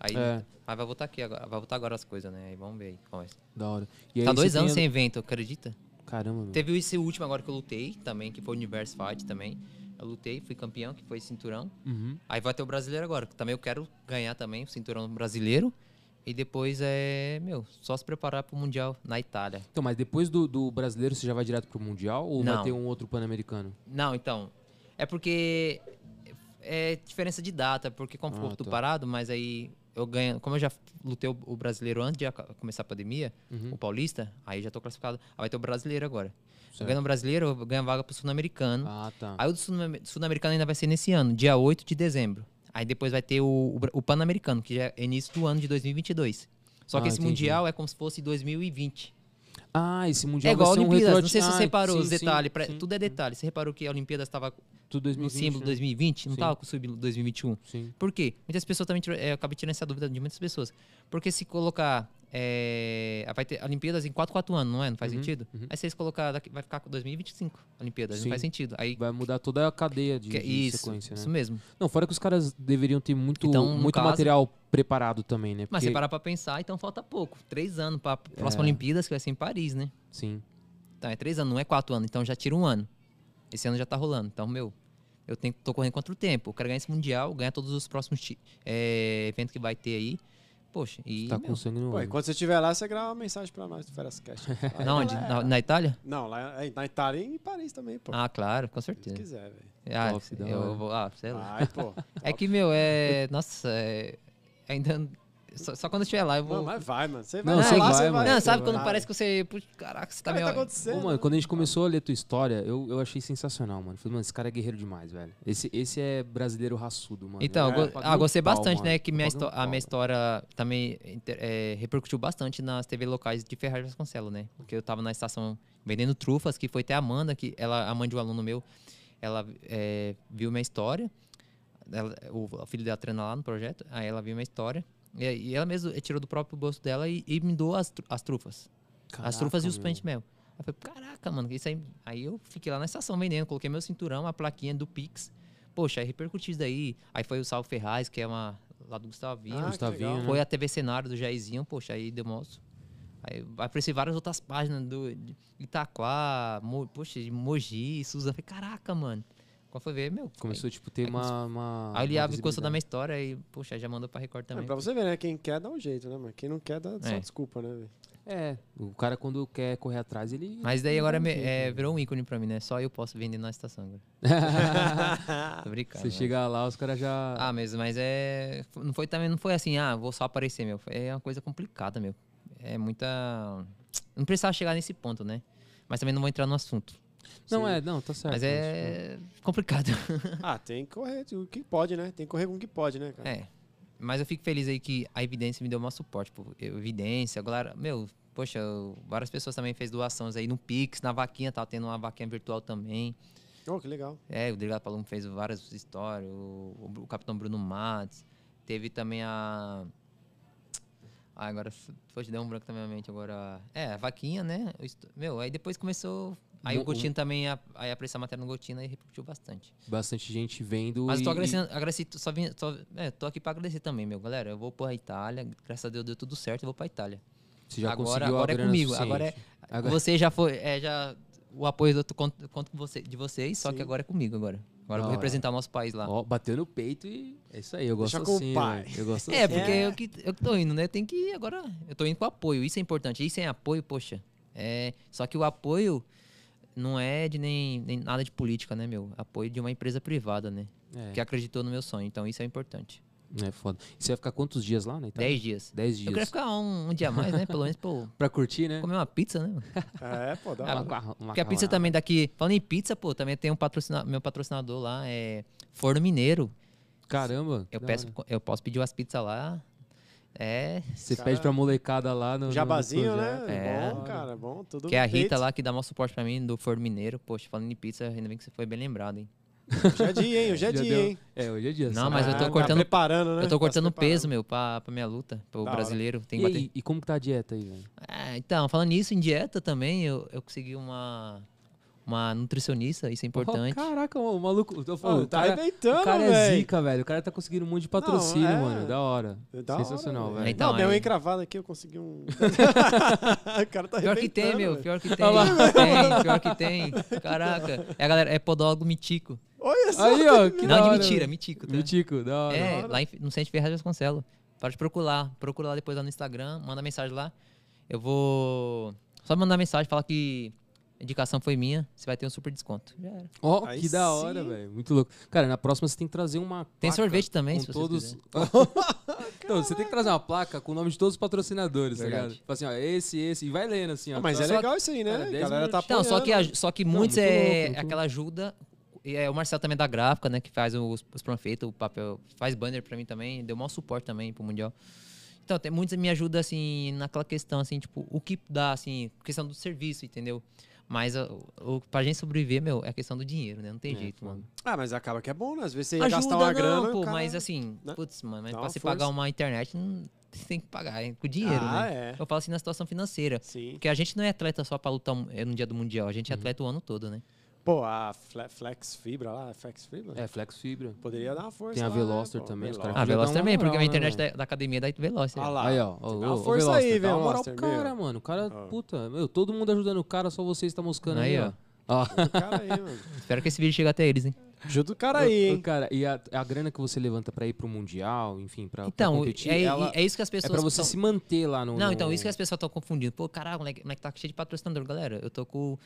Speaker 3: Aí,
Speaker 1: É.
Speaker 3: aí vai voltar aqui agora, vai voltar agora as coisas, né? Aí vamos ver aí como é isso.
Speaker 1: Da hora. E aí
Speaker 3: Tá
Speaker 1: você
Speaker 3: dois
Speaker 1: tem
Speaker 3: anos
Speaker 1: a-
Speaker 3: sem evento, acredita?
Speaker 1: Caramba, mano.
Speaker 3: Teve esse último agora que eu lutei também, que foi o Universe Fight também. Eu lutei, fui campeão, que foi cinturão.
Speaker 1: Uhum.
Speaker 3: Aí vai ter o brasileiro agora, que também eu quero ganhar também o cinturão brasileiro. E depois é, meu, só se preparar pro Mundial na Itália.
Speaker 1: Então, mas depois do, do brasileiro, você já vai direto pro Mundial ou vai
Speaker 3: Não.
Speaker 1: ter um outro pan-americano?
Speaker 3: Não, então. É porque é diferença de data, porque como ficou
Speaker 1: Ah,
Speaker 3: tudo
Speaker 1: tá.
Speaker 3: parado, mas aí eu ganho. Como eu já lutei o, o brasileiro antes de aca- começar a pandemia,
Speaker 1: Uhum.
Speaker 3: o paulista, aí já tô classificado. Aí vai ter o brasileiro agora. Eu
Speaker 1: Certo.
Speaker 3: ganho o brasileiro, eu ganho a vaga pro sul-americano.
Speaker 1: Ah, tá.
Speaker 3: Aí o do sul- sul-americano ainda vai ser nesse ano, dia 8 de dezembro. Aí depois vai ter o, o bra- o pan-americano, que já é início do ano de 2022. Só que
Speaker 1: Ah,
Speaker 3: esse
Speaker 1: entendi.
Speaker 3: mundial é como se fosse 2020
Speaker 1: Ah, esse Mundial
Speaker 3: é igual a
Speaker 1: vai ser um
Speaker 3: Olimpíadas.
Speaker 1: retroati-
Speaker 3: Não sei se
Speaker 1: Ah,
Speaker 3: você separou
Speaker 1: sim,
Speaker 3: os
Speaker 1: sim,
Speaker 3: detalhes. pra-
Speaker 1: sim,
Speaker 3: Tudo é detalhe. Você reparou que a Olimpíadas estava
Speaker 1: Tudo
Speaker 3: no
Speaker 1: 2020,
Speaker 3: símbolo
Speaker 1: né?
Speaker 3: 2020? Não
Speaker 1: Sim.
Speaker 3: estava com o símbolo 2021.
Speaker 1: Sim.
Speaker 3: Por quê? Muitas pessoas também... tiram- é, eu acabei tirando essa dúvida de muitas pessoas. Porque se colocar... é, vai ter Olimpíadas em 4, 4 anos, não é? Não
Speaker 1: Uhum,
Speaker 3: faz sentido? Aí vocês colocar... daqui- Vai ficar com 2025 Olimpíadas.
Speaker 1: Sim.
Speaker 3: Não faz sentido. Aí...
Speaker 1: Vai mudar toda a cadeia de,
Speaker 3: que- é
Speaker 1: de
Speaker 3: isso,
Speaker 1: sequência, né?
Speaker 3: isso mesmo.
Speaker 1: Não, fora que os caras deveriam ter muito,
Speaker 3: Então, no
Speaker 1: muito
Speaker 3: caso-
Speaker 1: material preparado também, né?
Speaker 3: Mas
Speaker 1: Porque-
Speaker 3: se parar pra pensar, então falta pouco. Três anos pra próxima
Speaker 1: É.
Speaker 3: Olimpíadas, que vai ser em Paris, né?
Speaker 1: Sim.
Speaker 3: Então, é três anos, não é quatro anos. Então já tira um ano. Esse ano já tá rolando. Então, meu, eu tenho, tô correndo contra o tempo. Eu quero ganhar esse Mundial, ganhar todos os próximos ti- eh, eventos que vai ter aí. Poxa, e.
Speaker 1: tá
Speaker 3: meu,
Speaker 1: com sangue no
Speaker 2: Pô, e
Speaker 1: olho.
Speaker 2: quando você estiver lá, você grava uma mensagem pra nós do Ferascast. Aí,
Speaker 3: na onde?
Speaker 2: galera.
Speaker 3: Na, na Itália?
Speaker 2: Não, lá é- na Itália e em Paris também, pô.
Speaker 3: Ah, claro, com
Speaker 2: Se
Speaker 3: certeza.
Speaker 2: quiser, velho.
Speaker 3: Ah,
Speaker 1: Top, da hora.
Speaker 3: eu vou. Ah, sei lá.
Speaker 2: Ai, pô.
Speaker 3: É que, meu, é. Nossa, é, ainda. Só, só quando eu estiver lá eu vou. Ah,
Speaker 2: Não, mas vai, mano. Você
Speaker 1: Não,
Speaker 2: vai
Speaker 1: você
Speaker 2: lá,
Speaker 1: vai,
Speaker 2: você
Speaker 1: mano.
Speaker 2: vai.
Speaker 3: Não,
Speaker 2: Você
Speaker 3: sabe
Speaker 2: vai.
Speaker 3: quando parece que você. Putz, caraca, você tá
Speaker 2: Cara,
Speaker 3: meio.
Speaker 2: tá acontecendo.
Speaker 1: Ô, mano, quando a gente começou a ler tua história, eu, eu achei sensacional, mano. Falei, mano, esse cara é guerreiro demais, velho. Esse, esse é brasileiro raçudo, mano.
Speaker 3: Então,
Speaker 1: Eu
Speaker 3: eu go-
Speaker 1: paguei
Speaker 3: ah,
Speaker 1: um
Speaker 3: gostei
Speaker 1: pau,
Speaker 3: bastante,
Speaker 1: mano.
Speaker 3: né? Que
Speaker 1: Eu
Speaker 3: minha
Speaker 1: paguei um
Speaker 3: histó- a minha
Speaker 1: pau.
Speaker 3: história também inter- eh, repercutiu bastante nas TV locais de Ferraz Vasconcelos,
Speaker 1: Uhum.
Speaker 3: né? Porque eu tava na estação vendendo trufas, que foi até a Amanda, que ela, a mãe de um aluno meu, ela eh, viu minha história. Ela- o, o filho dela treina lá no projeto, aí ela viu minha história. E, e ela mesma eh, tirou do próprio bolso dela e, e me doou as, tru- as trufas. as
Speaker 1: Caraca,
Speaker 3: trufas e os
Speaker 1: meu.
Speaker 3: pentes mesmo. Aí eu falei, caraca, mano, que isso aí. Aí eu fiquei lá na estação vendendo, coloquei meu cinturão, a plaquinha do Pix. Poxa, aí repercutiu isso daí. Aí foi o Salve Ferraz, que é uma. lá do Gustavinho. né?
Speaker 2: Ah,
Speaker 1: Gustavinho,
Speaker 2: que legal.
Speaker 3: Foi a TV Cenário do Jairzinho, poxa, aí demonstro. Aí apareci várias outras páginas do de Itaquá, Mo- poxa, de Mogi, Suzano. Falei, caraca, mano. Quando foi ver, meu.
Speaker 1: Começou, tipo, ter uma. uma
Speaker 3: É Aí o
Speaker 1: uma
Speaker 3: Liab gostou da
Speaker 1: visibilidade.
Speaker 3: minha história e, poxa, já mandou pra Record
Speaker 2: É,
Speaker 3: também.
Speaker 2: pra você ver, né? Quem quer dá um jeito, né, mano? Quem não quer dá só
Speaker 3: É.
Speaker 2: desculpa, né, velho?
Speaker 1: É, o cara quando quer correr atrás, ele.
Speaker 3: Mas daí
Speaker 1: ele
Speaker 3: agora
Speaker 1: dá um
Speaker 3: me-
Speaker 1: jeito,
Speaker 3: é,
Speaker 1: né?
Speaker 3: virou um ícone pra mim, né? Só eu posso vender na estação agora. Tô brincando.
Speaker 1: Você
Speaker 3: né?
Speaker 1: chega lá, os caras já.
Speaker 3: Ah, mesmo, mas é. Não foi também, não foi assim, ah, vou só aparecer, meu. É uma coisa complicada, meu. É muita. Não precisava chegar nesse ponto, né? Mas também não vou entrar no assunto.
Speaker 1: não,
Speaker 2: sim.
Speaker 1: é, não, tá certo.
Speaker 3: Mas é complicado.
Speaker 2: Ah, tem que correr o que pode, né? Tem que correr com o que pode, né, cara?
Speaker 3: É. Mas eu fico feliz aí que a Evidência me deu o maior suporte. Tipo, eu- Evidência, galera. Meu, poxa, eu- várias pessoas também fez doações aí no Pix, na vaquinha, tava tendo uma vaquinha virtual também.
Speaker 2: Oh, que legal.
Speaker 3: É, o Delgado Palumbo fez várias histórias, o, o Bru- o Capitão Bruno Matos, teve também a. Ah, agora f- foi te dar um branco também na minha mente agora. É, a vaquinha, né? O histó- Meu, aí depois começou. Aí
Speaker 1: Mo-
Speaker 3: o Gotino também, a, aí apareceu a matéria no Gotino e né, repercutiu bastante.
Speaker 1: tipo, Bastante gente vendo.
Speaker 3: Mas eu tô
Speaker 1: e- e-
Speaker 3: agradecendo, agradeci, só vim, só, é, tô aqui pra agradecer também, meu, galera. Eu vou pra Itália, graças a Deus deu tudo certo, eu vou pra Itália.
Speaker 1: Você já
Speaker 3: agora
Speaker 1: conseguiu a
Speaker 3: agora é
Speaker 1: grana
Speaker 3: comigo,
Speaker 1: suficiente.
Speaker 3: agora é.
Speaker 1: Agora-
Speaker 3: Você já foi, é, já. O apoio do outro conto, conto com você, de vocês, só que
Speaker 2: Sim.
Speaker 3: agora é comigo agora. Agora
Speaker 1: Da
Speaker 3: eu vou
Speaker 1: hora.
Speaker 3: representar o nosso país lá.
Speaker 1: Ó, bateu no peito e. É isso aí, eu gosto
Speaker 2: Deixa com o
Speaker 1: assim.
Speaker 2: pai.
Speaker 1: velho. Eu gosto
Speaker 3: É,
Speaker 1: assim.
Speaker 3: porque
Speaker 2: É.
Speaker 3: eu que, eu que tô indo, né? Tem que ir agora. Eu tô indo com apoio. Isso é importante. E sem apoio, poxa. É, só que o apoio não é de nem, nem nada de política, né, meu? Apoio de uma empresa privada, né?
Speaker 1: É.
Speaker 3: Que acreditou no meu sonho. Então isso é importante.
Speaker 1: É foda. E você vai ficar quantos dias lá, né?
Speaker 3: Dez dias.
Speaker 1: Dez
Speaker 3: Eu queria
Speaker 1: dias.
Speaker 3: ficar um, um dia a mais, né? Pelo menos pra eu
Speaker 1: Pra curtir, né?
Speaker 3: comer uma pizza, né? mano?
Speaker 2: É, pô, dá
Speaker 3: Ah,
Speaker 2: lá.
Speaker 1: Macarrão-
Speaker 3: Porque a pizza
Speaker 1: macarronada.
Speaker 3: também daqui. Falando em pizza, pô, também tem um patrocina, meu patrocinador lá, é Forno Mineiro.
Speaker 1: Caramba.
Speaker 3: Eu,
Speaker 1: da
Speaker 3: peço,
Speaker 1: hora.
Speaker 3: eu posso pedir umas pizzas lá. É,
Speaker 1: Você
Speaker 2: Cara-
Speaker 1: pede pra molecada lá no. no- no
Speaker 2: Jabazinho,
Speaker 1: projeto.
Speaker 2: né?
Speaker 3: É.
Speaker 2: Bom, cara, bom. Tudo
Speaker 3: Que é a
Speaker 2: no peito.
Speaker 3: Rita lá que dá maior suporte pra mim, do Forno Mineiro. Poxa, falando em pizza, ainda bem que você foi bem lembrado, hein?
Speaker 2: Hoje é dia, hein? Hoje é
Speaker 1: Já
Speaker 2: dia,
Speaker 1: deu-
Speaker 2: hein?
Speaker 1: É, hoje é dia.
Speaker 3: Não,
Speaker 1: sabe?
Speaker 3: mas eu tô
Speaker 2: Ah,
Speaker 3: cortando-
Speaker 2: Tá preparando, né?
Speaker 3: Eu
Speaker 2: Tá
Speaker 3: tô
Speaker 2: se
Speaker 3: cortando peso,
Speaker 2: preparando.
Speaker 3: meu, pra, pra minha luta, pro
Speaker 2: Da hora.
Speaker 3: brasileiro. Tem
Speaker 1: E,
Speaker 3: que bater.
Speaker 1: aí, e como que tá a dieta aí, velho?
Speaker 3: Ah, então, falando nisso, em dieta também, eu, eu consegui uma, uma nutricionista, isso é importante.
Speaker 1: Oh, caraca, o maluco. Eu tô falando,
Speaker 2: Ah,
Speaker 1: o
Speaker 2: tá
Speaker 1: cara,
Speaker 2: inventando,
Speaker 1: o cara é
Speaker 2: véi.
Speaker 1: zica, velho. O cara tá conseguindo um monte de patrocínio,
Speaker 2: Não, é.
Speaker 1: mano. Da hora.
Speaker 2: Da hora, tá-
Speaker 1: Sensacional,
Speaker 2: velho.
Speaker 1: velho.
Speaker 3: Então,
Speaker 2: não, deu uma
Speaker 3: aí-
Speaker 2: encravada aqui, eu consegui um. o cara tá
Speaker 3: Pior que tem,
Speaker 2: arrebentando,
Speaker 3: meu.
Speaker 2: velho.
Speaker 3: Pior que tem. tem. Pior que tem. Caraca. É, galera, é podólogo mitico.
Speaker 2: Olha só.
Speaker 1: Aí, ó. Que da
Speaker 3: Não, é
Speaker 1: hora,
Speaker 3: de mentira,
Speaker 1: velho.
Speaker 3: mitico. Tá?
Speaker 1: Mitico, da hora.
Speaker 3: É, lá em, no Centro Ferraz de Vasconcelos. Pode procurar. Procura lá depois lá no Instagram. Manda mensagem lá. Eu vou... Só mandar mensagem, falar que a indicação foi minha. Você vai ter um super desconto. Já era.
Speaker 1: Ó,
Speaker 2: Aí
Speaker 1: que da hora,
Speaker 2: sim.
Speaker 1: velho. Muito louco. Cara, na próxima você tem que trazer uma.
Speaker 3: Tem
Speaker 1: placa
Speaker 3: sorvete também,
Speaker 1: com
Speaker 3: se vocês
Speaker 1: todos. Não, você tem que trazer uma placa com o nome de todos os patrocinadores, tá
Speaker 3: Verdade.
Speaker 1: ligado? Fala assim, ó, esse, esse. E vai lendo assim, ó.
Speaker 2: Ah, mas é
Speaker 1: Só-
Speaker 2: legal isso aí, né?
Speaker 1: Cara,
Speaker 2: A
Speaker 1: 10
Speaker 2: galera tá
Speaker 3: Então, só que,
Speaker 2: apoiando.
Speaker 3: a- só que muitos
Speaker 1: muito
Speaker 3: é
Speaker 1: louco, muito
Speaker 3: aquela ajuda. E é, o Marcelo também da gráfica, né? Que faz os, os panfletos, o papel, faz banner pra mim também, deu maior suporte também pro Mundial. Então, tem muitos me ajudam, assim, naquela questão, assim, tipo, o que dá, assim, questão do serviço, entendeu? Mas a- o, pra gente sobreviver, meu, é a questão do dinheiro, né? Não tem
Speaker 1: É,
Speaker 3: jeito,
Speaker 1: foda.
Speaker 3: mano.
Speaker 2: Ah, mas acaba que é bom, né? Às vezes você ia
Speaker 3: Ajuda,
Speaker 2: gastar uma
Speaker 3: não,
Speaker 2: grana.
Speaker 3: pô,
Speaker 2: o cara-
Speaker 3: mas assim,
Speaker 2: né?
Speaker 3: putz, mano, mas
Speaker 2: Dá
Speaker 3: pra
Speaker 2: uma
Speaker 3: você
Speaker 2: força.
Speaker 3: pagar uma internet, não, você tem que pagar, hein, com dinheiro,
Speaker 2: Ah,
Speaker 3: né?
Speaker 2: é.
Speaker 3: Eu falo assim na situação financeira.
Speaker 2: Sim.
Speaker 3: Porque a gente não é atleta só pra lutar um- é, no dia do Mundial, a gente
Speaker 1: Uhum.
Speaker 3: é atleta o ano todo, né?
Speaker 2: Pô, a Fle- Flex Fibra lá, Flex Fibra,
Speaker 1: É, flex fibra.
Speaker 2: poderia dar uma força.
Speaker 1: Tem a
Speaker 2: lá, né,
Speaker 1: Veloster
Speaker 2: pô?
Speaker 1: também, os
Speaker 2: Veloster.
Speaker 1: caras
Speaker 3: Ah,
Speaker 1: Podia
Speaker 3: Veloz
Speaker 1: dar uma
Speaker 3: também, porque a
Speaker 1: moral, né,
Speaker 3: internet
Speaker 1: velho?
Speaker 3: da, da academia é da Veloz.
Speaker 2: Ah
Speaker 3: é.
Speaker 2: lá.
Speaker 1: Aí, ó. ó,
Speaker 2: Dá
Speaker 1: ô,
Speaker 2: uma
Speaker 1: ô,
Speaker 2: força
Speaker 1: Veloster,
Speaker 2: aí,
Speaker 1: dá uma moral
Speaker 2: Veloster,
Speaker 1: pro cara,
Speaker 2: meu. Ah.
Speaker 1: mano. O cara,
Speaker 2: Ó.
Speaker 1: puta, meu, todo mundo ajudando o cara, só vocês estão moscando aí,
Speaker 3: Aí,
Speaker 1: ó.
Speaker 3: ó.
Speaker 1: Ó.
Speaker 2: O cara aí, mano.
Speaker 3: Espero que esse vídeo chegue até eles, hein?
Speaker 1: É
Speaker 2: Ajuda o cara
Speaker 1: Ô,
Speaker 2: Tá aí,
Speaker 1: ô,
Speaker 2: hein?
Speaker 1: Cara, e a, a grana que você levanta pra ir pro Mundial, enfim, pra, pra
Speaker 3: Então,
Speaker 1: competir,
Speaker 3: é,
Speaker 1: ela-
Speaker 3: é isso que as
Speaker 1: é
Speaker 3: pessoas.
Speaker 1: pra você
Speaker 3: tão-
Speaker 1: se manter lá no...
Speaker 3: Não, então,
Speaker 1: no-
Speaker 3: isso que as pessoas estão confundindo. Pô, caralho, moleque, moleque tá cheio de patrocinador, galera. Eu tô com.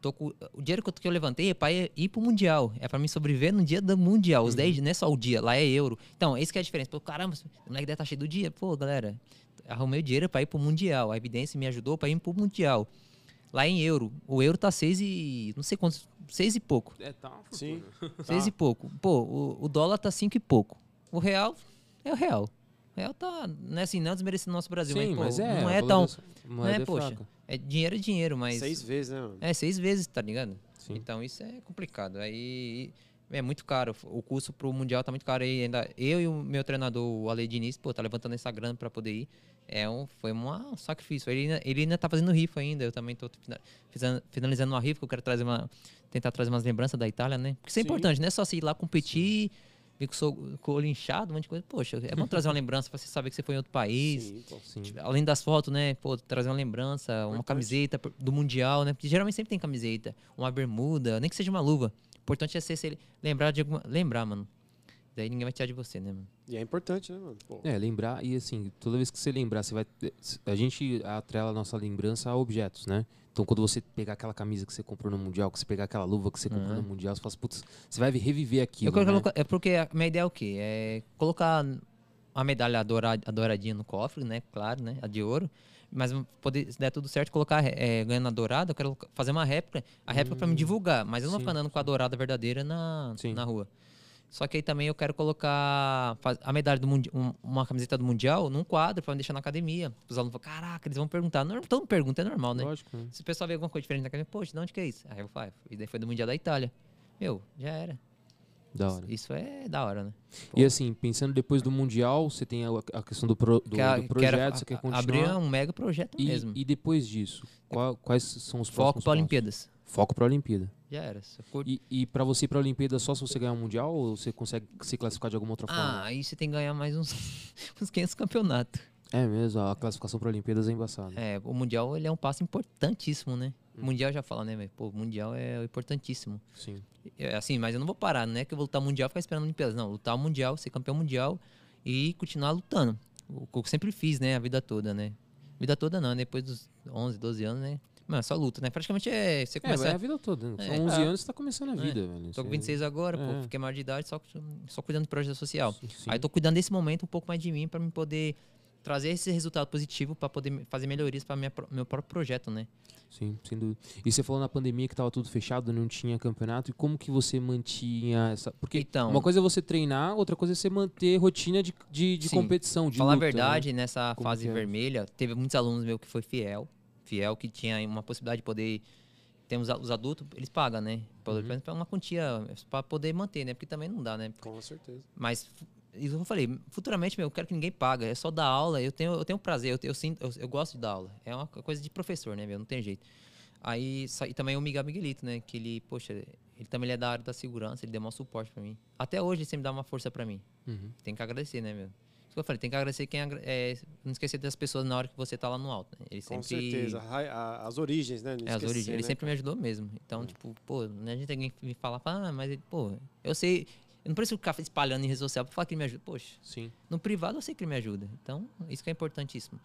Speaker 3: Tô com o dinheiro que eu, que eu levantei é pra ir, ir pro Mundial. É pra mim sobreviver no dia do Mundial.
Speaker 1: Uhum.
Speaker 3: Os 10 dias, não é só o dia, lá é euro. Então, isso que é a diferença. Pô, caramba, o moleque deve estar cheio do dia. Pô, galera, arrumei o dinheiro pra ir pro Mundial. A evidência me ajudou pra ir pro Mundial. Lá é em euro. O euro tá 6 e. não sei quantos. 6 e pouco.
Speaker 1: É, tá uma fortuna.
Speaker 2: Sim.
Speaker 3: Seis
Speaker 2: Tá.
Speaker 3: e pouco. Pô, o, o dólar tá cinco e pouco. O real é o real. O real tá, né, assim, não desmerecendo o nosso Brasil,
Speaker 1: Sim,
Speaker 3: pô,
Speaker 1: mas é...
Speaker 3: não
Speaker 1: a
Speaker 3: é tão...
Speaker 1: valorização-
Speaker 3: Não é,
Speaker 1: moeda
Speaker 3: poxa,
Speaker 1: fraca.
Speaker 3: é dinheiro é dinheiro, mas...
Speaker 2: Seis vezes, né, mano?
Speaker 3: É, seis vezes, tá ligado?
Speaker 1: Sim.
Speaker 3: Então isso é complicado. Aí é muito caro. O curso pro Mundial tá muito caro. aí ainda eu e o meu treinador, o Ale Diniz, pô, tá levantando essa grana pra poder ir. É um, foi uma- um sacrifício. Ele, ainda- ele ainda tá fazendo rifa ainda. Eu também tô fina- fizan- finalizando uma rifa, que eu quero trazer uma. Tentar trazer umas lembranças da Itália, né? Porque isso é
Speaker 2: Sim.
Speaker 3: importante, não é só você ir lá competir, ver que eu sou com o olho inchado, um monte de coisa. Poxa, é bom trazer uma lembrança pra você saber que você foi em outro país.
Speaker 2: Sim, pô.
Speaker 1: Sim.
Speaker 3: Tipo, Além das fotos, né? Pô, trazer uma lembrança, uma
Speaker 2: Importante.
Speaker 3: camiseta por- do Mundial, né? Porque geralmente sempre tem camiseta, uma bermuda, nem que seja uma luva. O importante é ser, ser lembrar de alguma. Lembrar, mano. Daí ninguém vai tirar de você, né, mano?
Speaker 2: E é importante, né, mano? Pô.
Speaker 1: É, lembrar, e assim, toda vez que você lembrar, você vai. A gente atrela a nossa lembrança a objetos, né? Então quando você pegar aquela camisa que você comprou no Mundial, que você pegar aquela luva que você comprou
Speaker 3: Aham.
Speaker 1: no Mundial, você fala, assim, putz, você vai reviver
Speaker 3: Uhum. Eu
Speaker 1: aquilo.
Speaker 3: quero
Speaker 1: né?
Speaker 3: colocar- é porque a minha ideia é o quê? É colocar a medalha dourada, a douradinha no cofre, né? Claro, né? A de ouro. Mas poder, se der tudo certo, colocar é, ganhando a dourada, eu quero fazer uma réplica. A réplica pra me divulgar, mas eu não vou ficar andando com a dourada verdadeira na,
Speaker 1: Hum, Sim.
Speaker 3: na rua. Só que aí também eu quero colocar faz- a medalha do Mundial, uma camiseta do Mundial num quadro pra me deixar na academia. Os alunos falam, caraca, eles vão perguntar. Não, todo pergunta, é normal, né?
Speaker 1: Lógico, né?
Speaker 3: Se o pessoal vê alguma coisa diferente na academia, poxa, de onde que é isso? Aí eu falo, "Ah, e daí foi do Mundial da Itália. Meu, já era.
Speaker 1: Da hora.
Speaker 3: Isso é da hora, né?
Speaker 1: E assim, pensando depois do Mundial, você tem a, a questão do, pro- do,
Speaker 3: Quero-
Speaker 1: do
Speaker 3: quero
Speaker 1: projeto, você
Speaker 3: a-
Speaker 1: quer
Speaker 3: a- Abrir
Speaker 1: continuar.
Speaker 3: um mega projeto
Speaker 1: E,
Speaker 3: mesmo.
Speaker 1: e depois disso, qual- quais são os
Speaker 3: Foco
Speaker 1: próximos
Speaker 3: para
Speaker 1: passos?
Speaker 3: Olimpíadas.
Speaker 1: Foco pra Olimpíada.
Speaker 3: Já era. só curto.
Speaker 1: E, e pra você ir pra Olimpíada só se você ganhar o Mundial ou você consegue se classificar de alguma outra
Speaker 3: Ah, aí você tem que ganhar mais uns, uns 500 campeonatos.
Speaker 1: forma? É mesmo, a classificação pra Olimpíadas é embaçada.
Speaker 3: É, o Mundial ele é um passo importantíssimo, né?
Speaker 1: Hum.
Speaker 3: Mundial já fala, né? velho? Pô, Mundial é importantíssimo.
Speaker 1: Sim.
Speaker 3: É, assim, mas eu não vou parar, não é que eu vou lutar mundial e ficar esperando Olimpíadas. Não, lutar o mundial, ser campeão mundial e continuar lutando. O que eu sempre fiz, né, a vida toda, né? Vida toda não, depois dos 11, 12 anos, né? Mano, só luta, né? Praticamente é. Você
Speaker 1: É,
Speaker 3: começa.
Speaker 1: é a vida toda. né? São
Speaker 3: É,
Speaker 1: 11
Speaker 3: é.
Speaker 1: anos, você tá começando a vida, velho.
Speaker 3: Tô com
Speaker 1: Você-
Speaker 3: 26 agora,
Speaker 1: É.
Speaker 3: pô, fiquei maior de idade, só, só cuidando do projeto social.
Speaker 1: Sim.
Speaker 3: Aí tô cuidando desse momento um pouco mais de mim pra me poder trazer esse resultado positivo pra poder me- fazer melhorias para meu próprio projeto, né?
Speaker 1: Sim, sem dúvida. E você falou na pandemia que tava tudo fechado, não tinha campeonato. E como que você mantinha essa. Porque
Speaker 3: Então-
Speaker 1: uma coisa é você treinar, outra coisa é você manter rotina de, de, de
Speaker 3: Sim.
Speaker 1: competição, de
Speaker 3: Falar
Speaker 1: luta,
Speaker 3: a
Speaker 1: né?
Speaker 3: verdade, nessa
Speaker 1: Como
Speaker 3: fase
Speaker 1: que é?
Speaker 3: vermelha, teve muitos alunos meu que foi fiel, fiel que tinha uma possibilidade de poder temos os adultos, eles pagam, né?
Speaker 1: Uhum.
Speaker 3: Pelo menos pra uma quantia pra poder manter, né? Porque também não dá, né?
Speaker 2: Com certeza.
Speaker 3: Mas fu- isso eu falei, futuramente, meu, eu quero que ninguém paga. É só dar aula. Eu tenho, eu tenho prazer, eu, tenho- eu sinto, eu, eu gosto de dar aula. É uma co- coisa de professor, né, meu? Não tem jeito. Aí, sa- e também o Miguel Miguelito, né? Que ele, poxa, ele também ele é da área da segurança, ele deu maior suporte pra mim. Até hoje ele sempre dá uma força pra mim. Tem que agradecer, né, meu? Isso que eu falei, tem que agradecer quem. agra- é, não esquecer das pessoas na hora que você tá lá no alto. Né? Ele
Speaker 2: Com
Speaker 3: sempre.
Speaker 2: certeza. Ra- a- As origens, né? Não
Speaker 3: É, as
Speaker 2: esquecer,
Speaker 3: origens. Ele
Speaker 2: né?
Speaker 3: sempre me ajudou mesmo.
Speaker 1: É.
Speaker 3: Então, tipo, pô, né, a gente tem que me falar, fala, ah, mas ele, pô, eu sei. Eu não preciso ficar espalhando em rede social pra falar que ele me ajuda. Poxa,
Speaker 1: Sim.
Speaker 3: no privado eu sei que ele me ajuda. Então, isso que é importantíssimo.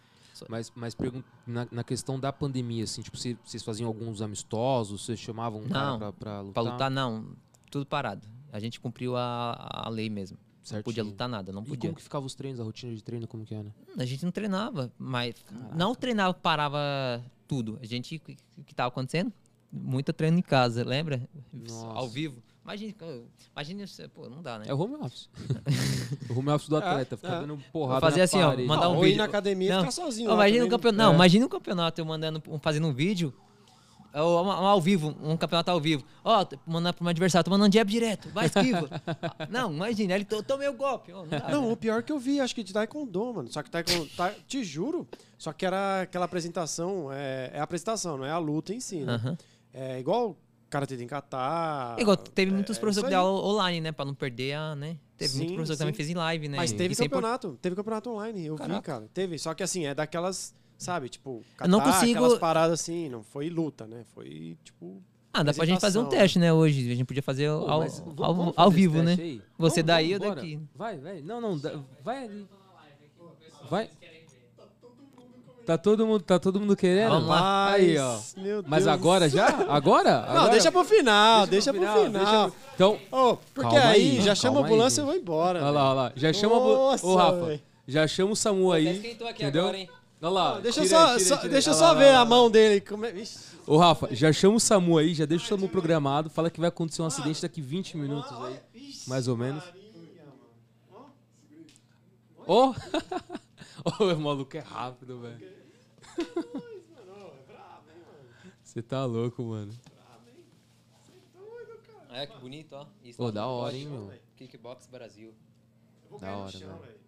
Speaker 1: Mas, mas pergun- na, na questão da pandemia, assim, tipo, se- vocês faziam alguns amistosos, vocês chamavam um cara
Speaker 3: Não,
Speaker 1: pra, pra lutar?
Speaker 3: Pra lutar, não. Tudo parado. A gente cumpriu a, a lei mesmo. Não podia
Speaker 1: Certinho.
Speaker 3: lutar nada, não
Speaker 1: E
Speaker 3: podia. Hum,
Speaker 1: como que ficavam os treinos, a rotina de treino, como que é, né? era?
Speaker 3: A gente não treinava, mas não treinava, parava tudo. A gente, o que, que tava acontecendo? Muito treino em casa, lembra?
Speaker 1: Nossa.
Speaker 3: Ao vivo. Imagina, imagina, isso, pô, não dá, né?
Speaker 1: É o home office. o home office do atleta, ficar
Speaker 2: é.
Speaker 1: dando porrada
Speaker 3: Fazer
Speaker 1: na
Speaker 3: assim, ó,
Speaker 1: parede.
Speaker 3: mandar
Speaker 2: Ah,
Speaker 3: um
Speaker 2: ou ir
Speaker 3: vídeo.
Speaker 2: na academia e
Speaker 3: Não.
Speaker 2: ficar sozinho.
Speaker 3: Ó,
Speaker 2: lá
Speaker 3: imagina um
Speaker 2: também,
Speaker 3: campeonato.
Speaker 2: né?
Speaker 3: Não, imagina um campeonato eu mandando, um- fazendo um vídeo. Ou um- um ao vivo, um campeonato ao vivo. Ó, tô mandando pro meu adversário, tô mandando jab direto, vai esquiva. Ah, não, imagina, ele to- tomei o golpe. Ó, não, dá,
Speaker 2: Não,
Speaker 3: né?
Speaker 2: o pior que eu vi, acho que de Taekwondo, mano. Só que Taekwondo, ta- te juro, só que era aquela apresentação, é, é a apresentação, não é a luta em si, né?
Speaker 3: Aham.
Speaker 2: É igual Karate tem Catar.
Speaker 3: Igual, teve muitos
Speaker 2: é
Speaker 3: professores
Speaker 2: isso
Speaker 3: que
Speaker 2: aí.
Speaker 3: deram online, né? Pra não perder a, né? Teve
Speaker 2: Sim,
Speaker 3: muitos professores que também
Speaker 2: sim.
Speaker 3: fez em live, né?
Speaker 2: Mas teve
Speaker 3: Isso é impor-
Speaker 2: campeonato, teve campeonato online, eu vi,
Speaker 3: Caraca.
Speaker 2: cara. Teve, só que assim, é daquelas, sabe, tipo,
Speaker 3: Eu não
Speaker 2: Catar,
Speaker 3: consigo-
Speaker 2: aquelas paradas assim, não foi luta, né? Foi, tipo...
Speaker 3: Ah, dá pra gente fazer um
Speaker 2: apresentação,
Speaker 3: teste, né? Hoje, a gente podia fazer ao,
Speaker 1: Pô,
Speaker 3: ao,
Speaker 1: mas v- vamos
Speaker 3: ao
Speaker 1: fazer esse
Speaker 3: vivo, né?
Speaker 1: teste aí?
Speaker 3: Você
Speaker 1: Vamos,
Speaker 3: daí, eu
Speaker 1: vamos, bora.
Speaker 3: daqui.
Speaker 1: Vai, vai. Não, não, dá- vai ali.
Speaker 2: Tá
Speaker 1: Vai. Tá todo mundo, tá todo mundo querendo?
Speaker 3: Vamos lá.
Speaker 1: Aí, ó.
Speaker 2: Meu
Speaker 1: Mas
Speaker 2: Deus do
Speaker 1: agora
Speaker 2: céu.
Speaker 1: já? Agora?
Speaker 2: Não, deixa pro final, deixa, pro final.
Speaker 1: pro- Então,
Speaker 2: Ô, porque
Speaker 1: Calma
Speaker 2: aí,
Speaker 1: aí,
Speaker 2: já chama a
Speaker 1: calma aí,
Speaker 2: ambulância e eu
Speaker 1: gente.
Speaker 2: vou embora. né?
Speaker 1: olha lá,
Speaker 2: velho.
Speaker 1: olha lá. Já chama o-
Speaker 2: Nossa,
Speaker 1: Ô, Rafa.
Speaker 2: velho.
Speaker 1: Já chama o Samu aí.
Speaker 3: esquentou aqui
Speaker 1: entendeu?
Speaker 3: agora, hein?
Speaker 1: Olha lá.
Speaker 2: Deixa eu
Speaker 1: tira,
Speaker 2: só,
Speaker 1: tira,
Speaker 2: só-
Speaker 1: tira.
Speaker 2: deixa eu
Speaker 1: Olha
Speaker 2: só
Speaker 1: lá,
Speaker 2: ver
Speaker 1: olha lá.
Speaker 2: a mão dele. Como é... Ixi.
Speaker 1: Ô, Rafa, já chama o Samu aí, já deixa o Samu programado. Fala que vai acontecer um acidente daqui 20 minutos aí.
Speaker 2: Ixi,
Speaker 1: Mais ou menos.
Speaker 2: Maria, mano.
Speaker 1: Ô! Ô, o maluco é rápido, velho.
Speaker 2: Mano, é brabo, hein, mano.
Speaker 1: Você tá louco, mano.
Speaker 2: Doido, cara.
Speaker 3: Olha que bonito, ó. Isso
Speaker 1: Pô, da hora, hein, meu.
Speaker 3: Kickbox Brasil.
Speaker 2: Eu vou
Speaker 1: Da
Speaker 2: cair no
Speaker 1: hora,
Speaker 2: chão,
Speaker 1: velho.
Speaker 2: velho.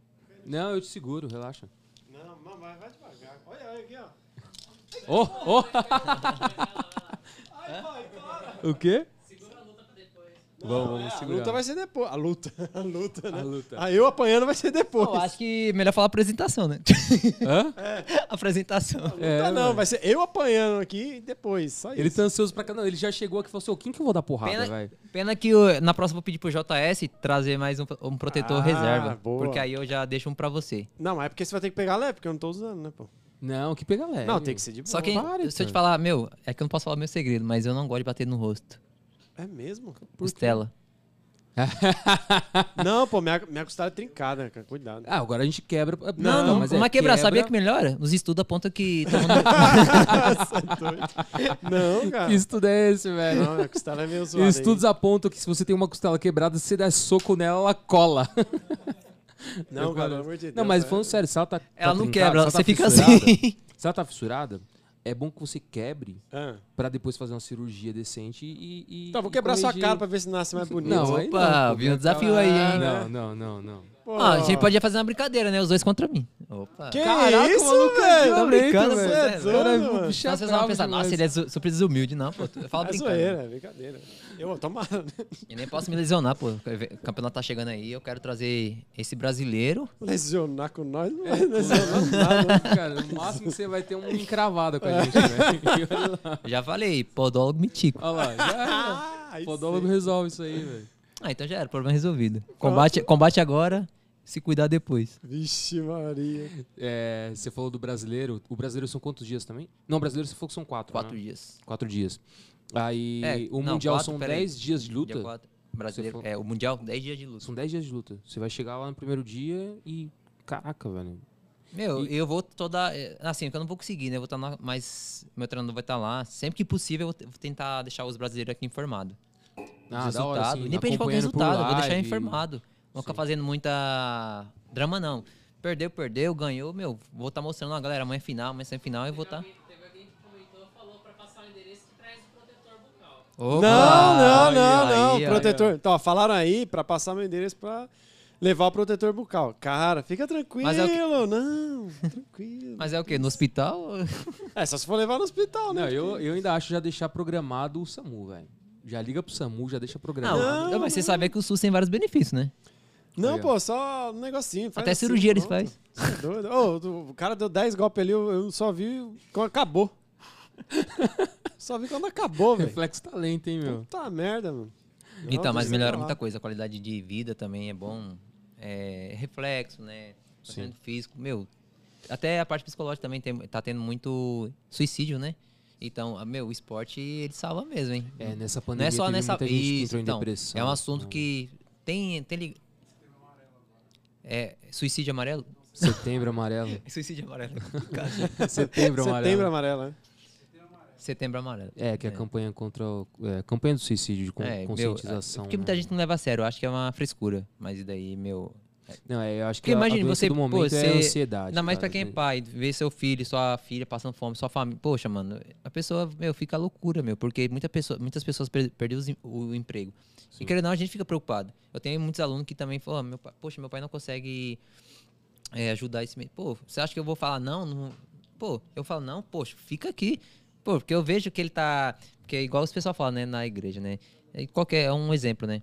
Speaker 1: Não, eu te seguro, relaxa.
Speaker 2: Não, mas vai vai devagar. Olha, olha aqui, ó.
Speaker 1: Ô, ô!
Speaker 2: Ai, pai, para.
Speaker 1: o quê? Segura a luta pra depois. Vamos, vamos
Speaker 2: É, A
Speaker 1: segurar.
Speaker 2: luta vai ser depois. A luta, a luta, né?
Speaker 1: A luta.
Speaker 2: Aí eu apanhando vai ser depois.
Speaker 3: Eu acho que melhor falar apresentação, né?
Speaker 1: Hã?
Speaker 3: apresentação.
Speaker 1: É,
Speaker 2: Luta É, não,
Speaker 1: mano.
Speaker 2: vai ser eu apanhando aqui e depois. Só
Speaker 1: Ele
Speaker 2: isso.
Speaker 1: tá ansioso pra cá. Não, ele já chegou aqui e falou assim: ô, quem que eu vou dar porrada,
Speaker 3: Pena,
Speaker 1: velho?
Speaker 3: pena que eu- na próxima eu vou pedir pro JS trazer mais um, um protetor
Speaker 2: Ah,
Speaker 3: reserva.
Speaker 2: boa.
Speaker 3: Porque aí eu já deixo um pra você.
Speaker 2: Não, mas é porque você vai ter que pegar leve, porque eu não tô usando, né, pô?
Speaker 1: Não, que pega leve.
Speaker 2: não, tem que ser de boa.
Speaker 3: Só que,
Speaker 1: pare,
Speaker 3: se eu te
Speaker 1: cara.
Speaker 3: falar, meu, é que eu não posso falar meu segredo, mas eu não gosto de bater no rosto.
Speaker 2: É mesmo?
Speaker 3: Costela.
Speaker 2: não, pô, minha, minha costela é trincada, cara. Cuidado.
Speaker 1: Ah, agora a gente quebra. Não,
Speaker 3: Não, não, mas,
Speaker 1: é,
Speaker 3: quebrar, sabia que melhora? Os estudos apontam que. tomando-
Speaker 2: Você é doido. não, cara.
Speaker 1: Que estudo é esse, velho?
Speaker 2: Não, minha costela é meio zoada.
Speaker 1: Estudos apontam que se você tem uma costela quebrada, se você der soco nela, ela cola.
Speaker 2: aí. Não,
Speaker 1: Eu falo
Speaker 2: cara, pelo
Speaker 1: isso.
Speaker 2: amor de Deus.
Speaker 1: Não, mas
Speaker 2: é-
Speaker 1: falando sério, se ela tá. tá
Speaker 3: Ela não
Speaker 1: trincada,
Speaker 3: quebra,
Speaker 1: se ela
Speaker 3: você
Speaker 1: tá
Speaker 3: fica
Speaker 1: fissurada-
Speaker 3: assim.
Speaker 1: Se ela tá fissurada, é bom que você quebre
Speaker 2: Ah.
Speaker 1: pra depois fazer uma cirurgia decente e. e
Speaker 2: Tá, vou
Speaker 1: e
Speaker 2: quebrar sua
Speaker 1: corrigir.
Speaker 2: cara pra ver se nasce mais bonito.
Speaker 1: Não, aí
Speaker 3: Opa,
Speaker 1: não,
Speaker 3: viu
Speaker 1: pô,
Speaker 3: um desafio aí, hein?
Speaker 1: Não, não, não, não.
Speaker 2: Pô.
Speaker 3: Ah, a gente podia fazer uma brincadeira, né? Os dois contra mim. Opa.
Speaker 2: Que
Speaker 1: Caraca, o
Speaker 2: isso,
Speaker 1: maluco é
Speaker 2: velho?
Speaker 1: violento,
Speaker 3: brincando,
Speaker 1: velho.
Speaker 3: você é
Speaker 1: O
Speaker 2: doido,
Speaker 1: cara
Speaker 2: mano.
Speaker 1: um bicho
Speaker 3: Não, vocês não vão
Speaker 1: bravo
Speaker 3: pensar,
Speaker 1: demais.
Speaker 3: nossa, ele é zo- super desumilde, não, pô. Eu falo
Speaker 2: É
Speaker 3: brincando.
Speaker 2: zoeira, é brincadeira. Eu, tomara. né?
Speaker 3: Eu nem posso me lesionar, pô. O campeonato tá chegando aí, eu quero trazer esse brasileiro.
Speaker 2: Lesionar com nós não é vai lesionar nada.
Speaker 1: Cara, no máximo que você vai ter uma encravada com a gente, velho.
Speaker 3: Eu já falei, podólogo mitico.
Speaker 1: Olha lá, já era.
Speaker 2: Ah, aí
Speaker 1: Podólogo
Speaker 2: sim.
Speaker 1: resolve isso aí, velho.
Speaker 3: Ah, então já era, problema resolvido. Combate, combate agora, se cuidar depois.
Speaker 2: Vixe Maria.
Speaker 1: É, você falou do brasileiro. O brasileiro são quantos dias também? Não, o brasileiro você falou que são quatro.
Speaker 3: Quatro
Speaker 1: né?
Speaker 3: dias.
Speaker 1: Quatro dias. Aí
Speaker 3: É,
Speaker 1: o
Speaker 3: não,
Speaker 1: Mundial
Speaker 3: quatro,
Speaker 1: são
Speaker 3: peraí.
Speaker 1: 10 dias de luta.
Speaker 3: Dia quatro. Brasileiro,
Speaker 1: Você
Speaker 3: é, o Mundial, 10 dias de luta.
Speaker 1: São 10 dias de luta. Você vai chegar lá no primeiro dia e. Caraca, velho.
Speaker 3: Meu, eu vou toda. é, Assim, que eu não vou conseguir, né? Eu vou estar na, mas meu treinador vai estar lá. Sempre que possível, eu vou te- vou tentar deixar os brasileiros aqui informados.
Speaker 1: Ah, da hora, assim,
Speaker 3: Independente de qualquer
Speaker 1: acompanhando por
Speaker 3: resultado, eu vou deixar
Speaker 1: live.
Speaker 3: informado. Não vou ficar
Speaker 1: Sim.
Speaker 3: fazendo muita drama, não. Perdeu, perdeu, ganhou, meu. Vou estar mostrando a galera, amanhã é final, amanhã é semifinal e vou estar.
Speaker 4: Teve alguém que comentou, Então, falou pra passar o endereço que traz o protetor bucal.
Speaker 2: Não, não, não, não. protetor. Então, ó, falaram aí pra passar meu endereço pra Levar o protetor bucal. Cara, fica tranquilo.
Speaker 3: Mas é o que-
Speaker 2: Não, tranquilo.
Speaker 3: Mas é o quê? No hospital?
Speaker 2: É, só se for levar no hospital, né?
Speaker 1: Não, eu, eu ainda acho já deixar programado o SAMU, velho. Já liga pro SAMU, já deixa
Speaker 3: Não,
Speaker 1: programado.
Speaker 2: Não,
Speaker 3: mas você
Speaker 2: não.
Speaker 3: sabia que o SUS tem vários benefícios, né?
Speaker 2: Não,
Speaker 1: Aí, ó.
Speaker 2: pô, só um negocinho. faz
Speaker 3: Até
Speaker 2: assim,
Speaker 3: cirurgia eles
Speaker 2: pronto.
Speaker 3: fazem.
Speaker 2: Você é doido? Ô, do- o cara deu 10 golpes ali, eu, eu só vi quando acabou. só vi quando acabou, velho.
Speaker 1: Reflexo talento, hein, meu?
Speaker 2: Puta Tá merda, mano. tá
Speaker 3: Então, mas melhora muita
Speaker 2: muita coisa.
Speaker 3: coisa. A qualidade de vida também é bom. É, reflexo, né? Tratamento físico. Meu, até a parte psicológica também tem, tá tendo muito suicídio, né? Então, ah, meu, o esporte, ele salva mesmo, hein?
Speaker 1: É, nessa
Speaker 3: Não
Speaker 1: pandemia
Speaker 3: é só
Speaker 1: teve
Speaker 3: nessa...
Speaker 1: muita gente que
Speaker 3: Isso,
Speaker 1: entrou
Speaker 3: então,
Speaker 1: em depressão. né?
Speaker 3: é um assunto que tem... tem li- É, suicídio amarelo?
Speaker 1: Setembro amarelo.
Speaker 3: Suicídio amarelo. é
Speaker 1: Setembro amarelo.
Speaker 2: Setembro amarelo, né?
Speaker 3: Setembro amarelo.
Speaker 1: É, que é a campanha contra o, é, campanha do suicídio, de con-
Speaker 3: É, meu,
Speaker 1: conscientização.
Speaker 3: Porque
Speaker 1: né?
Speaker 3: muita gente não leva a sério. Eu acho que é uma frescura. Mas e daí, meu...
Speaker 1: Não, é, eu acho que
Speaker 3: Porque
Speaker 1: a- a
Speaker 3: imagine
Speaker 1: doença
Speaker 3: você,
Speaker 1: do
Speaker 3: pô,
Speaker 1: momento é a
Speaker 3: você-
Speaker 1: ansiedade.
Speaker 3: Ainda mais
Speaker 1: cara,
Speaker 3: pra quem é
Speaker 1: né?
Speaker 3: pai, ver seu filho, sua filha passando fome, sua família. Poxa, mano, a pessoa, meu, fica loucura, meu, porque muita pessoa, muitas pessoas per perderam os em- o emprego. E querendo ou não, a gente fica preocupado. Eu tenho muitos alunos que também falam, "Ah, meu, pa- poxa, meu pai não consegue é, ajudar esse mês. Pô, você acha que eu vou falar não? Não- Pô, eu falo, não, poxa, fica aqui. Pô, porque eu vejo que ele tá. Porque é igual os pessoal falam, né, na igreja, né? É Qualquer, é um exemplo, né?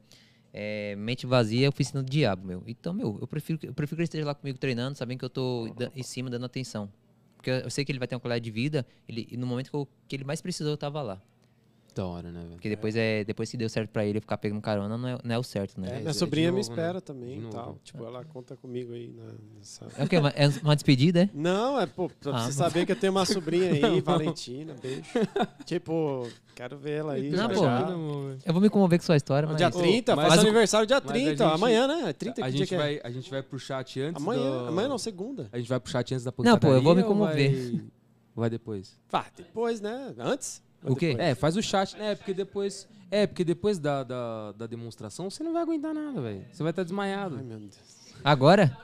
Speaker 3: É, mente vazia é oficina do diabo, meu. Então, meu, eu prefiro, que- eu prefiro que ele esteja lá comigo treinando, sabendo que eu tô da- em cima, dando atenção. Porque eu sei que ele vai ter uma qualidade de vida, ele, e no momento que, eu- que ele mais precisou, eu tava lá.
Speaker 1: Da hora, né, velho?
Speaker 3: Porque depois, é, depois se deu certo pra ele, eu ficar pegando carona não é, não é o certo,
Speaker 2: É,
Speaker 3: né?
Speaker 1: é
Speaker 2: minha
Speaker 1: de
Speaker 2: sobrinha me
Speaker 1: novo, né?
Speaker 2: espera
Speaker 1: De
Speaker 2: também e
Speaker 1: novo.
Speaker 2: tal. Tipo, ela conta comigo aí na- nessa...
Speaker 3: É, o quê? Uma- É uma despedida, é?
Speaker 2: Não, é pô, pra
Speaker 3: Ah,
Speaker 2: você
Speaker 3: mas-
Speaker 2: saber que eu tenho uma sobrinha aí, Valentina, beijo. tipo, quero ver ela aí.
Speaker 3: Não,
Speaker 2: já,
Speaker 3: pô,
Speaker 2: já.
Speaker 3: Eu vou me comover com sua história,
Speaker 2: No
Speaker 3: mas...
Speaker 2: Dia 30,
Speaker 1: mas
Speaker 2: faz
Speaker 1: o-
Speaker 2: aniversário dia
Speaker 1: mas a
Speaker 2: 30,
Speaker 1: gente-
Speaker 2: amanhã, né? 30,
Speaker 1: a
Speaker 2: que dia
Speaker 1: gente
Speaker 2: que é?
Speaker 1: vai A gente vai pro chat antes
Speaker 2: Amanhã,
Speaker 1: do...
Speaker 2: amanhã não, segunda.
Speaker 1: A gente vai pro chat antes da
Speaker 3: Não, pô, eu vou me
Speaker 1: pancadaria ou
Speaker 3: comover.
Speaker 1: Vai, vai depois.
Speaker 2: Vá, depois, né? Antes?
Speaker 3: O quê?
Speaker 1: É, faz o chat, né? Porque depois... É, porque depois da, da, da demonstração você não vai aguentar nada, velho. Você vai estar desmaiado.
Speaker 2: Ai, meu Deus.
Speaker 3: Agora?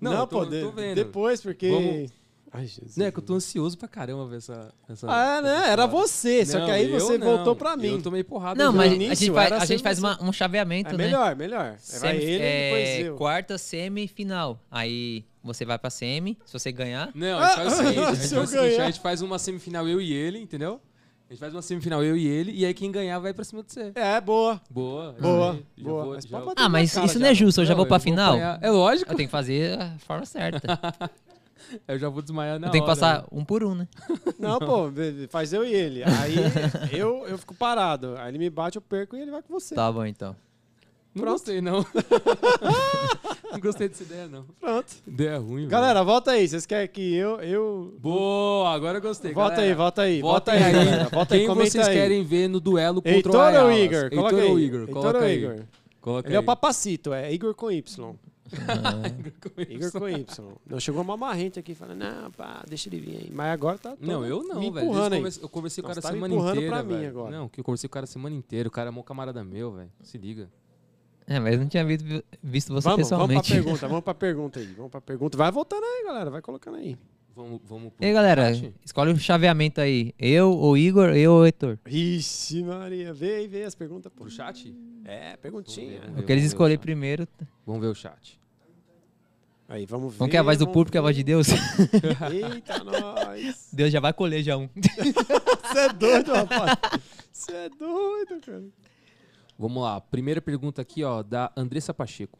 Speaker 2: Não,
Speaker 1: eu tô-
Speaker 2: pô,
Speaker 1: eu
Speaker 2: de-
Speaker 1: tô vendo.
Speaker 2: depois, porque...
Speaker 1: Vamos-
Speaker 2: Ai, Jesus.
Speaker 1: Não, é que eu tô ansioso pra caramba ver essa... essa
Speaker 2: Ah, né? Era você, só que
Speaker 1: Não,
Speaker 2: aí
Speaker 1: eu
Speaker 2: você
Speaker 1: não.
Speaker 2: voltou pra mim.
Speaker 1: Eu tomei porrada.
Speaker 3: Não,
Speaker 1: já.
Speaker 3: mas a gente
Speaker 2: início
Speaker 3: faz,
Speaker 2: era
Speaker 3: a gente
Speaker 2: sempre
Speaker 3: faz
Speaker 2: assim.
Speaker 3: uma- um chaveamento,
Speaker 2: É
Speaker 3: né?
Speaker 2: melhor, melhor. Aí Vai
Speaker 3: Semi-
Speaker 2: ele
Speaker 3: é,
Speaker 2: e depois eu.
Speaker 3: Quarta semifinal. Aí você vai pra semi, se você ganhar.
Speaker 1: Não, a gente faz o seguinte, a gente
Speaker 2: Ah, se
Speaker 1: faz o
Speaker 2: eu
Speaker 1: seguinte, a
Speaker 2: ganhar.
Speaker 1: gente faz uma semifinal eu e ele, entendeu? A gente faz uma semifinal eu e ele, e aí quem ganhar vai pra cima de você.
Speaker 2: É, boa.
Speaker 1: Boa.
Speaker 2: Boa,
Speaker 1: isso aí. Já
Speaker 2: boa.
Speaker 1: vou-
Speaker 2: Mas
Speaker 1: já
Speaker 2: pode
Speaker 1: vou-
Speaker 2: bater
Speaker 3: Ah, mas
Speaker 2: na cara
Speaker 3: isso
Speaker 2: já.
Speaker 3: não é justo, eu já
Speaker 1: Não,
Speaker 3: vou pra final.
Speaker 1: apanhar. É lógico,
Speaker 3: Eu tenho que fazer a forma certa.
Speaker 1: eu já vou desmaiar na
Speaker 3: eu tenho que
Speaker 1: hora,
Speaker 3: passar
Speaker 1: né?
Speaker 3: um por um, né?
Speaker 2: Não, pô, faz eu e ele. Aí eu, eu fico parado. Aí ele me bate, eu perco e ele vai com você.
Speaker 3: Tá bom, então.
Speaker 1: Não gostei, não. não gostei dessa ideia, não.
Speaker 2: Pronto.
Speaker 1: Ideia ruim, velho.
Speaker 2: Galera, volta aí. Vocês querem que eu. eu...
Speaker 1: Boa, agora eu gostei.
Speaker 2: Volta
Speaker 1: galera.
Speaker 2: aí, volta aí. Volta
Speaker 1: Votem
Speaker 2: aí, galera. Volta aí,
Speaker 1: Quem
Speaker 2: comenta
Speaker 1: vocês
Speaker 2: aí.
Speaker 1: querem ver no duelo contra
Speaker 2: Heitor
Speaker 1: o
Speaker 2: ou
Speaker 1: Ayala?
Speaker 2: Igor?
Speaker 1: Heitor
Speaker 2: Coloca
Speaker 1: ou
Speaker 2: aí.
Speaker 1: Igor?
Speaker 2: Heitor
Speaker 1: Coloca
Speaker 2: ou
Speaker 1: aí.
Speaker 2: Igor?
Speaker 1: Coloca
Speaker 2: Ele é o
Speaker 1: aí.
Speaker 2: papacito, é Igor com Y. Igor com Y. Não, chegou uma marrente aqui falando, não, pá, deixa ele vir aí. Mas agora tá. todo
Speaker 1: Não, eu
Speaker 2: me
Speaker 1: não, velho.
Speaker 2: empurrando
Speaker 1: Desde
Speaker 2: aí.
Speaker 1: conversa- Eu conversei com o
Speaker 2: Nossa,
Speaker 1: cara a
Speaker 2: tá me
Speaker 1: semana
Speaker 2: empurrando
Speaker 1: inteira.
Speaker 2: pra mim
Speaker 1: velho.
Speaker 2: agora.
Speaker 1: Não, que eu conversei com o cara a semana inteira. O cara é mó camarada meu, velho. Se liga.
Speaker 3: É, mas eu não tinha visto, visto você
Speaker 2: Vamos, vamos pra
Speaker 3: pessoalmente.
Speaker 2: pergunta, vamos pra pergunta aí. Vamos pra pergunta. Vai voltando aí, galera. Vai colocando aí.
Speaker 1: Vamos, vamos
Speaker 3: e aí, galera, escolhe o chaveamento aí. Eu, ou Igor, eu ou Heitor.
Speaker 2: Ixi, Maria. Vê aí, vê as perguntas, pô.
Speaker 1: Pro chat?
Speaker 2: É,
Speaker 1: Vamos ver,
Speaker 2: perguntinha.
Speaker 3: O que eles
Speaker 1: vamos ver
Speaker 3: escolherem
Speaker 1: o chat.
Speaker 3: primeiro.
Speaker 1: Vamos ver o chat.
Speaker 2: Aí, vamos ver.
Speaker 3: Vamos que é a voz do
Speaker 2: vamos
Speaker 3: público, é a voz de Deus.
Speaker 2: ver. Eita, nós.
Speaker 3: Deus já vai colher já um.
Speaker 2: Você é doido, rapaz. Você é doido, cara.
Speaker 1: Vamos lá. Primeira pergunta aqui, ó, da Andressa Pacheco.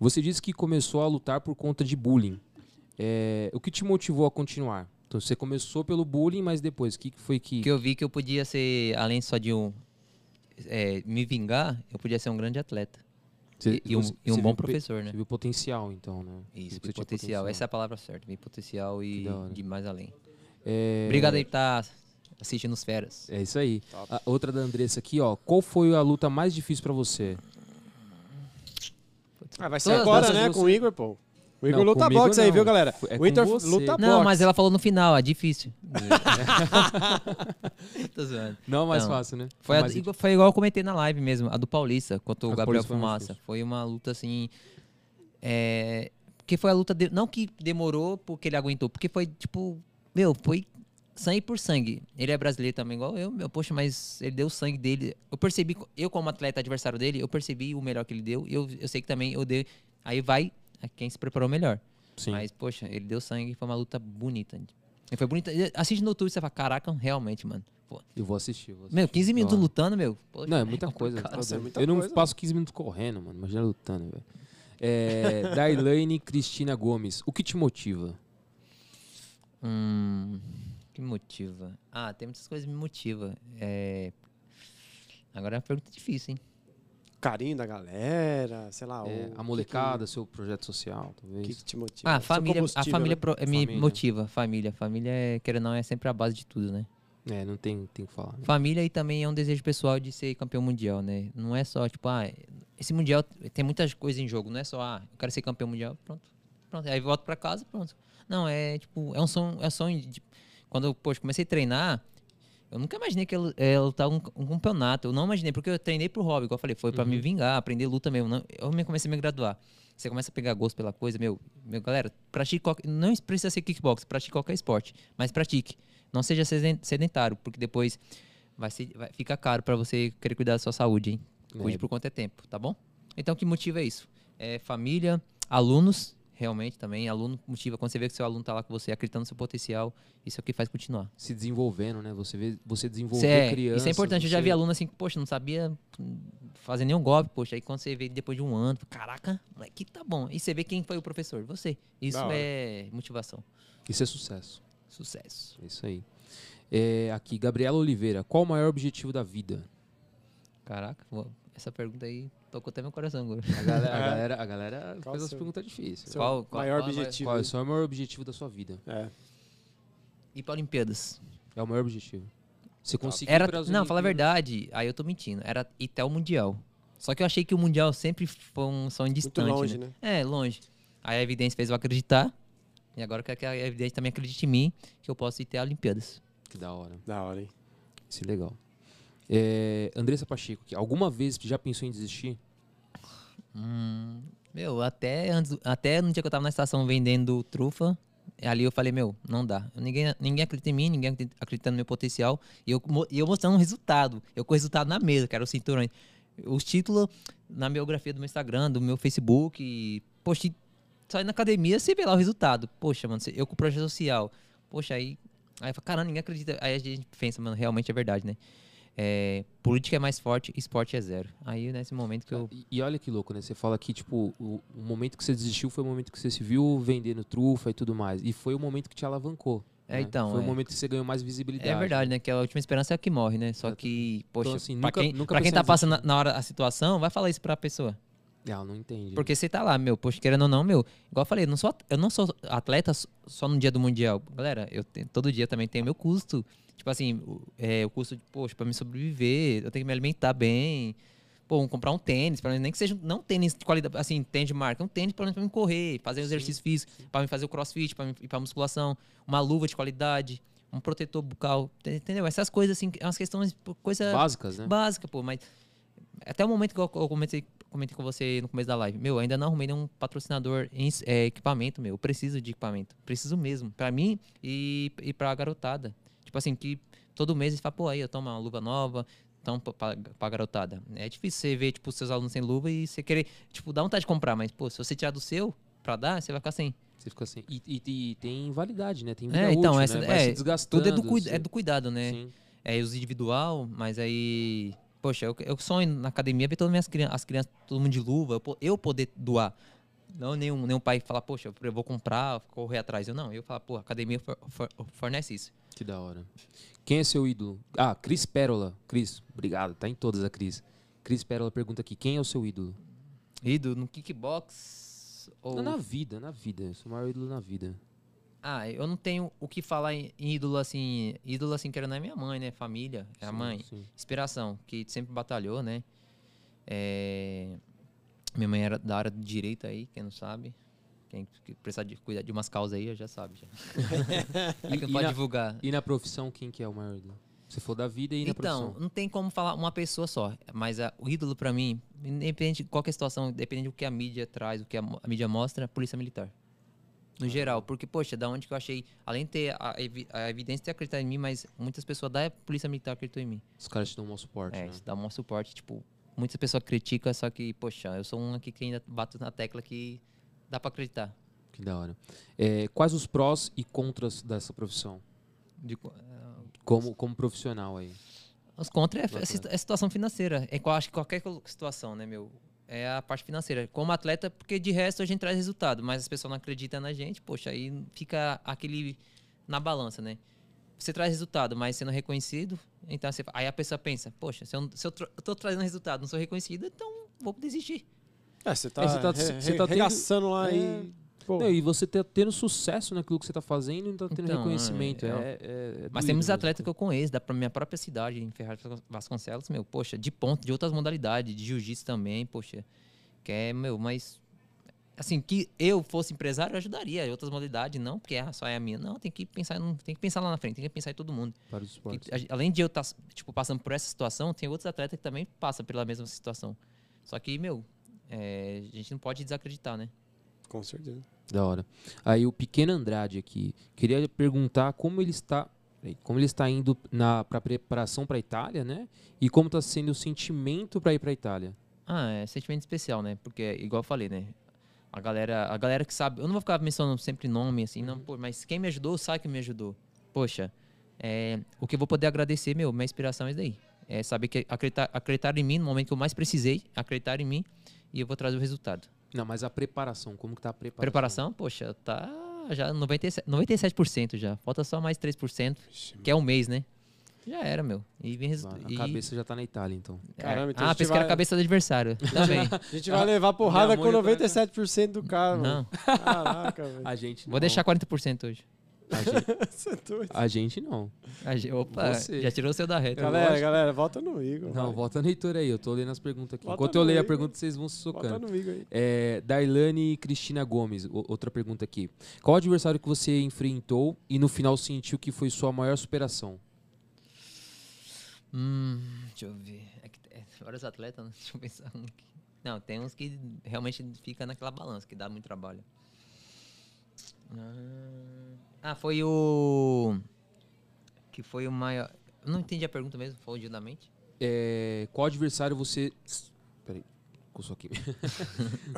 Speaker 1: Você disse que começou a lutar por conta de bullying. É, o que te motivou a continuar? Então, você começou pelo bullying, mas depois, o que, que foi que...
Speaker 3: que eu vi que eu podia ser, além só de um é, me vingar, eu podia ser um grande atleta.
Speaker 1: Você-
Speaker 3: e, e um,
Speaker 1: você-
Speaker 3: e um
Speaker 1: você
Speaker 3: bom
Speaker 1: viu pe-
Speaker 3: professor, né?
Speaker 1: Você viu potencial, então, né? Viu que
Speaker 3: Isso,
Speaker 1: você
Speaker 3: vi
Speaker 1: tinha
Speaker 3: potencial. Essa é a palavra certa. Vi potencial
Speaker 1: Que
Speaker 3: e
Speaker 1: da hora.
Speaker 3: de mais além.
Speaker 1: É,
Speaker 3: Obrigado aí por estar assistindo os feras.
Speaker 1: É isso aí. A- outra da Andressa aqui, ó. Qual foi a luta mais difícil pra você?
Speaker 2: Ah, vai ser
Speaker 3: Todas
Speaker 2: agora,
Speaker 1: dessas
Speaker 2: né?
Speaker 1: você-
Speaker 2: Com o Igor, pô. O Igor
Speaker 1: Não,
Speaker 2: luta
Speaker 1: comigo
Speaker 2: boxe aí,
Speaker 1: não.
Speaker 2: viu, galera?
Speaker 1: F- é
Speaker 2: o Igor
Speaker 1: com você.
Speaker 2: luta
Speaker 3: Não,
Speaker 2: boxe.
Speaker 3: mas ela falou no final, é difícil. Tô zoando.
Speaker 1: Não a mais
Speaker 3: Não.
Speaker 1: fácil, né?
Speaker 3: Foi, a
Speaker 1: mais
Speaker 3: do- igual- foi igual eu comentei na live mesmo, a do Paulista contra o
Speaker 1: A do
Speaker 3: Gabriel
Speaker 1: Paulista foi mais
Speaker 3: Fumaça.
Speaker 1: difícil.
Speaker 3: Foi uma luta assim. É, que foi a luta. de- não que demorou porque ele aguentou, porque foi tipo. Meu, foi sangue por sangue. Ele é brasileiro também, igual eu. Meu, poxa, mas ele deu o sangue dele. Eu percebi, eu como atleta adversário dele, eu percebi o melhor que ele deu. E eu, eu sei que também eu dei. Aí vai a quem se preparou melhor.
Speaker 1: Sim.
Speaker 3: Mas, poxa, ele deu sangue. Foi uma luta bonita. E foi bonita. E Assiste no YouTube, você fala, caraca, realmente, mano. Pô,
Speaker 1: Eu vou assistir. vou assistir.
Speaker 3: Meu, 15 minutos
Speaker 1: Não.
Speaker 3: lutando, meu. Poxa,
Speaker 1: Não, é
Speaker 3: né?
Speaker 1: muita coisa.
Speaker 3: cara,
Speaker 1: tá
Speaker 2: nossa, é
Speaker 1: doido.
Speaker 2: muita
Speaker 1: eu não
Speaker 2: coisa.
Speaker 1: passo 15 minutos correndo, mano. Imagina lutando, velho. É, Darlane Cristina Gomes, o que te motiva?
Speaker 3: Hum, que me motiva? Ah, tem muitas coisas que me motiva. É... Agora é uma pergunta difícil, hein?
Speaker 2: Carinho da galera, sei lá.
Speaker 1: É,
Speaker 2: Ah, o que
Speaker 1: a molecada, seu projeto social,
Speaker 2: Que, o
Speaker 1: talvez.
Speaker 2: que, que te
Speaker 1: Tipo,
Speaker 2: motiva?
Speaker 3: Ah, a
Speaker 2: Seu
Speaker 3: família, a
Speaker 2: combustível,
Speaker 3: família
Speaker 2: né?
Speaker 3: pro- me
Speaker 1: é Família.
Speaker 3: motiva, família. Família, é, querendo ou não, é sempre a base de tudo, né?
Speaker 1: É, não tem, tem o que falar. né?
Speaker 3: Família e também é um desejo pessoal de ser campeão mundial, né? Não é só, tipo, ah, esse mundial tem muitas coisas em jogo, não é só, ah, eu quero ser campeão mundial, pronto. Pronto, aí volto pra casa, pronto. Não, é tipo, é um sonho, é um sonho de- quando eu, poxa, comecei a treinar, eu nunca imaginei que eu é, lutar um, um campeonato, eu não imaginei, porque eu treinei pro hobby, igual eu falei, foi pra me vingar, aprender luta mesmo, não, eu me comecei a me graduar. Você começa a pegar gosto pela coisa, meu, meu galera, pratique qualquer, não precisa ser kickbox, pratique qualquer esporte, mas pratique. Não seja seden- sedentário, porque depois vai, ser, vai ficar caro pra você querer cuidar da sua saúde, hein? Cuide
Speaker 1: É.
Speaker 3: por quanto é tempo, tá bom? Então, o que motiva é isso? É família, alunos, realmente também. Aluno motiva quando você vê que seu aluno tá lá com você, acreditando no seu potencial. Isso é o que faz continuar.
Speaker 1: Se desenvolvendo, né? Você vê, você
Speaker 3: Isso
Speaker 1: desenvolver
Speaker 3: é,
Speaker 1: criança.
Speaker 3: isso é importante. Eu já vi
Speaker 1: você-
Speaker 3: aluno assim, que, poxa, não sabia hum, fazer nenhum golpe, poxa. Aí quando você vê depois de um ano, fala, caraca, moleque, tá bom. E você vê quem foi o professor, você. Isso
Speaker 2: Da hora.
Speaker 3: é motivação.
Speaker 1: Isso é sucesso.
Speaker 3: Sucesso.
Speaker 1: É isso aí. É, aqui, Gabriela Oliveira, qual o maior objetivo da vida?
Speaker 3: Caraca, vou- essa pergunta aí tocou até meu coração agora.
Speaker 1: A galera, a galera, a galera
Speaker 2: Qual
Speaker 1: fez as
Speaker 2: seu-
Speaker 1: perguntas difíceis.
Speaker 2: Seu
Speaker 3: Qual- qual-
Speaker 2: maior
Speaker 3: qual é-
Speaker 2: objetivo.
Speaker 1: Qual é o seu maior objetivo da sua vida?
Speaker 2: É.
Speaker 3: E para Olimpíadas?
Speaker 1: É o maior objetivo. Você conseguir
Speaker 3: Era,
Speaker 1: ir pras
Speaker 3: não, fala a
Speaker 1: Olimpíadas.
Speaker 3: verdade, aí eu tô mentindo. Era ir até o Mundial. Só que eu achei que o Mundial sempre foi um sonho distante.
Speaker 2: longe, né?
Speaker 3: É, longe. Aí a evidência fez eu acreditar. E agora eu quero que a evidência também acredite em mim que eu posso ir até a Olimpíadas.
Speaker 1: Que da hora.
Speaker 2: Da hora, hein?
Speaker 1: Isso é legal. É, Andressa Pacheco, aqui, alguma vez já pensou em desistir?
Speaker 3: Hum, meu, até, antes, até no dia que eu tava na estação vendendo trufa, ali eu falei, meu, não dá. Ninguém, ninguém acredita em mim, ninguém acredi- acredita no meu potencial. E eu, mo- e eu mostrando um resultado. Eu com o resultado na mesa, que era o cinturão. Os títulos na biografia do meu Instagram, do meu Facebook. E, poxa, e só ir na academia você vê lá o resultado. Poxa, mano, você- eu com o projeto social. Poxa, aí. Aí eu falo, caramba, ninguém acredita. Aí a gente pensa, mano, realmente é verdade, né? É, política é mais forte, esporte é zero. Aí, nesse momento que eu.
Speaker 1: E, e olha que louco, né? Você fala que, tipo, o, o momento que você desistiu foi o momento que você se viu vendendo trufa e tudo mais. E foi o momento que te alavancou.
Speaker 3: É,
Speaker 1: né?
Speaker 3: então,
Speaker 1: Foi
Speaker 3: é.
Speaker 1: o momento que você ganhou mais visibilidade.
Speaker 3: É verdade, né? Que a última esperança é a que morre, né? Só
Speaker 1: Exato.
Speaker 3: que, poxa,
Speaker 1: assim,
Speaker 3: pra,
Speaker 1: nunca-
Speaker 3: quem,
Speaker 1: nunca
Speaker 3: pra quem
Speaker 1: pensar
Speaker 3: tá
Speaker 1: em
Speaker 3: passando na- na hora a situação, vai falar isso pra pessoa.
Speaker 1: Ah, eu não entendi.
Speaker 3: Porque você tá lá, meu, poxa, querendo ou não, meu. Igual eu falei, eu não sou, at- eu não sou atleta s- só no dia do Mundial. Galera, eu te- todo dia também tenho meu custo. Tipo assim, o, é, o custo, de, poxa, pra me sobreviver, eu tenho que me alimentar bem. Pô, um- comprar um tênis, pelo menos, nem que seja um- não um tênis de qualidade, assim, tênis de marca, um tênis pelo menos pra me correr, fazer um exercício físico, pra me fazer o crossfit, pra me ir pra musculação, uma luva de qualidade, um protetor bucal, te- entendeu? Essas coisas, assim, é umas questões, pô, coisa
Speaker 1: Básicas, né?
Speaker 3: básica, pô, mas até o momento que eu eu comecei, comentei com você no começo da live, meu, ainda não arrumei nenhum patrocinador em s- eh, equipamento, meu. Eu preciso de equipamento. Preciso mesmo. Pra mim e, e pra garotada. Tipo assim, que todo mês eles falam, pô, aí eu tomo uma luva nova, então pra, pra, pra garotada. É difícil você ver, tipo, seus alunos sem luva e você querer, tipo, dá vontade de comprar, mas, pô, se você tirar do seu pra dar, você vai ficar sem.
Speaker 1: Você fica assim. E, e- e tem validade, né? Tem vida
Speaker 3: É, então,
Speaker 1: útil,
Speaker 3: essa-
Speaker 1: né? Vai
Speaker 3: é,
Speaker 1: se desgastando.
Speaker 3: Tudo é do, cuida-
Speaker 1: você-
Speaker 3: é do cuidado, né?
Speaker 1: Sim.
Speaker 3: é uso individual, mas aí. Poxa, eu, eu sonho na academia ver todas as minhas crianças, as crianças, todo mundo de luva, eu, po- eu poder doar. Não nenhum, nenhum pai falar, poxa, eu vou comprar, correr atrás. Eu não, eu falo, pô, a academia for- for- fornece isso.
Speaker 1: Que da hora. Quem é seu ídolo? Ah, Cris Pérola. Cris, obrigado. Tá em todas a Cris. Cris Pérola pergunta aqui: quem é o seu ídolo?
Speaker 3: Ido no kickbox. Ou...
Speaker 1: Não, Na vida, na vida. Seu maior ídolo na vida.
Speaker 3: Ah, eu não tenho o que falar em em ídolo assim. Ídolo assim, que era na minha mãe, né? Família, é a
Speaker 1: Sim,
Speaker 3: mãe.
Speaker 1: sim.
Speaker 3: inspiração, que sempre batalhou, né? É, Minha mãe era da área de direito aí, quem não sabe. Quem que precisar de cuidar de umas causas aí, já sabe. Já. é que não
Speaker 1: e
Speaker 3: pode
Speaker 1: na-
Speaker 3: divulgar.
Speaker 1: E na profissão, quem que é o maior ídolo? Você falou da vida e na
Speaker 3: Então,
Speaker 1: profissão.
Speaker 3: não tem como falar uma pessoa só, mas a- o ídolo pra mim, independente de qualquer situação, dependendo do que a mídia traz, o que a, mo- a mídia mostra, polícia militar. no geral. Porque, poxa, da onde que eu achei, além de ter a, evi- a evidência ter acreditado em mim, mas muitas pessoas da polícia militar acreditou em mim.
Speaker 1: Os caras te dão um mau suporte,
Speaker 3: É,
Speaker 1: né?
Speaker 3: isso dá um maior suporte, tipo, muitas pessoas criticam, só que, poxa, eu sou um aqui que ainda bato na tecla que dá pra acreditar.
Speaker 1: Que da hora. É, quais os prós e contras dessa profissão?
Speaker 3: De co- ah,
Speaker 1: Como, como profissional aí.
Speaker 3: Os contras é a-
Speaker 1: Do
Speaker 3: é a situ-
Speaker 1: atleta.
Speaker 3: é a situação financeira. É qual- acho que qualquer co- situação, né, meu? É a parte financeira. Como atleta, porque de resto a gente traz resultado, mas as pessoas não acreditam na gente, poxa, aí fica aquele na balança, né? Você traz resultado, mas sendo reconhecido, então você- aí a pessoa pensa, poxa, se eu, não- se eu tro- eu tô trazendo resultado, não sou reconhecido, então vou desistir.
Speaker 2: É, você tá,
Speaker 1: É, você tá-
Speaker 2: re-
Speaker 1: você
Speaker 2: re-
Speaker 1: tá tendo-
Speaker 2: regaçando lá
Speaker 1: É.
Speaker 2: e... Pô,
Speaker 1: Não, e você tá tendo sucesso naquilo que você tá fazendo e não tá tendo
Speaker 3: Então,
Speaker 1: reconhecimento.
Speaker 3: é,
Speaker 1: É,
Speaker 3: é um-
Speaker 1: é- é
Speaker 3: Mas
Speaker 1: doído
Speaker 3: temos
Speaker 1: mesmo.
Speaker 3: atletas que eu conheço, da minha própria cidade, em Ferraz Vasconcelos, meu, poxa, de ponto, de outras modalidades, de jiu-jitsu também, poxa, que é, meu, mas, assim, que eu fosse empresário, eu ajudaria, outras modalidades não, porque ah, só é a minha, não, tem que pensar, num- tem que pensar lá na frente, tem que pensar em todo mundo.
Speaker 1: para os
Speaker 3: Que,
Speaker 1: esportes.
Speaker 3: a- além de eu estar, tipo, passando por essa situação, tem outros atletas que também passam pela mesma situação, só que, meu, é, a gente não pode desacreditar, né?
Speaker 2: com certeza.
Speaker 1: Da hora. Aí o pequeno Andrade aqui queria perguntar como ele está, peraí, como ele está indo na para preparação para a Itália, né? E como está sendo o sentimento para ir para a Itália?
Speaker 3: Ah, é sentimento especial, né? Porque, igual eu falei, né? A galera, a galera que sabe. Eu não vou ficar mencionando sempre nome, assim, não, pô, mas quem me ajudou sabe que me ajudou. Poxa, é, o que eu vou poder agradecer, meu, minha inspiração é isso daí. É saber que acreditar, acreditar em mim no momento que eu mais precisei, acreditar em mim e eu vou trazer o resultado.
Speaker 1: Não, mas a preparação, como que tá a preparação?
Speaker 3: Preparação, poxa, tá já 97%, 97% já. Falta só mais 3%, que é um mês, né? Já era, meu. E vem
Speaker 1: Ah,
Speaker 3: resultado.
Speaker 1: A cabeça já tá na Itália, então.
Speaker 2: Caramba, então a
Speaker 3: ah,
Speaker 2: gente
Speaker 3: pensei que era
Speaker 2: vai-
Speaker 3: a cabeça do adversário. Também.
Speaker 2: A gente vai levar porrada
Speaker 1: minha
Speaker 2: com
Speaker 1: mãe vai-
Speaker 2: 97% do cara, mano.
Speaker 3: Não,
Speaker 2: Caraca, velho.
Speaker 1: A gente
Speaker 3: vou deixar 40% hoje.
Speaker 1: A gente,
Speaker 2: Você é doido.
Speaker 1: a gente não.
Speaker 3: A ge- Opa,
Speaker 1: Você.
Speaker 3: já tirou o seu da reta.
Speaker 2: Galera, galera, volta no Igor.
Speaker 1: Não,
Speaker 2: vai.
Speaker 1: volta no Heitor aí. Eu tô lendo as perguntas aqui.
Speaker 2: Volta
Speaker 1: Enquanto eu
Speaker 2: no
Speaker 1: leio a
Speaker 2: Heitor.
Speaker 1: pergunta, vocês vão se
Speaker 2: Volta
Speaker 1: socando.
Speaker 2: no Igor aí.
Speaker 1: É, Darlane e Cristina Gomes, o- outra pergunta aqui. Qual adversário que você enfrentou e no final sentiu que foi sua maior superação?
Speaker 3: Hum, deixa eu ver. É que é, vários atletas, né? deixa eu pensar. um aqui. Não, tem uns que realmente fica naquela balança, que dá muito trabalho. Ah, ah, foi o. Que foi o maior. Eu não entendi a pergunta mesmo, foi o dia da mente.
Speaker 1: É, qual adversário você. Peraí, coçou aqui.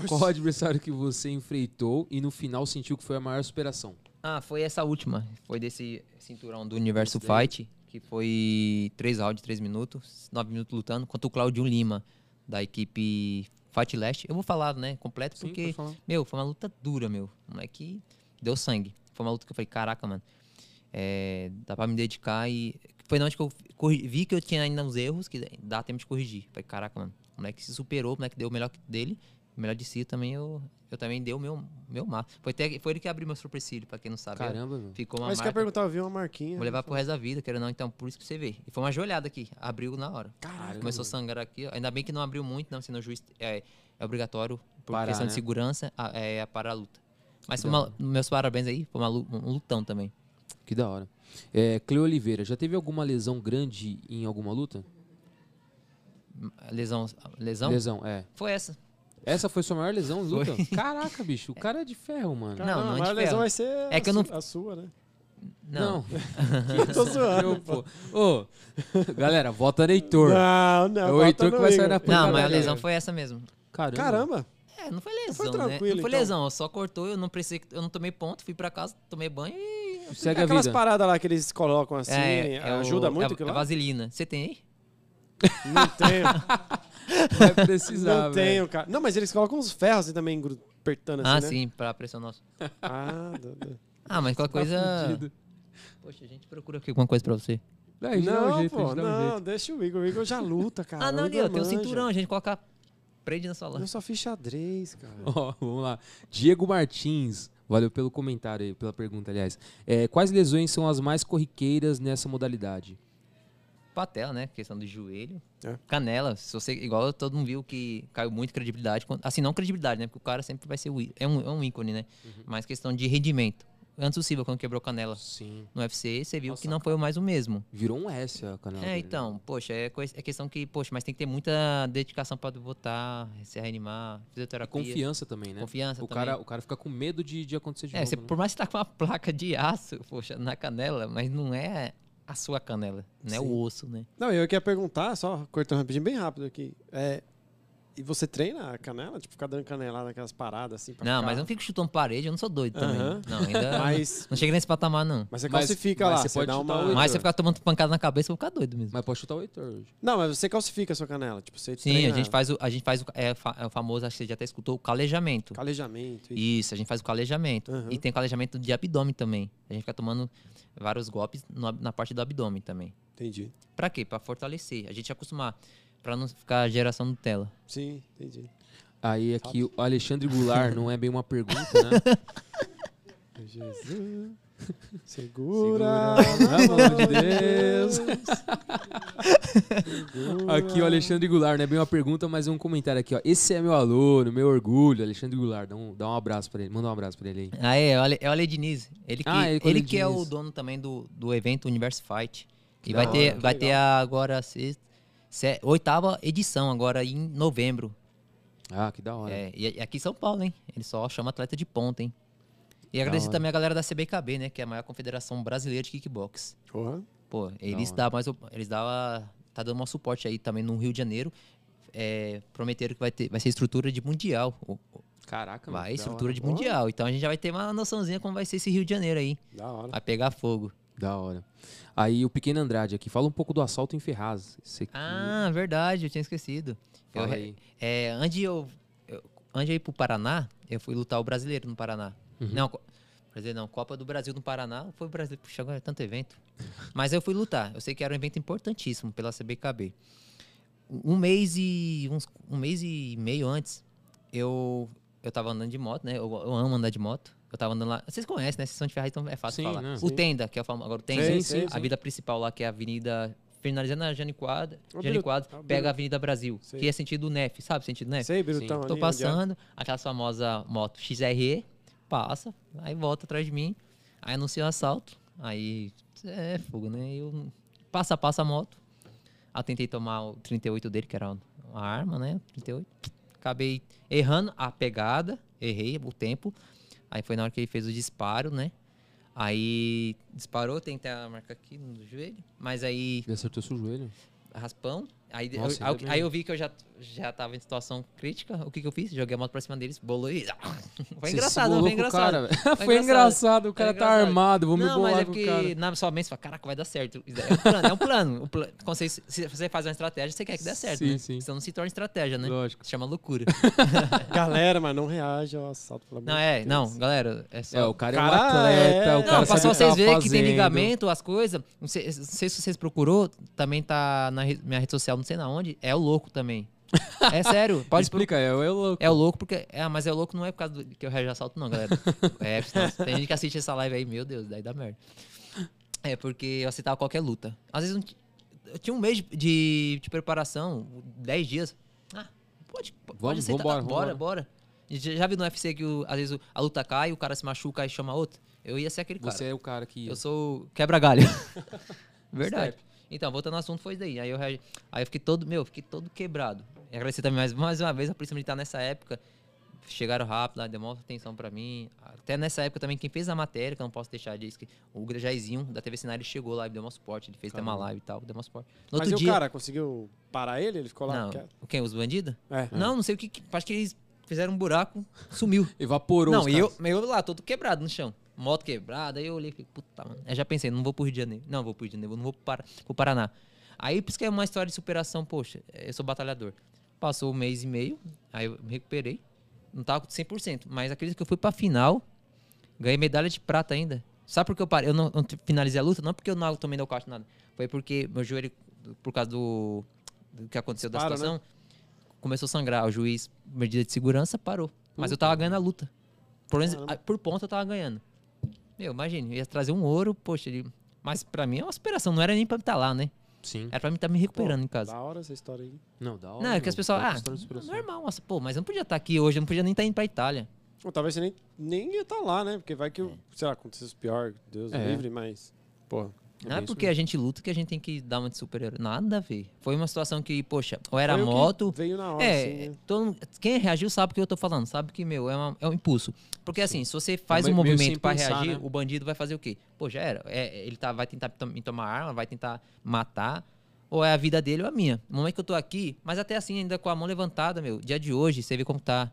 Speaker 1: qual adversário que você enfrentou e no final sentiu que foi a maior superação?
Speaker 3: Ah, foi essa última. Foi desse cinturão do Universo Fight, que foi três rounds, três minutos, nove minutos lutando, contra o Claudio Lima, da equipe Fight Leste. Eu vou falar, né, completo,
Speaker 1: Sim,
Speaker 3: porque
Speaker 1: pode falar.
Speaker 3: Meu, foi uma luta dura, meu. O Moleque deu sangue. Foi uma luta que eu falei, caraca, mano. é, dá pra me dedicar e. Foi na onde que eu corri- vi que eu tinha ainda uns erros, que dá tempo de corrigir. Falei, caraca, mano. O moleque se superou, o moleque deu o melhor dele, o melhor de si também. Eu, eu também dei o meu, meu máximo. Foi, até, foi ele que abriu meu supercílio, pra quem não sabe.
Speaker 1: Caramba, meu.
Speaker 3: Ficou uma
Speaker 2: Mas quer
Speaker 3: marca.
Speaker 2: perguntar, eu vi uma marquinha.
Speaker 3: Vou levar pro resto da vida, querendo ou não, então por isso que você vê. E foi uma joelhada aqui, abriu na hora.
Speaker 1: Caraca,
Speaker 3: Começou a sangrar aqui, ó. ainda bem que não abriu muito, não, senão o juiz é, é obrigatório, por
Speaker 1: Parar,
Speaker 3: questão
Speaker 1: né?
Speaker 3: de segurança, a, é, a parar a luta. Mas foi
Speaker 1: Da
Speaker 3: uma- meus parabéns aí, foi uma lu- um lutão também.
Speaker 1: Que da hora. É, Cleo Oliveira, já teve alguma lesão grande em alguma luta?
Speaker 3: Lesão, lesão?
Speaker 1: Lesão, é.
Speaker 3: Foi essa.
Speaker 1: Essa foi sua maior lesão em luta? Caraca, bicho, o cara é de ferro, mano.
Speaker 3: Não, não,
Speaker 2: Ah, a
Speaker 3: de
Speaker 2: maior lesão
Speaker 3: ferro.
Speaker 2: vai ser
Speaker 3: É
Speaker 2: a,
Speaker 3: que eu não-
Speaker 2: su- a sua, né?
Speaker 3: Não.
Speaker 2: Eu tô zoando.
Speaker 1: Eu, pô. Ô, galera, vota no Heitor.
Speaker 2: Não, não.
Speaker 1: É o
Speaker 2: volta
Speaker 1: Heitor
Speaker 2: no
Speaker 1: que vai sair
Speaker 2: Igor.
Speaker 1: na
Speaker 3: Não,
Speaker 1: primeira,
Speaker 3: mas a
Speaker 1: Caralho.
Speaker 3: lesão foi essa mesmo.
Speaker 1: Caramba.
Speaker 2: Caramba.
Speaker 3: É, não foi lesão,
Speaker 2: foi
Speaker 3: né?
Speaker 2: tranquilo,
Speaker 3: Não foi
Speaker 2: então.
Speaker 3: lesão, só cortou, eu não precisei, eu não tomei ponto, fui pra casa, tomei banho e...
Speaker 1: Segue
Speaker 2: É
Speaker 1: a
Speaker 2: aquelas
Speaker 1: vida.
Speaker 2: paradas lá que eles colocam assim,
Speaker 3: o-
Speaker 2: ajuda muito
Speaker 3: é,
Speaker 2: aquilo
Speaker 3: é
Speaker 2: lá?
Speaker 3: vaselina. Você tem aí?
Speaker 2: Não tenho.
Speaker 1: Vai precisar,
Speaker 2: Não
Speaker 1: velho.
Speaker 2: tenho, cara. Não, mas eles colocam uns ferros assim também, gru- apertando assim,
Speaker 3: ah,
Speaker 2: né?
Speaker 3: sim, pra pressionar os...
Speaker 2: Ah, do- do-
Speaker 3: Ah, mas qualquer coisa...
Speaker 1: Tá fudido.
Speaker 3: Poxa, a gente procura aqui alguma coisa pra você.
Speaker 1: Não, a gente dá um
Speaker 2: Não,
Speaker 1: jeito, a
Speaker 2: pô,
Speaker 1: gente dá um
Speaker 2: não,
Speaker 1: jeito.
Speaker 2: deixa o Igor. O Igor já luta, cara.
Speaker 3: Ah, não,
Speaker 2: O Igor
Speaker 3: Nil, tem um
Speaker 2: manja.
Speaker 3: cinturão, a gente coloca prende na sua
Speaker 2: Eu
Speaker 3: lã.
Speaker 2: só fiz xadrez, cara.
Speaker 1: Ó, vamos lá. Diego Martins, valeu pelo comentário aí, pela pergunta, aliás. É, quais lesões são as mais corriqueiras nessa modalidade?
Speaker 3: Patela, né? Questão do joelho.
Speaker 2: É.
Speaker 3: Canela. Se você, igual todo mundo viu que caiu muito
Speaker 1: Uhum.
Speaker 3: credibilidade. quando- Assim, não credibilidade, né? Porque o cara sempre vai ser o, í- é um, é um ícone, né? Mas questão de rendimento. antes o Silva, quando quebrou canela
Speaker 1: Sim.
Speaker 3: no UFC, você viu
Speaker 1: Nossa,
Speaker 3: que não foi mais o mesmo.
Speaker 1: Virou um S a canal.
Speaker 3: É, então, poxa, é, coi- é questão que, poxa, mas tem que ter muita dedicação pra voltar, se reanimar,
Speaker 1: E
Speaker 3: fisioterapia.
Speaker 1: confiança também, né?
Speaker 3: Confiança
Speaker 1: o
Speaker 3: também.
Speaker 1: cara, o cara fica com medo de, de acontecer de
Speaker 3: É,
Speaker 1: novo.
Speaker 3: você-
Speaker 1: né?
Speaker 3: por mais que você tá com uma placa de aço, poxa, na canela, mas não é a sua canela, não é o osso, né?
Speaker 2: Não, eu queria perguntar, só cortando rapidinho, bem rápido aqui. É, e você treina a canela? Tipo, ficar dando canelada naquelas paradas assim pra
Speaker 3: não,
Speaker 2: ficar-
Speaker 3: mas eu não fico chutando parede, eu não sou doido também.
Speaker 2: Aham.
Speaker 3: Não, ainda
Speaker 2: Mas,
Speaker 3: não chega nesse patamar, não.
Speaker 2: mas você
Speaker 1: Mas-
Speaker 2: calcifica
Speaker 1: mas
Speaker 2: lá,
Speaker 1: você
Speaker 2: você,
Speaker 1: pode
Speaker 2: dá
Speaker 1: chutar
Speaker 2: uma...
Speaker 1: o-
Speaker 3: Mas se eu ficar tomando pancada na cabeça, eu vou ficar doido mesmo.
Speaker 1: Mas pode chutar o Heitor hoje.
Speaker 2: Não, mas você calcifica a sua canela, tipo, você
Speaker 3: Sim,
Speaker 2: treina
Speaker 3: a gente faz o, a gente faz o, é, fa- é o famoso, acho que você já até escutou, o calejamento.
Speaker 2: calejamento. E...
Speaker 3: Isso, a gente faz o calejamento.
Speaker 2: Aham.
Speaker 3: E tem o calejamento de abdômen também. A gente fica tomando vários golpes no ab- na parte do abdômen também.
Speaker 2: Entendi.
Speaker 3: Pra quê? Pra fortalecer. A gente acostumar. Pra não ficar geração Nutella.
Speaker 2: Sim, entendi.
Speaker 1: Aí aqui, o Alexandre Goulart não é bem uma pergunta, né?
Speaker 2: Jesus,
Speaker 1: Segura
Speaker 2: segura,
Speaker 1: na mão de
Speaker 2: Deus.
Speaker 1: Aqui o Alexandre Goulart, não é bem uma pergunta, mas é um comentário aqui, ó. Esse é meu aluno, meu orgulho, Alexandre Goulart. Dá um, dá um abraço pra ele, manda um abraço pra ele aí.
Speaker 3: Ah, é, é o Ale, é o Ale Diniz. Ele que,
Speaker 1: Ah, é
Speaker 3: ele
Speaker 1: com o Ale
Speaker 3: que é o
Speaker 1: Diniz.
Speaker 3: dono também do, do evento Universo Fight. E
Speaker 1: da
Speaker 3: vai ter,
Speaker 2: hora, que
Speaker 3: vai ter agora a sexta, sé- oitava edição, agora em novembro.
Speaker 1: Ah, que da hora.
Speaker 3: É, e e aqui em São Paulo, hein? Ele só chama atleta de ponta, hein? E agradecer
Speaker 1: hora.
Speaker 3: também a galera da CBKB, né? Que é a maior confederação brasileira de kickbox.
Speaker 2: Porra.
Speaker 3: Pô, eles
Speaker 1: hora.
Speaker 3: dá mais, op- eles dá, tá dando um suporte aí também no Rio de Janeiro. É, prometeram que vai ter, vai ser estrutura de mundial. O- o-
Speaker 1: Caraca, mano,
Speaker 3: Vai é
Speaker 1: que da
Speaker 3: estrutura
Speaker 1: hora.
Speaker 3: de mundial. Então a gente já vai ter uma noçãozinha como vai ser esse Rio de Janeiro aí.
Speaker 2: Da hora.
Speaker 3: Vai pegar fogo.
Speaker 1: Da hora. Aí o Pequeno Andrade aqui, fala um pouco do assalto em Ferraz. Esse aqui,
Speaker 3: Ah, verdade, eu tinha esquecido. Eu
Speaker 1: fala
Speaker 3: re-
Speaker 1: aí.
Speaker 3: É, antes de eu, eu antes de eu ir pro Paraná, eu fui lutar o brasileiro no Paraná.
Speaker 2: Uhum.
Speaker 3: Não, co- brasileiro não, Copa do Brasil no Paraná, foi o brasileiro, puxa, agora é tanto evento. Mas eu fui lutar. Eu sei que era um evento importantíssimo pela CBKB. Um mês e uns, um mês e meio antes, eu eu tava andando de moto, né? Eu, eu amo andar de moto. Eu tava andando lá. Vocês conhecem, né? Sessão de Ferraz, então é fácil
Speaker 1: Sim,
Speaker 3: falar.
Speaker 1: né?
Speaker 2: Sim.
Speaker 3: O Tenda, que é o famoso. Agora o Tenda.
Speaker 2: Sim, sim,
Speaker 3: a
Speaker 2: sim.
Speaker 3: avenida principal lá, que é a avenida. Finalizando a Janiquadra,
Speaker 2: Ô, tá Biruta,
Speaker 3: Janiquadra
Speaker 2: ô,
Speaker 3: pega
Speaker 2: Biruta.
Speaker 3: a Avenida Brasil,
Speaker 2: Sei.
Speaker 3: que é sentido NEF, sabe sentido NEF?
Speaker 2: Sei, Birutão, ali,
Speaker 3: Tô
Speaker 2: onde é?
Speaker 3: passando, aquela famosa moto XRE, passa, aí volta atrás de mim, aí anuncia o assalto, aí é fogo, né? Eu passa, passa a moto. Aí eu tentei tomar o 38 dele, que era uma arma, né? 38. Acabei errando a pegada, errei o tempo. Aí foi na hora que ele fez o disparo, né? Aí disparou, tentei a marca aqui no joelho, mas aí
Speaker 1: Ele acertou seu joelho.
Speaker 3: raspão. Aí,
Speaker 1: Nossa,
Speaker 3: eu, aí
Speaker 1: ainda
Speaker 3: eu- aí eu vi que eu já, já tava em situação crítica. O que, que eu fiz? Joguei a moto pra cima deles, bolou e. Foi
Speaker 1: Você
Speaker 3: engraçado,
Speaker 1: segurou
Speaker 3: foi
Speaker 1: com o
Speaker 3: engraçado.
Speaker 1: cara, velho.
Speaker 3: Foi
Speaker 1: Foi engraçado,
Speaker 3: engraçado.
Speaker 1: o cara
Speaker 3: Foi
Speaker 1: tá
Speaker 3: engraçado.
Speaker 1: armado, vou me
Speaker 3: Não, mas
Speaker 1: bolar
Speaker 3: é
Speaker 1: com o cara.
Speaker 3: porque na sua mente você fala, caraca, vai dar certo. Isso daí É um plano, é um plano. O pla- Quando você, se você faz uma estratégia, você quer que dê certo,
Speaker 1: Sim,
Speaker 3: né?
Speaker 1: sim.
Speaker 3: Senão não se torna estratégia, né?
Speaker 1: Lógico.
Speaker 3: Se chama loucura.
Speaker 2: Galera, mas não reage ao assalto, pelo amor
Speaker 3: não,
Speaker 2: de
Speaker 3: é,
Speaker 2: Deus.
Speaker 3: não, galera, é
Speaker 1: É,
Speaker 3: só.
Speaker 1: o cara é um
Speaker 2: Cara,
Speaker 1: atleta,
Speaker 2: é.
Speaker 1: o
Speaker 2: Não,
Speaker 1: cara
Speaker 3: Não, pra
Speaker 1: sabe
Speaker 3: só
Speaker 1: o que tá
Speaker 3: vocês verem que tem
Speaker 1: fazendo.
Speaker 3: ligamento, as coisas. Não sei, não sei se vocês procurou, também tá na re- minha rede social, não sei na onde. É o louco também. É sério,
Speaker 1: Pode
Speaker 3: pode,
Speaker 1: explicar, é o louco.
Speaker 3: É o louco porque. É, mas é o louco não é por causa do, que eu reajo assalto, não, galera. É, nossa, tem gente que assiste essa live aí, meu Deus, daí dá merda. É porque eu aceitava qualquer luta. Às vezes eu, não ti- eu tinha um mês de, de- de preparação, 10 dias. Ah, pode, pode
Speaker 1: Vamos,
Speaker 3: aceitar. Ah,
Speaker 1: vambora,
Speaker 3: bora, bora. Já, já vi no UFC que o- às vezes o- a luta cai, o cara se machuca e chama outro? Eu ia ser aquele cara.
Speaker 1: Você é o cara que.
Speaker 3: Eu sou o quebra-galho. Verdade. Então, voltando ao assunto, foi isso daí. Aí eu, reagi- aí eu fiquei todo, meu, fiquei todo quebrado. E agradecer também mais, mais uma vez a Polícia Militar nessa época. Chegaram rápido, lá, deu maior atenção pra mim. Até nessa época também, quem fez a matéria, que eu não posso deixar disso, que o Jaizinho da TV Sinari chegou lá e deu maior suporte. Ele fez até uma
Speaker 1: Caramba.
Speaker 3: live e tal, deu maior suporte. No
Speaker 2: Mas
Speaker 3: outro
Speaker 2: e
Speaker 3: dia.
Speaker 2: o cara conseguiu parar ele? Ele ficou lá
Speaker 3: não,
Speaker 2: quieto?
Speaker 3: quem? Os bandidos?
Speaker 2: É.
Speaker 3: Não, não sei o que. que- Acho que eles fizeram um buraco, sumiu.
Speaker 1: Evaporou
Speaker 3: Não,
Speaker 1: os
Speaker 3: e eu,
Speaker 1: caras.
Speaker 3: mas eu lá, todo quebrado no chão. Moto quebrada, aí eu olhei e falei, puta, mano. Aí já pensei, não vou pro Rio de Janeiro. Não, vou pro Rio de Janeiro, não vou pro, Par- pro Paraná. Aí, por isso que é uma história de superação, poxa, eu sou batalhador. Passou um mês e meio, aí eu me recuperei. Não tava com 100%, mas acredito que eu fui pra final, ganhei medalha de prata ainda. Sabe por que eu parei? Eu não, não finalizei a luta? Não porque eu não tomei nocaute, nada. Foi porque meu joelho, por causa do, do que aconteceu da
Speaker 2: Disparo, né?
Speaker 3: situação, começou a sangrar. O juiz, medida de segurança, parou. Mas eu tava ganhando a luta. Por, menos-
Speaker 2: Caramba.
Speaker 3: a- por ponto eu tava ganhando. Meu, imagina, eu ia trazer um ouro, poxa, ele- mas pra mim é uma superação, não era nem pra eu estar lá, né?
Speaker 1: Sim.
Speaker 3: Era pra mim estar me recuperando em casa.
Speaker 2: Da hora essa história aí.
Speaker 1: Não, da hora.
Speaker 3: Não, é que as
Speaker 1: meu.
Speaker 3: pessoas,
Speaker 1: Vai
Speaker 3: ah,
Speaker 1: mostrando inspiração.
Speaker 3: tá normal, nossa, pô, mas eu não podia estar aqui hoje, eu não podia nem estar indo pra Itália.
Speaker 2: Ou talvez você nem, nem ia estar lá, né? Porque vai que,
Speaker 3: É.
Speaker 2: sei lá, acontecesse o pior, Deus
Speaker 1: É.
Speaker 2: livre, mas. Pô.
Speaker 3: Não é
Speaker 2: isso
Speaker 3: porque a gente luta que a gente tem que dar uma de super-herói. Nada a ver. Foi uma situação que, poxa, ou era
Speaker 2: Foi o que
Speaker 3: moto.
Speaker 2: Veio na hora,
Speaker 3: É,
Speaker 2: assim, né?
Speaker 3: todo mundo- quem reagiu sabe o que eu tô falando, sabe que, meu, é, uma- é um impulso. Porque assim, se você faz
Speaker 1: É
Speaker 3: um
Speaker 1: meio- meio
Speaker 3: movimento
Speaker 1: sem
Speaker 3: pra
Speaker 1: pensar,
Speaker 3: reagir,
Speaker 1: né?
Speaker 3: o bandido vai fazer o quê? Pô, já era. É, ele tá, vai tentar tom- me tomar arma, vai tentar matar. Ou é a vida dele ou a minha. No momento que eu tô aqui, mas até assim, ainda com a mão levantada, meu, dia de hoje, você vê como tá.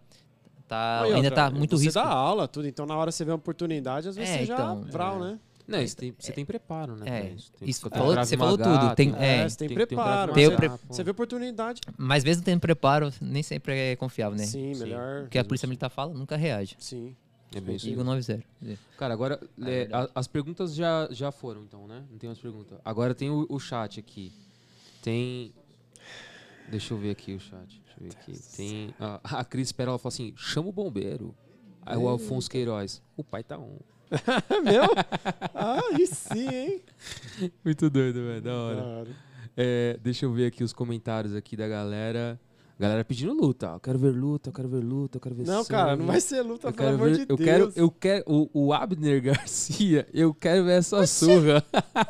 Speaker 3: tá
Speaker 2: Aí,
Speaker 3: ainda
Speaker 2: outra, é,
Speaker 3: tá muito
Speaker 2: você
Speaker 3: risco.
Speaker 2: dá aula, tudo. Então, na hora você vê uma oportunidade, às vezes
Speaker 3: É,
Speaker 2: você já
Speaker 3: então,
Speaker 2: vral, né?
Speaker 1: Não, isso tem- você tem preparo, né?
Speaker 3: É,
Speaker 1: pra Tem-
Speaker 3: isso
Speaker 1: tem
Speaker 3: falou-
Speaker 1: o Krav
Speaker 3: você falou
Speaker 1: Maga,
Speaker 3: tudo, tem-
Speaker 1: o-
Speaker 3: é.
Speaker 2: você tem
Speaker 1: né? tem- um tem o
Speaker 2: preparo.
Speaker 1: Krav
Speaker 2: você,
Speaker 1: Maga, pô.
Speaker 2: você vê oportunidade.
Speaker 3: Mas mesmo tendo preparo, nem sempre é confiável, né?
Speaker 2: Sim, melhor.
Speaker 3: O que a polícia militar fala, nunca reage.
Speaker 2: Sim.
Speaker 1: É bem isso.
Speaker 3: Digo 90.
Speaker 1: Cara, agora é, a- as perguntas já, já foram, então, né? Não tem mais perguntas. Agora tem o, o chat aqui. Tem. Deixa eu ver aqui o chat. Deixa eu ver aqui. Tem. A, a Cris Perola falou assim: chama o bombeiro. Aí o Alfonso Queiroz. O pai tá on.
Speaker 2: É meu? ah, e sim, hein?
Speaker 1: Muito doido, velho. Da hora.
Speaker 2: Claro.
Speaker 1: Ah. É, deixa eu ver aqui os comentários aqui da galera. Galera pedindo luta. ó. Eu quero ver luta, eu quero ver luta, eu quero ver
Speaker 2: Não,
Speaker 1: sangue.
Speaker 2: cara, não vai ser luta,
Speaker 1: eu
Speaker 2: pelo
Speaker 1: quero
Speaker 2: amor
Speaker 1: ver,
Speaker 2: de
Speaker 1: eu
Speaker 2: Deus.
Speaker 1: quero, eu quero o, o Abner Garcia, eu quero ver essa surra.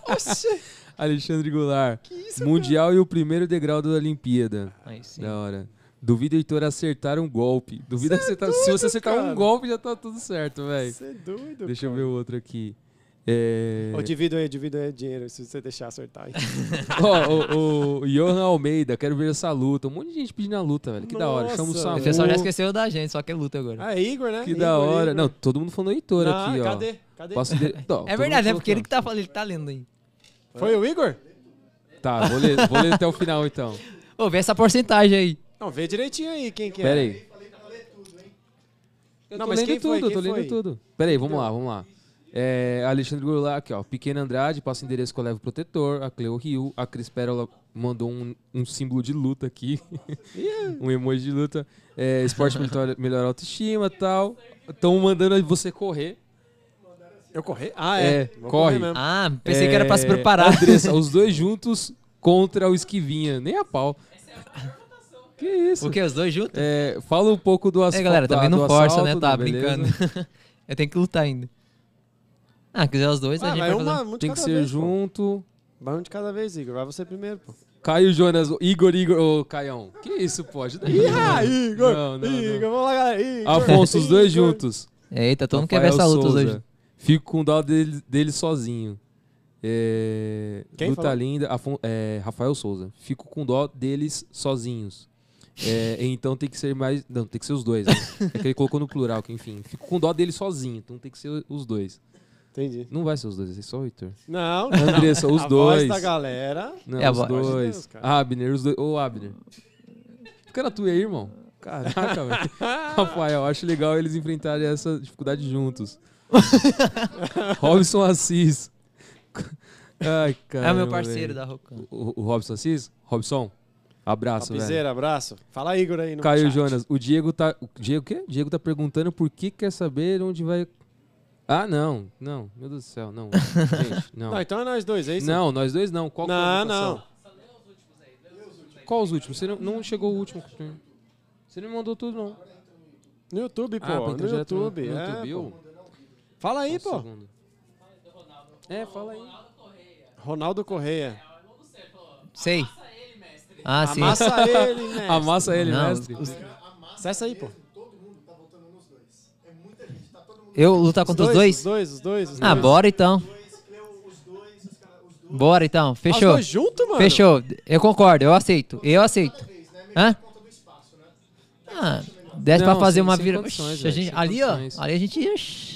Speaker 2: Oxê,
Speaker 1: Alexandre Goulart.
Speaker 2: que isso,
Speaker 1: Mundial e o primeiro degrau da Olimpíada.
Speaker 2: Ah,
Speaker 3: Aí sim.
Speaker 1: Da hora. Duvido o Heitor acertar um golpe. Duvido acertar. Se você acertar
Speaker 2: é cara.
Speaker 1: um golpe, já tá tudo certo,
Speaker 2: cara?
Speaker 1: velho.
Speaker 2: Você é doido,
Speaker 1: Deixa eu
Speaker 2: cara.
Speaker 1: ver o outro aqui. É...
Speaker 2: Ô, divido aí, divido aí dinheiro, se você deixar acertar. aí.
Speaker 1: Ó, o, o Johan Almeida, quero ver essa luta. Um monte de gente pedindo a luta, velho. Que da hora. Chama o
Speaker 2: Nossa,
Speaker 1: Samu.
Speaker 3: O pessoal já esqueceu da gente, só que é luta agora.
Speaker 2: Ah, é Igor, né?
Speaker 1: Que
Speaker 2: Igor,
Speaker 1: da hora.
Speaker 2: Igor.
Speaker 1: Não, todo mundo falando Heitor
Speaker 2: Ah,
Speaker 1: aqui, ó.
Speaker 2: Cadê? Cadê? né?
Speaker 1: Posso de... Não,
Speaker 3: é
Speaker 1: todo
Speaker 3: verdade, é
Speaker 1: mundo
Speaker 3: porque ele
Speaker 1: falou
Speaker 3: que tá falando, ele que tá lendo aí.
Speaker 2: Foi o Igor?
Speaker 1: Heitor. Tá, vou ler, vou ler até o final então.
Speaker 3: Ô, vê essa porcentagem aí.
Speaker 2: Não, vê direitinho aí quem que é.
Speaker 1: Pera aí. Eu
Speaker 2: Não,
Speaker 1: tô
Speaker 2: mas
Speaker 1: lendo
Speaker 2: quem
Speaker 1: tudo,
Speaker 2: foi?
Speaker 1: eu tô
Speaker 2: Quem
Speaker 1: lendo
Speaker 2: foi?
Speaker 1: tudo. Então. Pera aí, vamos lá, vamos lá. É, Alexandre Goulart, aqui, ó. Pequeno Andrade, passa o endereço que eu levo o protetor. A Cleo Rio. A Cris Pérola mandou um, um símbolo de luta aqui. um emoji de luta. É, esporte melhora, melhora a autoestima e tal. Estão mandando você correr.
Speaker 2: Eu corri? Ah,
Speaker 1: É,
Speaker 2: é. Vou
Speaker 1: corre.
Speaker 2: correr mesmo.
Speaker 3: Ah, pensei que era pra se
Speaker 1: É,
Speaker 3: preparar.
Speaker 1: Andressa, os dois juntos contra o Esquivinha. Nem é a pau. Que isso?
Speaker 3: O quê? Os dois juntos?
Speaker 1: É, fala um pouco do assalto.
Speaker 3: É, galera, também não força, né? Tá brincando.
Speaker 1: brincando.
Speaker 3: Eu tenho que lutar ainda. Ah, quiser os dois, a
Speaker 2: Ah,
Speaker 3: gente
Speaker 2: vai
Speaker 3: vai fazer.
Speaker 2: uma, um de
Speaker 1: Tem
Speaker 2: cada
Speaker 1: que ser
Speaker 2: vez, pô.
Speaker 1: junto.
Speaker 2: Vai um de cada vez, Igor. Vai você primeiro, pô.
Speaker 1: Caio Jonas, Igor, Igor, ô Caião. Que isso, pô? Ajuda aí.
Speaker 2: Ah, Igor!
Speaker 1: Não, não, não.
Speaker 2: Igor, vamos lá, galera. Igor.
Speaker 1: Afonso, os dois
Speaker 2: Igor.
Speaker 1: juntos.
Speaker 3: Eita, todo mundo Então quer ver
Speaker 1: Rafael
Speaker 3: essa luta os dois.
Speaker 1: Souza.
Speaker 3: juntos.
Speaker 1: Fico com dó dele, dele sozinho. É,
Speaker 2: Quem
Speaker 1: luta
Speaker 2: falou?
Speaker 1: linda, Afon- é, Rafael Souza. Fico com dó deles sozinhos. É, então tem que ser mais. Não, tem que ser os dois. Né? É que ele colocou no plural, que enfim. Fico com dó dele sozinho, então tem que ser os dois.
Speaker 2: Entendi.
Speaker 1: Não vai ser os dois, vai ser só o Heitor.
Speaker 2: Não,
Speaker 1: Andressa, os
Speaker 2: a
Speaker 1: dois.
Speaker 2: voz tá da galera.
Speaker 1: Não,
Speaker 3: É,
Speaker 1: os
Speaker 3: bo-
Speaker 2: Pelo amor de
Speaker 1: dois.
Speaker 2: Deus, cara.
Speaker 1: Abner, os dois. Ô, Abner. Fica na tua aí, irmão. Caraca, velho. Rafael, acho legal eles enfrentarem essa dificuldade juntos. Robson Assis. Ai, cara.
Speaker 3: É o meu parceiro da Rocan.
Speaker 1: O, o Robson Assis? Robson, abraço, velho.
Speaker 2: Piseira, abraço. Fala Igor aí no
Speaker 1: Caio
Speaker 2: chat.
Speaker 1: Jonas, o Diego tá. O Diego o quê? Diego tá perguntando por que quer saber onde vai. Ah, não, não, meu Deus do céu, não. Gente, não.
Speaker 2: Não, então é nós dois, é isso?
Speaker 1: Não, nós dois não. Qual que é a votação?
Speaker 2: Não, não.
Speaker 1: Qual os últimos? Você não, não chegou o último. Você não mandou tudo, não.
Speaker 2: No YouTube, pô.
Speaker 1: pô,
Speaker 2: Ah, no
Speaker 1: já tá
Speaker 2: YouTube.
Speaker 1: No
Speaker 2: é,
Speaker 1: YouTube,
Speaker 2: pô.
Speaker 1: eu?
Speaker 2: Fala aí,
Speaker 1: Só um
Speaker 2: pô.
Speaker 1: segundo. É, fala aí.
Speaker 2: Ronaldo Correia.
Speaker 3: Sei. Ah, sim.
Speaker 2: Amassa ele, né?
Speaker 1: Amassa ele,
Speaker 3: Não,
Speaker 1: mestre.
Speaker 2: Acessa aí, pô.
Speaker 3: Eu lutar contra os dois?
Speaker 2: Os dois, os dois. os
Speaker 3: Ah,
Speaker 2: dois.
Speaker 3: bora então. Bora então,
Speaker 2: Ah,
Speaker 3: fechou.
Speaker 2: Os dois junto, mano?
Speaker 3: Fechou. Eu concordo, eu aceito. Eu aceito. Hã? Ah, desce
Speaker 1: Não,
Speaker 3: pra fazer
Speaker 1: sem-
Speaker 3: uma
Speaker 1: sem
Speaker 3: vira.
Speaker 1: condições,
Speaker 3: Oxi, a
Speaker 1: velho,
Speaker 3: gente-
Speaker 1: sem
Speaker 3: Ali, ó.
Speaker 1: condições.
Speaker 3: Ali a gente. Oxi.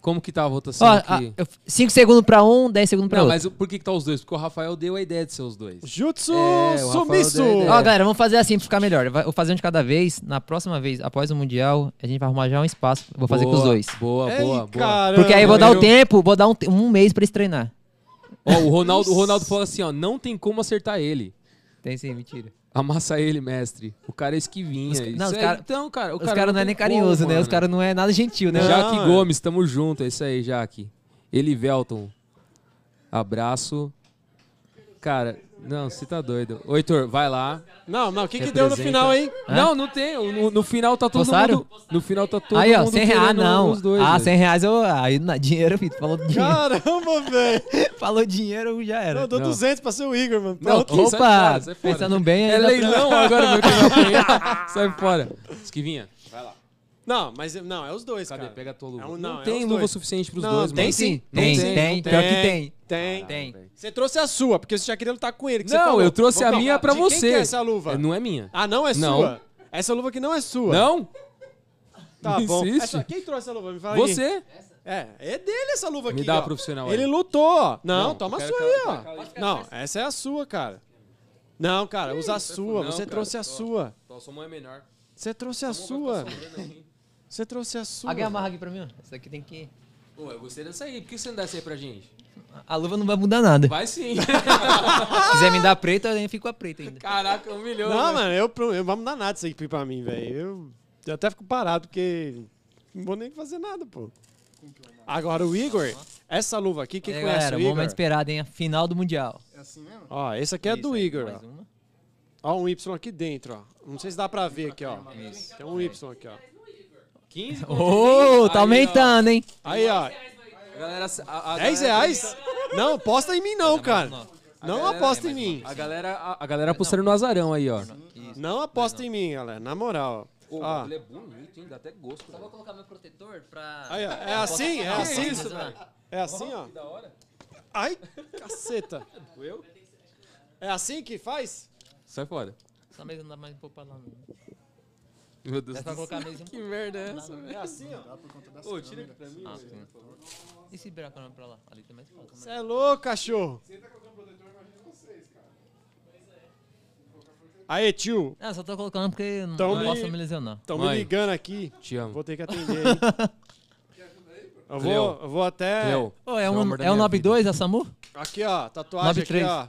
Speaker 1: Como que tá a votação aqui?
Speaker 3: 5 segundos pra um, 10 segundos pra
Speaker 1: não,
Speaker 3: outro.
Speaker 1: mas o- por que, que tá os dois? Porque o Rafael deu a ideia de ser os dois.
Speaker 2: Jutsu
Speaker 1: É, o Rafael
Speaker 2: Sumiço.
Speaker 1: deu a ideia.
Speaker 3: Ó, galera, vamos fazer assim pra ficar melhor. Vai- Eu vou fazer um de cada vez. Na próxima vez, após o Mundial, a gente vai arrumar já um espaço. Vou fazer com os
Speaker 1: Boa,
Speaker 3: dois.
Speaker 1: Boa,
Speaker 2: Ei,
Speaker 1: boa, boa.
Speaker 2: caramba,
Speaker 3: Porque aí eu vou dar o
Speaker 2: meu.
Speaker 3: tempo, vou dar um, te- um mês pra eles treinar.
Speaker 1: Ó, o Ronaldo, o Ronaldo falou assim, ó, não tem como acertar ele.
Speaker 3: Tem sim, mentira.
Speaker 1: Amassa ele, mestre. O cara é esquivinha.
Speaker 3: Os ca-
Speaker 1: Isso
Speaker 3: não, os
Speaker 1: aí.
Speaker 3: cara-
Speaker 1: então, cara, o
Speaker 3: Os caras não é
Speaker 1: tem
Speaker 3: nem carinhoso,
Speaker 1: como,
Speaker 3: né? Os
Speaker 1: mano.
Speaker 3: caras não é nada gentil, né?
Speaker 2: Não.
Speaker 1: Jaque
Speaker 2: é.
Speaker 1: Gomes, tamo junto. É isso aí, Jaque. Ele Velton. Abraço. Cara, Não, você tá doido. Ô, Heitor, vai lá.
Speaker 2: Não, não, o que, que deu no final, hein?
Speaker 3: Hã?
Speaker 1: Não, não tem. No, no final tá todo
Speaker 3: Postaram?
Speaker 1: mundo. No final tá todo
Speaker 3: Aí, ó,
Speaker 1: mundo.
Speaker 3: 100 reais,
Speaker 1: querendo
Speaker 3: não.
Speaker 1: Os dois,
Speaker 3: ah,
Speaker 1: velho.
Speaker 3: 100 reais eu. Aí, na, dinheiro, filho. Falou dinheiro.
Speaker 2: Caramba, velho.
Speaker 3: falfalou dinheiro, já era.
Speaker 2: Eu dou
Speaker 1: Não.
Speaker 2: 200 pra ser o Igor, mano.
Speaker 1: Não,
Speaker 2: Pronto.
Speaker 1: que- sai
Speaker 3: Opa,
Speaker 1: fora, sai fora.
Speaker 3: pensando bem,
Speaker 1: É
Speaker 3: ainda-
Speaker 1: leilão agora, meu que vai apanhar. Sai fora. Esquivinha.
Speaker 2: Não, mas não, é os dois,
Speaker 1: Cadê?
Speaker 2: cara.
Speaker 1: Pega a tua luva.
Speaker 2: É um-
Speaker 1: não,
Speaker 2: não, é
Speaker 1: tem
Speaker 2: os
Speaker 1: luva
Speaker 2: dois.
Speaker 1: suficiente pros
Speaker 2: Não,
Speaker 1: dois,
Speaker 2: tem
Speaker 1: mano.
Speaker 2: sim.
Speaker 1: Não
Speaker 3: Tem,
Speaker 1: tem,
Speaker 3: tem,
Speaker 1: não
Speaker 3: pior que tem.
Speaker 2: Tem.
Speaker 3: Tem.
Speaker 2: Você trouxe a sua, porque você já queria lutar com ele. que você
Speaker 1: Não,
Speaker 2: falou.
Speaker 1: eu trouxe
Speaker 2: Vamos
Speaker 1: a minha
Speaker 2: lá.
Speaker 1: pra
Speaker 2: De
Speaker 1: você.
Speaker 2: Quem que é essa luva?
Speaker 1: É, Não é minha.
Speaker 2: Ah, não é
Speaker 1: Não.
Speaker 2: sua? Essa luva aqui não é sua.
Speaker 1: Não?
Speaker 2: Tá
Speaker 1: Não
Speaker 2: bom.
Speaker 1: existe.
Speaker 2: Essa- quem trouxe essa luva? Me fala aí.
Speaker 1: Você?
Speaker 2: É, é dele essa luva
Speaker 1: Me
Speaker 2: aqui.
Speaker 1: dá
Speaker 2: ó.
Speaker 1: a profissional
Speaker 2: Ele
Speaker 1: aí.
Speaker 2: lutou, ó. Não,
Speaker 1: Não,
Speaker 2: toma a
Speaker 1: eu
Speaker 2: sua
Speaker 1: quero
Speaker 2: aí,
Speaker 1: aquela-
Speaker 2: ó. Não, essa é a sua, cara. não, cara, usa a sua.
Speaker 1: Não,
Speaker 2: você
Speaker 1: cara,
Speaker 2: trouxe a
Speaker 1: tô-
Speaker 2: sua.
Speaker 1: Sua mãe é menor.
Speaker 2: Você trouxe a sua. Você trouxe a sua.
Speaker 3: Alguém amarra aqui pra mim, ó. Essa daqui tem que.
Speaker 1: Pô, eu gostei dessa aí. Por que você não dá essa aí pra gente?
Speaker 3: A luva não vai mudar nada.
Speaker 1: Vai sim.
Speaker 3: Se quiser me dar preta, eu fico com a preta ainda.
Speaker 1: Caraca, humilhou.
Speaker 2: Não,
Speaker 1: né?
Speaker 2: mano, eu, eu vamos dar nada isso aqui pra mim, velho. Eu, eu até fico parado, porque não vou nem fazer nada, pô. Agora o Igor, essa luva aqui, quem
Speaker 3: É,
Speaker 2: conhece
Speaker 3: galera,
Speaker 2: o Igor?
Speaker 3: momento esperado, hein? A final do Mundial.
Speaker 5: É assim mesmo?
Speaker 2: Ó, esse aqui é
Speaker 3: Isso
Speaker 2: do
Speaker 3: aí,
Speaker 2: Igor,
Speaker 3: mais um.
Speaker 2: ó.
Speaker 3: uma.
Speaker 2: Ó, um Y aqui dentro, ó. Não sei se dá pra ver aqui, ó.
Speaker 3: Isso.
Speaker 2: Tem um Y aqui, ó.
Speaker 1: 15
Speaker 3: Ô,
Speaker 1: Aí,
Speaker 3: tá
Speaker 1: ó.
Speaker 3: aumentando, hein?
Speaker 2: Aí, ó.
Speaker 1: A galera, a, a
Speaker 2: 10
Speaker 1: galera-
Speaker 3: é
Speaker 2: reais? Não, aposta em mim não, cara.
Speaker 1: a
Speaker 2: Não
Speaker 1: galera-
Speaker 2: aposta em mim.
Speaker 1: A galera, a, a galera apostando no azarão aí, ó.
Speaker 2: Não aposta em mim, galera. Na moral.
Speaker 1: Pô,
Speaker 2: Ó.
Speaker 1: ele é bonito, hein? Dá até gosto. velho.
Speaker 3: colocar meu protetor pra.
Speaker 2: Aí, ó. É assim? É
Speaker 1: Que
Speaker 2: assim?
Speaker 1: isso, velho?
Speaker 2: É assim, ó.
Speaker 1: Da hora.
Speaker 2: Ai, caceta.
Speaker 1: Eu?
Speaker 2: É assim que faz?
Speaker 1: Sai fora.
Speaker 3: Essa mesa não dá mais um pouco pra lá, não.
Speaker 1: Meu Deus tá
Speaker 3: Dá pra colocar a mesa um
Speaker 1: Que
Speaker 3: pouco.
Speaker 1: merda é essa?
Speaker 2: É assim, ó.
Speaker 5: Dá por conta das
Speaker 1: Pô,
Speaker 5: câmeras.
Speaker 1: tira aqui pra mim.
Speaker 3: Ah, sim. E se virar a câmera pra lá? Ali tem mais foto.
Speaker 2: Você é louco, cachorro. Aê, tio.
Speaker 3: Ah, só tô colocando porque não-
Speaker 2: Então
Speaker 3: não
Speaker 2: me-
Speaker 3: posso me lesionar.
Speaker 2: Estão
Speaker 1: Mãe.
Speaker 2: me ligando aqui.
Speaker 1: Te amo.
Speaker 2: Vou ter que atender aí. Eu vou, eu vou até...
Speaker 1: Cleo,
Speaker 3: Ô, é
Speaker 1: você o
Speaker 3: um,
Speaker 1: amor da
Speaker 3: é um
Speaker 1: minha
Speaker 3: 92 a SAMU?
Speaker 2: Aqui, ó. Tatuagem aqui,
Speaker 3: 93.
Speaker 2: ó.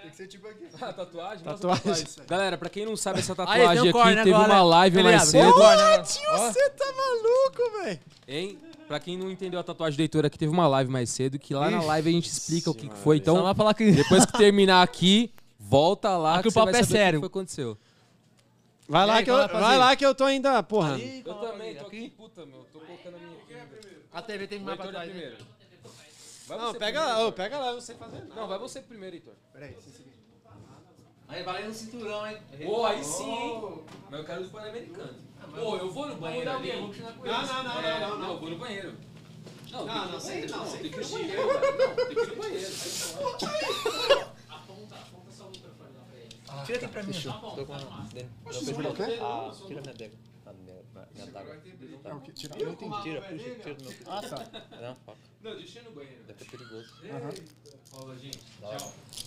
Speaker 5: Tem que ser tipo aqui.
Speaker 1: vida. Ah, tatuagem? Nossa,
Speaker 2: Tatuagem.
Speaker 1: Galera, pra quem não sabe essa
Speaker 3: Aí, tem
Speaker 1: tatuagem
Speaker 3: um
Speaker 1: aqui,
Speaker 3: corner
Speaker 1: teve
Speaker 3: agora.
Speaker 1: uma live
Speaker 3: Ele
Speaker 1: mais
Speaker 3: abre, ele
Speaker 1: cedo.
Speaker 3: abre. Agora,
Speaker 2: Ô,
Speaker 3: né?
Speaker 2: tio,
Speaker 3: Ó.
Speaker 2: você tá maluco, velho.
Speaker 1: Hein? Pra quem não entendeu a tatuagem do Heitor aqui, teve uma live mais cedo, que lá na live a gente explica o que, que foi.
Speaker 3: Só vai
Speaker 1: Então,
Speaker 3: falar que.
Speaker 1: depois que terminar aqui, volta lá
Speaker 3: Aqui o
Speaker 1: você vai
Speaker 3: papo é
Speaker 1: saber
Speaker 3: sério.
Speaker 1: O que foi que aconteceu.
Speaker 2: Vai
Speaker 3: E
Speaker 2: lá,
Speaker 3: aí,
Speaker 2: que eu,
Speaker 3: qual vai
Speaker 2: vai
Speaker 3: fazer?
Speaker 2: lá que eu tô ainda, porra.
Speaker 1: Eu também, tô aqui. Puta, meu, tô colocando a minha aqui.
Speaker 3: A TV tem mais pra trás.
Speaker 1: primeiro. Vai
Speaker 2: Não, pega lá, ô, pega lá, eu não sei fazer nada.
Speaker 1: Não, vai você primeiro, Heitor.
Speaker 5: Peraí, sem seguir.
Speaker 3: Aí, valeu no cinturão, hein?
Speaker 1: Pô, aí sim, hein? Mas eu quero do Pan-Americano. Pô, eu vou no banheiro ali.
Speaker 2: Não, não, não, não, não, não.
Speaker 1: eu vou no banheiro. Não,
Speaker 2: Não, não, sei não,
Speaker 1: tem
Speaker 2: sei
Speaker 1: que ir no banheiro, velho. Não, tem que ir no banheiro.
Speaker 3: Tira aqui pra mim. Tô com Tira minha adega.
Speaker 5: É o quê? Tira. Eu entendi.
Speaker 3: Tira, puxa, tira do meu.
Speaker 5: Ah, tá.
Speaker 3: Não, foca.
Speaker 1: Não, deixa eu ir no banheiro.
Speaker 3: Deve ser perigoso.
Speaker 1: Fala, gente.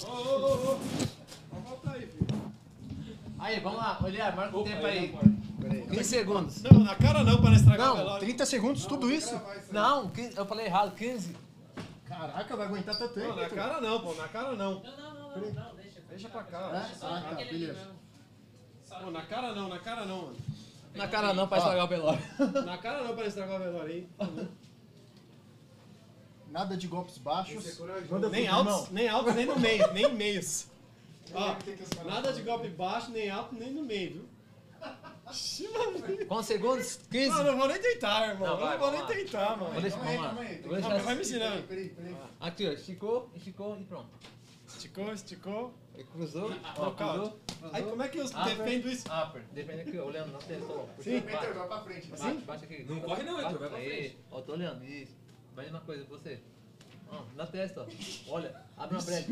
Speaker 5: Ô, ô, ô, ô. Vamos voltar aí, filho.
Speaker 3: Aí, vamos lá. Olha, marca o tempo aí.
Speaker 5: Peraí.
Speaker 3: 15 segundos.
Speaker 2: Não, na cara não, pra não estragar o
Speaker 3: Não,
Speaker 2: relógio.
Speaker 5: 30 segundos, tudo isso?
Speaker 3: não, 15 eu falei errado. 15.
Speaker 5: Caraca, vai aguentar tanto tempo.
Speaker 2: Não,
Speaker 5: né?
Speaker 2: na
Speaker 5: tu?
Speaker 2: cara não, pô, na cara não.
Speaker 4: Não, não, não, não, não, deixa.
Speaker 2: Deixa pra cá.
Speaker 5: É? Ah, tá, beleza.
Speaker 1: né?
Speaker 2: Pô, na cara não, na cara não, mano.
Speaker 3: Na cara não, pra estragar o velório.
Speaker 2: Na cara não, pra não estragar o relógio aí.
Speaker 5: Nada de golpes baixos.
Speaker 2: Nem altos, nem altos, nem no meio, nem meios. Ó, nada de golpe baixo, nem alto, nem no meio, viu?
Speaker 3: Quantos segundos? 15.
Speaker 2: Não, não vou nem tentar, irmão.
Speaker 3: Não,
Speaker 2: Não,
Speaker 3: vai,
Speaker 2: não vou nem
Speaker 3: vamos lá.
Speaker 2: tentar, mano.
Speaker 3: Vou deixar,
Speaker 5: Calma aí,
Speaker 3: vamos lá.
Speaker 5: calma aí.
Speaker 2: Não,
Speaker 3: Vou
Speaker 2: mas vai
Speaker 3: deixar.
Speaker 2: me ensinando.
Speaker 5: assim, Peraí, peraí.
Speaker 3: Aqui, ó. Esticou, esticou e pronto.
Speaker 2: Esticou, esticou.
Speaker 3: Aí cruzou, ó, cruzou.
Speaker 2: Nocaute. Aí como é que eu
Speaker 3: Ah,
Speaker 2: defendo isso?
Speaker 3: Upper. Depende aqui, ó, olhando na tensão.
Speaker 5: Sim, Peter, vai pra frente. né?
Speaker 3: Bate, bate aqui.
Speaker 1: Não corre não, Heitor, vai pra
Speaker 3: Aí,
Speaker 1: frente.
Speaker 3: Assim? Ó, tô olhando. Isso. Vai uma coisa, você. Ó, na testa, ó. Olha, abre uma brecha.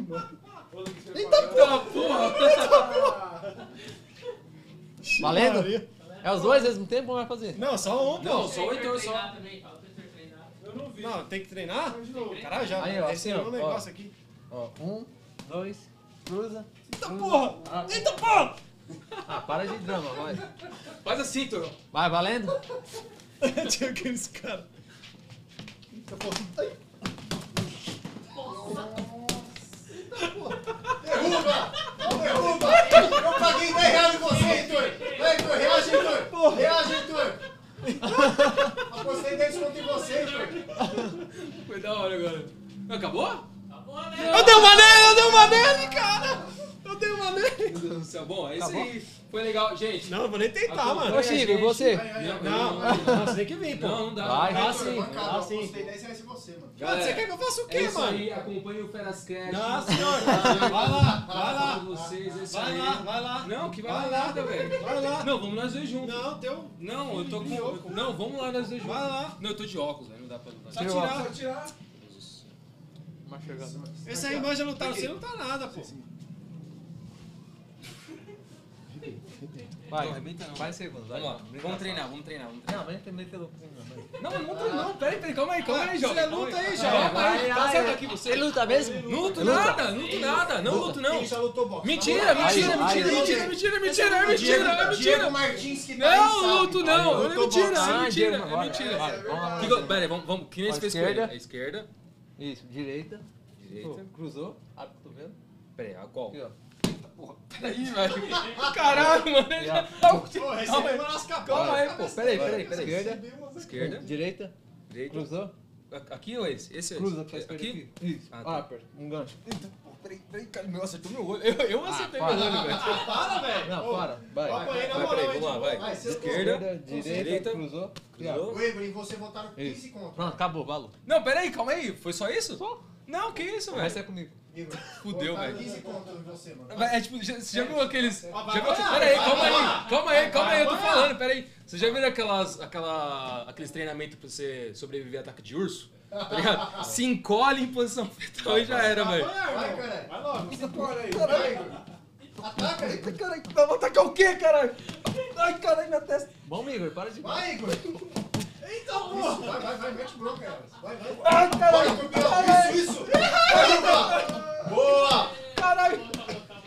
Speaker 3: Valendo?
Speaker 2: Maria.
Speaker 3: É os dois ao mesmo tempo ou vai fazer?
Speaker 2: Não, só um, pô.
Speaker 1: Não, só o Heitor só.
Speaker 4: Treinar também, fala pro Heitor treinar.
Speaker 2: Não, tem que treinar? Caralho, já.
Speaker 3: Aí, ó,
Speaker 2: esse
Speaker 3: assim,
Speaker 2: é
Speaker 3: ó,
Speaker 2: um negócio aqui.
Speaker 3: Ó, um, dois, cruza.
Speaker 2: Eita porra! Eita porra!
Speaker 3: Ah, para de drama, vai.
Speaker 1: Faz assim, Heitor.
Speaker 3: Vai, valendo?
Speaker 2: Tinha aqueles caras.
Speaker 5: Eita porra. Ai. Nossa. Eita porra. Derruba! Derruba! Eu paguei 10 reais em você, Heitor! Vai, Heitor, reage, Heitor! Reage, Heitor! Apostei 10 conto em você, Heitor!
Speaker 1: Foi da hora agora. Acabou?
Speaker 4: Acabou?
Speaker 2: né?
Speaker 3: Eu dei uma nele, eu dei uma nele, cara! Eu dei uma nele!
Speaker 1: Meu Deus do céu. Bom, é isso aí. Foi legal, gente.
Speaker 2: Não, eu vou nem tentar, Tá, mano.
Speaker 6: Ô, Chico, e você?
Speaker 1: Não,
Speaker 2: Não, não, você tem que vir, pô.
Speaker 1: Não, não dá. Tá
Speaker 6: Vai,
Speaker 1: não dá.
Speaker 6: vai sim.
Speaker 5: Bancada,
Speaker 6: Ah,
Speaker 5: eu
Speaker 6: sim.
Speaker 5: postei 10 reais em você, mano.
Speaker 2: Mano, você quer que eu faça o
Speaker 1: É
Speaker 2: quê,
Speaker 1: isso
Speaker 2: mano?
Speaker 1: aí, acompanhe o Feras Cash.
Speaker 2: Não, senhor. Vai lá, vai lá.
Speaker 1: Com vocês, é isso
Speaker 2: Vai
Speaker 1: aí.
Speaker 2: lá, vai lá.
Speaker 1: Não, que vai,
Speaker 2: Vai lá.
Speaker 1: nada, velho.
Speaker 2: Vai lá.
Speaker 1: Não, vamos nós dois juntos.
Speaker 2: Não, teu.
Speaker 1: Não, eu tô com. Não, vamos lá nós dois juntos.
Speaker 2: Vai lá.
Speaker 1: Não, eu tô de óculos, velho. Não dá pra.
Speaker 2: Só
Speaker 6: Tira o
Speaker 2: tirar.
Speaker 6: Uma chegada.
Speaker 2: Essa aí manja não tá, você não tá nada, pô.
Speaker 6: Vai,
Speaker 3: Não, arrebenta não.
Speaker 6: vai em segundo. vai.
Speaker 3: Vamos lá, vamos treinar, vamos treinar, vamos treinar.
Speaker 6: Não, mas ele meteu louco.
Speaker 3: né?
Speaker 1: Não, não, tô- não, peraí, peraí, calma aí, calma aí, Jovem.
Speaker 2: Você
Speaker 1: calma
Speaker 2: Ah, é luta aí,
Speaker 1: Calma
Speaker 2: Jovem.
Speaker 1: aí, tá certo aqui você.
Speaker 6: Ele luta mesmo?
Speaker 1: Não luto nada, não luto nada, não luto não.
Speaker 5: Ele já lutou boxe.
Speaker 1: Mentira,
Speaker 6: Aí,
Speaker 1: mentira,
Speaker 6: aí.
Speaker 1: mentira, mentira, mentira, mentira, é mentira, é
Speaker 5: Diego
Speaker 1: mentira.
Speaker 5: Martins que tá
Speaker 1: Não,
Speaker 5: insano.
Speaker 1: luto não, é
Speaker 6: lutou
Speaker 1: mentira,
Speaker 6: boxe.
Speaker 1: é
Speaker 6: Ah,
Speaker 1: mentira,
Speaker 6: Diego,
Speaker 1: é
Speaker 6: bora.
Speaker 1: mentira.
Speaker 6: Vai, vamos lá.
Speaker 1: Que go- Pera aí, vamos, vamos, que nem
Speaker 6: Ó,
Speaker 1: se fez com
Speaker 6: esquerda.
Speaker 1: ele. A esquerda,
Speaker 6: Isso, direita.
Speaker 1: direita.
Speaker 6: Pô, cruzou.
Speaker 3: Ah,
Speaker 6: Abre o cotovelo.
Speaker 1: Pera aí, a qual?
Speaker 6: Aqui, ó.
Speaker 1: Peraí, velho. Caralho, mano. ele já-
Speaker 5: Pô, recebeu uma nas capas.
Speaker 1: Calma aí, pô, peraí, peraí, peraí.
Speaker 6: Esquerda.
Speaker 1: Esquerda,
Speaker 6: Direita.
Speaker 1: direita.
Speaker 6: Cruzou.
Speaker 1: A- Aqui ou esse? Esse ou
Speaker 3: É,
Speaker 6: Cruza pra
Speaker 1: esse?
Speaker 6: esquerda
Speaker 1: Aqui?
Speaker 6: aqui. Isso.
Speaker 1: Ah, tá.
Speaker 6: Upper. Um gancho.
Speaker 1: Peraí, peraí, cara, meu, acertou meu olho. Eu,
Speaker 6: Ah,
Speaker 1: eu acertei meu olho, velho.
Speaker 5: Para, velho.
Speaker 6: Não, para. Vai.
Speaker 5: Ó,
Speaker 6: vai.
Speaker 5: apanhei na
Speaker 1: Vai,
Speaker 5: moral,
Speaker 1: peraí,
Speaker 5: hein,
Speaker 1: vamos lá,
Speaker 5: Diego.
Speaker 1: vai.
Speaker 5: Vai, você lutou.
Speaker 1: Esquerda,
Speaker 6: direita,
Speaker 1: direita,
Speaker 6: cruzou.
Speaker 1: cruzou.
Speaker 5: O Evelyn, você votaram 15 contra.
Speaker 6: Pronto, acabou, valor.
Speaker 1: Não, peraí, calma aí. Foi só isso? Não, que isso,
Speaker 6: Vai
Speaker 1: velho.
Speaker 6: ser é comigo.
Speaker 5: Evelyn,
Speaker 1: Fudeu,
Speaker 5: votaram
Speaker 1: velho.
Speaker 5: 15 contra em você, mano.
Speaker 1: Vai, É tipo, já- você já viu aqueles. Já
Speaker 5: vai,
Speaker 1: viu,
Speaker 5: vai,
Speaker 1: aqueles-
Speaker 5: vai,
Speaker 1: pera aí,
Speaker 5: vai,
Speaker 1: calma
Speaker 5: vai,
Speaker 1: aí,
Speaker 5: vai.
Speaker 1: calma aí, calma aí, eu tô
Speaker 5: vai.
Speaker 1: falando, pera aí. Você já viu aquelas, aquela, aqueles treinamentos pra você sobreviver a ataque de urso? Tá ligado? Se encolhe em posição fetal e já era, velho.
Speaker 5: Vai, cara. Vai logo.
Speaker 6: Essa porra aí.
Speaker 5: Vai, Igor. Ataca, Igor.
Speaker 6: Caralho, vai atacar o quê, caralho? Ai, caralho, minha testa. Bom, Igor, para de.
Speaker 5: Vai, Igor. Então, pô. Isso, vai, vai, vai. Mete bronca, Elas. Vai, vai.
Speaker 6: Ai,
Speaker 5: Vai,
Speaker 6: caralho,
Speaker 5: Igor, Biel. Isso, isso. Vai, Igor. Boa.
Speaker 6: caralho.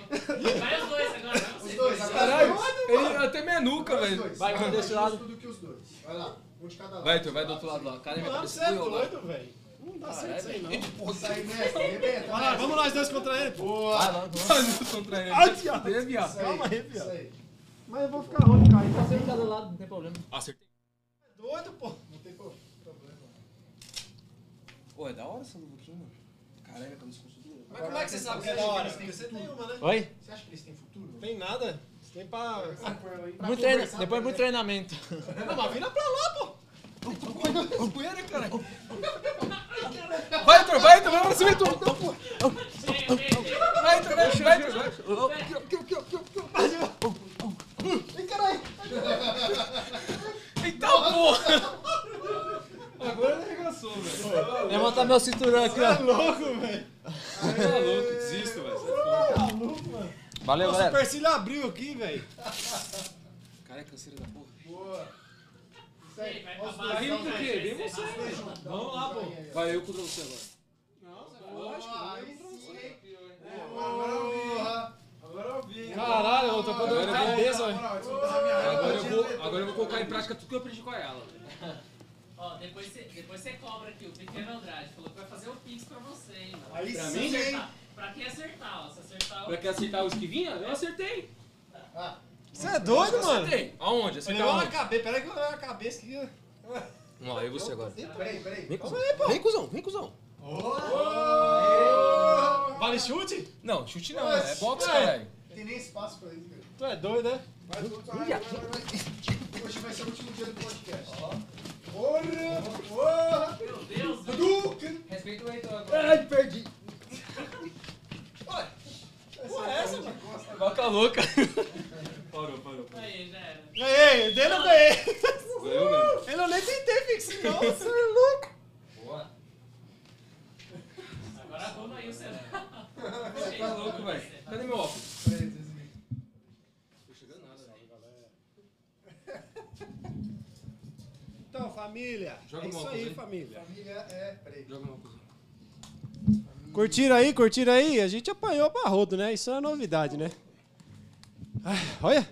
Speaker 4: Vai os dois agora, vai
Speaker 5: Os
Speaker 4: você.
Speaker 5: dois. agora
Speaker 1: Caralho,
Speaker 5: os dois.
Speaker 1: ele é até minha nuca,
Speaker 5: Os
Speaker 1: velho.
Speaker 5: dois.
Speaker 6: Vai,
Speaker 5: Agora
Speaker 6: um desse
Speaker 5: mais
Speaker 6: lado.
Speaker 5: justo do que os dois. Vai lá. Um de cada lado.
Speaker 1: Vai, tu vai do outro lado tá lá. Cara, minha
Speaker 2: Mano,
Speaker 1: cabeça
Speaker 2: você é
Speaker 1: doeu agora.
Speaker 2: doido, velho. Não dá certo isso aí, não.
Speaker 5: Isso tá aí, mestre. Arrebenta.
Speaker 2: Vai lá, vamos nós dois contra ele, pô.
Speaker 5: Boa.
Speaker 6: Vai, vai, vai.
Speaker 1: Olha o contra ele.
Speaker 2: Ai, viado.
Speaker 1: Deu, viado.
Speaker 5: Isso aí,
Speaker 2: Calma aí,
Speaker 5: isso
Speaker 2: viado.
Speaker 5: aí.
Speaker 2: Mas eu vou ficar onde, cara?
Speaker 6: Tá sempre cada lado, não tem problema.
Speaker 1: Acertei.
Speaker 2: Doido, pô.
Speaker 5: Não tem pro- problema.
Speaker 1: Pô, é da hora essa luva aqui, mano. tá Caralho, a cabeça consumiu.
Speaker 2: Mas como é que você sabe que é da hora? Porque você tem uma, né?
Speaker 6: Oi?
Speaker 5: Você acha que eles têm futuro?
Speaker 2: Tem nada. Você tem pra.
Speaker 5: Pra
Speaker 6: Muito treina,
Speaker 5: conversar,
Speaker 3: é
Speaker 6: depois
Speaker 5: tá
Speaker 6: muito treinamento.
Speaker 2: Não, mas vira pra lá, pô.
Speaker 1: Vai, Heitor, vai, Heitor, vai pra cima, Heitor.
Speaker 4: Vem, vem, vem.
Speaker 1: Vai, Heitor, vai, vai, Heitor, vai. Eita porra! Agora ele arregaçou, velho.
Speaker 6: Levantar meu cinturão aqui, ó.
Speaker 1: Você tá louco, desisto, velho. Sai fora.
Speaker 6: Valeu,
Speaker 2: Nossa, o
Speaker 6: galera.
Speaker 2: Percílio abriu aqui, velho.
Speaker 1: Cara, é canseira da porra.
Speaker 5: Boa. Isso aí.
Speaker 4: Vai
Speaker 5: Olha os
Speaker 4: acabar. assim.
Speaker 5: dois,
Speaker 1: Vem
Speaker 5: dá
Speaker 1: por
Speaker 5: um
Speaker 1: quê? Vem
Speaker 5: jeito.
Speaker 1: você.
Speaker 5: Os dois juntos, dá um
Speaker 2: Vamos lá, pô.
Speaker 5: joinha aí, ó.
Speaker 1: Vai eu contra você agora.
Speaker 5: Boa, aí sim, hein? Boa.
Speaker 2: Agora eu vi. Caralho, eu tô com dor de
Speaker 1: Agora eu vi.
Speaker 2: cabeça, velho.
Speaker 1: Agora eu vou, agora eu vou colocar em prática tudo que eu aprendi com a ela.
Speaker 4: Ó, depois você, depois você cobra aqui. O pequeno Andrade falou que vai fazer um pix pra você, hein, mano.
Speaker 5: Aí
Speaker 1: Pra
Speaker 5: sim,
Speaker 1: mim,
Speaker 5: hein?
Speaker 4: Acertar. Pra quem acertar, ó. Se acertar, ó.
Speaker 1: Pra que acertar os que vinha? Eu acertei.
Speaker 5: Ah,
Speaker 2: Você é doido, mano?
Speaker 1: Acertei. Aonde?
Speaker 2: Você
Speaker 1: Acertar
Speaker 2: levou na
Speaker 1: aonde?
Speaker 2: é cabeça. Peraí que eu levo na cabeça aqui. ó.
Speaker 1: Vamos lá, eu e você agora.
Speaker 5: peraí, peraí.
Speaker 1: Vem, cuzão. Vem, cuzão. Vem, cuzão.
Speaker 5: Boa.
Speaker 2: Vale chute?
Speaker 1: Não, chute não. É boxe, caralho.
Speaker 5: Tem nem espaço pra isso, cara.
Speaker 2: Tu é doido, né?
Speaker 5: Vai, vai, vai, vai, vai. Hoje vai ser o último dia do podcast. Porra! Porra!
Speaker 4: Meu Deus, né? velho.
Speaker 5: Dudu! que-
Speaker 6: Respeita o Heitor agora.
Speaker 1: Ai, perdi.
Speaker 5: Porra, é essa, mano? Gosta.
Speaker 1: Vaca louca. Parou, parou.
Speaker 4: Aí, já era.
Speaker 2: Ganhei, dele eu ganhei.
Speaker 1: Ganhou mesmo.
Speaker 2: Eu não nem tentei fixar. Nossa, é louco.
Speaker 4: Agora arruma aí o cenário.
Speaker 1: Você tá louco, velho. Cadê meu óculos? Não tô chegando nada, velho.
Speaker 2: Então, família.
Speaker 1: Joga
Speaker 2: é
Speaker 1: uma
Speaker 2: isso
Speaker 1: coisa
Speaker 2: aí,
Speaker 1: aí.
Speaker 2: família.
Speaker 5: Família é. Peraí.
Speaker 1: Joga meu óculos.
Speaker 2: Curtiram aí, curtiram aí? A gente apanhou barrodo, né? Isso é novidade, né? Ah, olha,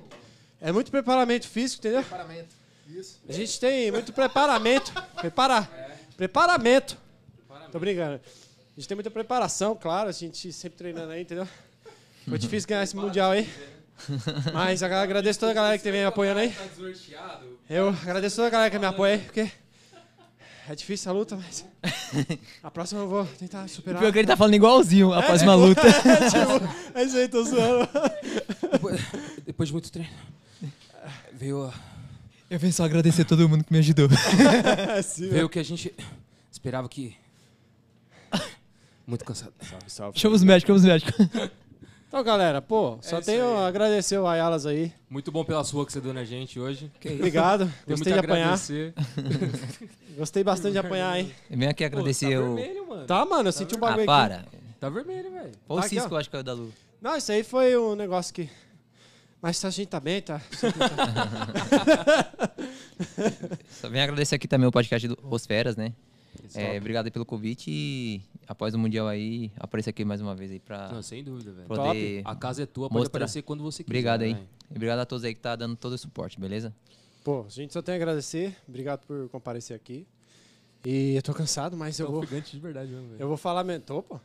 Speaker 2: é muito preparamento físico, entendeu?
Speaker 5: Paramento. Isso.
Speaker 2: A gente tem muito preparamento. Prepara...
Speaker 3: É.
Speaker 2: Preparamento. Tô brincando. A gente tem muita preparação, claro. A gente sempre treinando aí, entendeu? Foi difícil ganhar esse Mundial aí. Mas aga- agradeço toda a galera que vem me apoiando aí.
Speaker 1: Tá desnorteado.
Speaker 2: Eu agradeço toda a galera que me apoia aí, porque É difícil a luta, mas. A próxima eu vou tentar
Speaker 3: O
Speaker 2: superar.
Speaker 3: pior é que ele tá falando igualzinho após uma luta.
Speaker 2: É isso aí, tô zoando.
Speaker 1: Depois, depois de muito treino, veio, a-
Speaker 3: Eu venho só agradecer todo mundo que me ajudou.
Speaker 2: É sim,
Speaker 1: veio o que a gente esperava que. Muito cansado.
Speaker 2: Salve, salve.
Speaker 3: Chama os médicos, chama os médicos.
Speaker 2: Então, galera, pô, só
Speaker 1: isso
Speaker 2: tenho
Speaker 1: aí.
Speaker 2: a agradecer o Ayalas aí.
Speaker 1: Muito bom pela sua que você deu na gente hoje.
Speaker 2: Obrigado.
Speaker 1: Tem muito
Speaker 2: Gostei
Speaker 1: a
Speaker 2: de apanhar.
Speaker 1: agradecer.
Speaker 2: Gostei bastante de apanhar, hein?
Speaker 3: Eu venho aqui agradecer
Speaker 1: Pô, tá
Speaker 3: o.
Speaker 1: vermelho, mano.
Speaker 2: Tá, mano, eu senti um
Speaker 3: Ah,
Speaker 2: bagulho aqui.
Speaker 3: para.
Speaker 1: Tá vermelho, velho.
Speaker 3: Olha o
Speaker 2: Tá aqui,
Speaker 3: cisco,
Speaker 2: ó.
Speaker 3: eu acho que é o da Lu.
Speaker 2: Não, isso aí foi um negócio que. Mas a gente tá bem, tá?
Speaker 3: Só venho agradecer aqui também o podcast do Rosferas, né? É, obrigado aí pelo convite e após o Mundial aí, apareça aqui mais uma vez aí pra
Speaker 1: Não, sem dúvida, velho.
Speaker 3: poder.
Speaker 1: A casa é tua, pode
Speaker 3: Mostra.
Speaker 1: aparecer quando você quiser.
Speaker 3: Obrigado aí.
Speaker 1: velho.
Speaker 3: E Obrigado a todos aí que tá dando todo o suporte, beleza?
Speaker 2: Pô, a gente só tem a agradecer. Obrigado por comparecer aqui. E eu tô cansado, mas eu
Speaker 1: Tô
Speaker 2: vou.
Speaker 1: gigante de verdade mesmo, velho.
Speaker 2: Eu vou falar mesmo. Tô, pô.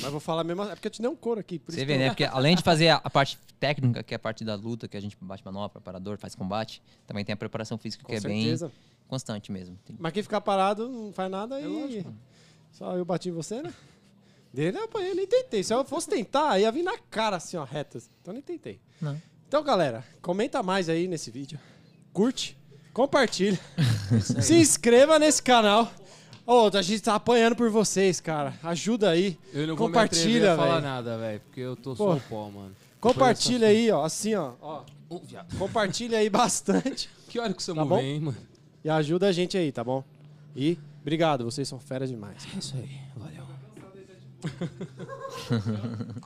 Speaker 2: Mas vou falar mesmo. É porque eu te dei um couro aqui. Por
Speaker 3: Você
Speaker 2: isso
Speaker 3: vê,
Speaker 2: que eu-
Speaker 3: né? Porque além de fazer a, a parte técnica, que é a parte da luta, que a gente bate manopla, parador, faz combate, também tem a preparação física
Speaker 2: Com
Speaker 3: que é
Speaker 2: certeza.
Speaker 3: bem constante mesmo. Tem-
Speaker 2: Mas quem ficar parado não faz
Speaker 1: É
Speaker 2: nada e. Só eu bati em você, né? Dele eu apanhei, nem tentei. Se eu fosse tentar, ia vir na cara assim, ó, retas. Então nem tentei.
Speaker 3: Não.
Speaker 2: Então, galera, comenta mais aí nesse vídeo. Curte, compartilha. Se inscreva nesse canal. Ô, a gente tá apanhando por vocês, cara. Ajuda aí.
Speaker 1: Eu não vou me atrever
Speaker 2: compartilha,
Speaker 1: a falar
Speaker 2: velho.
Speaker 1: nada, velho, porque eu tô
Speaker 2: Pô.
Speaker 1: só o pó, mano.
Speaker 2: Compartilha aí, ó. Assim, ó. ó.
Speaker 1: Ô, viado.
Speaker 2: Compartilha aí bastante.
Speaker 1: Que hora que o Samu
Speaker 2: bom?
Speaker 1: vem, hein, mano?
Speaker 2: E ajuda a gente aí, tá bom? E obrigado, vocês são fera demais.
Speaker 1: É isso aí, valeu.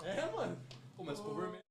Speaker 1: É, mano. Começa com vermelho.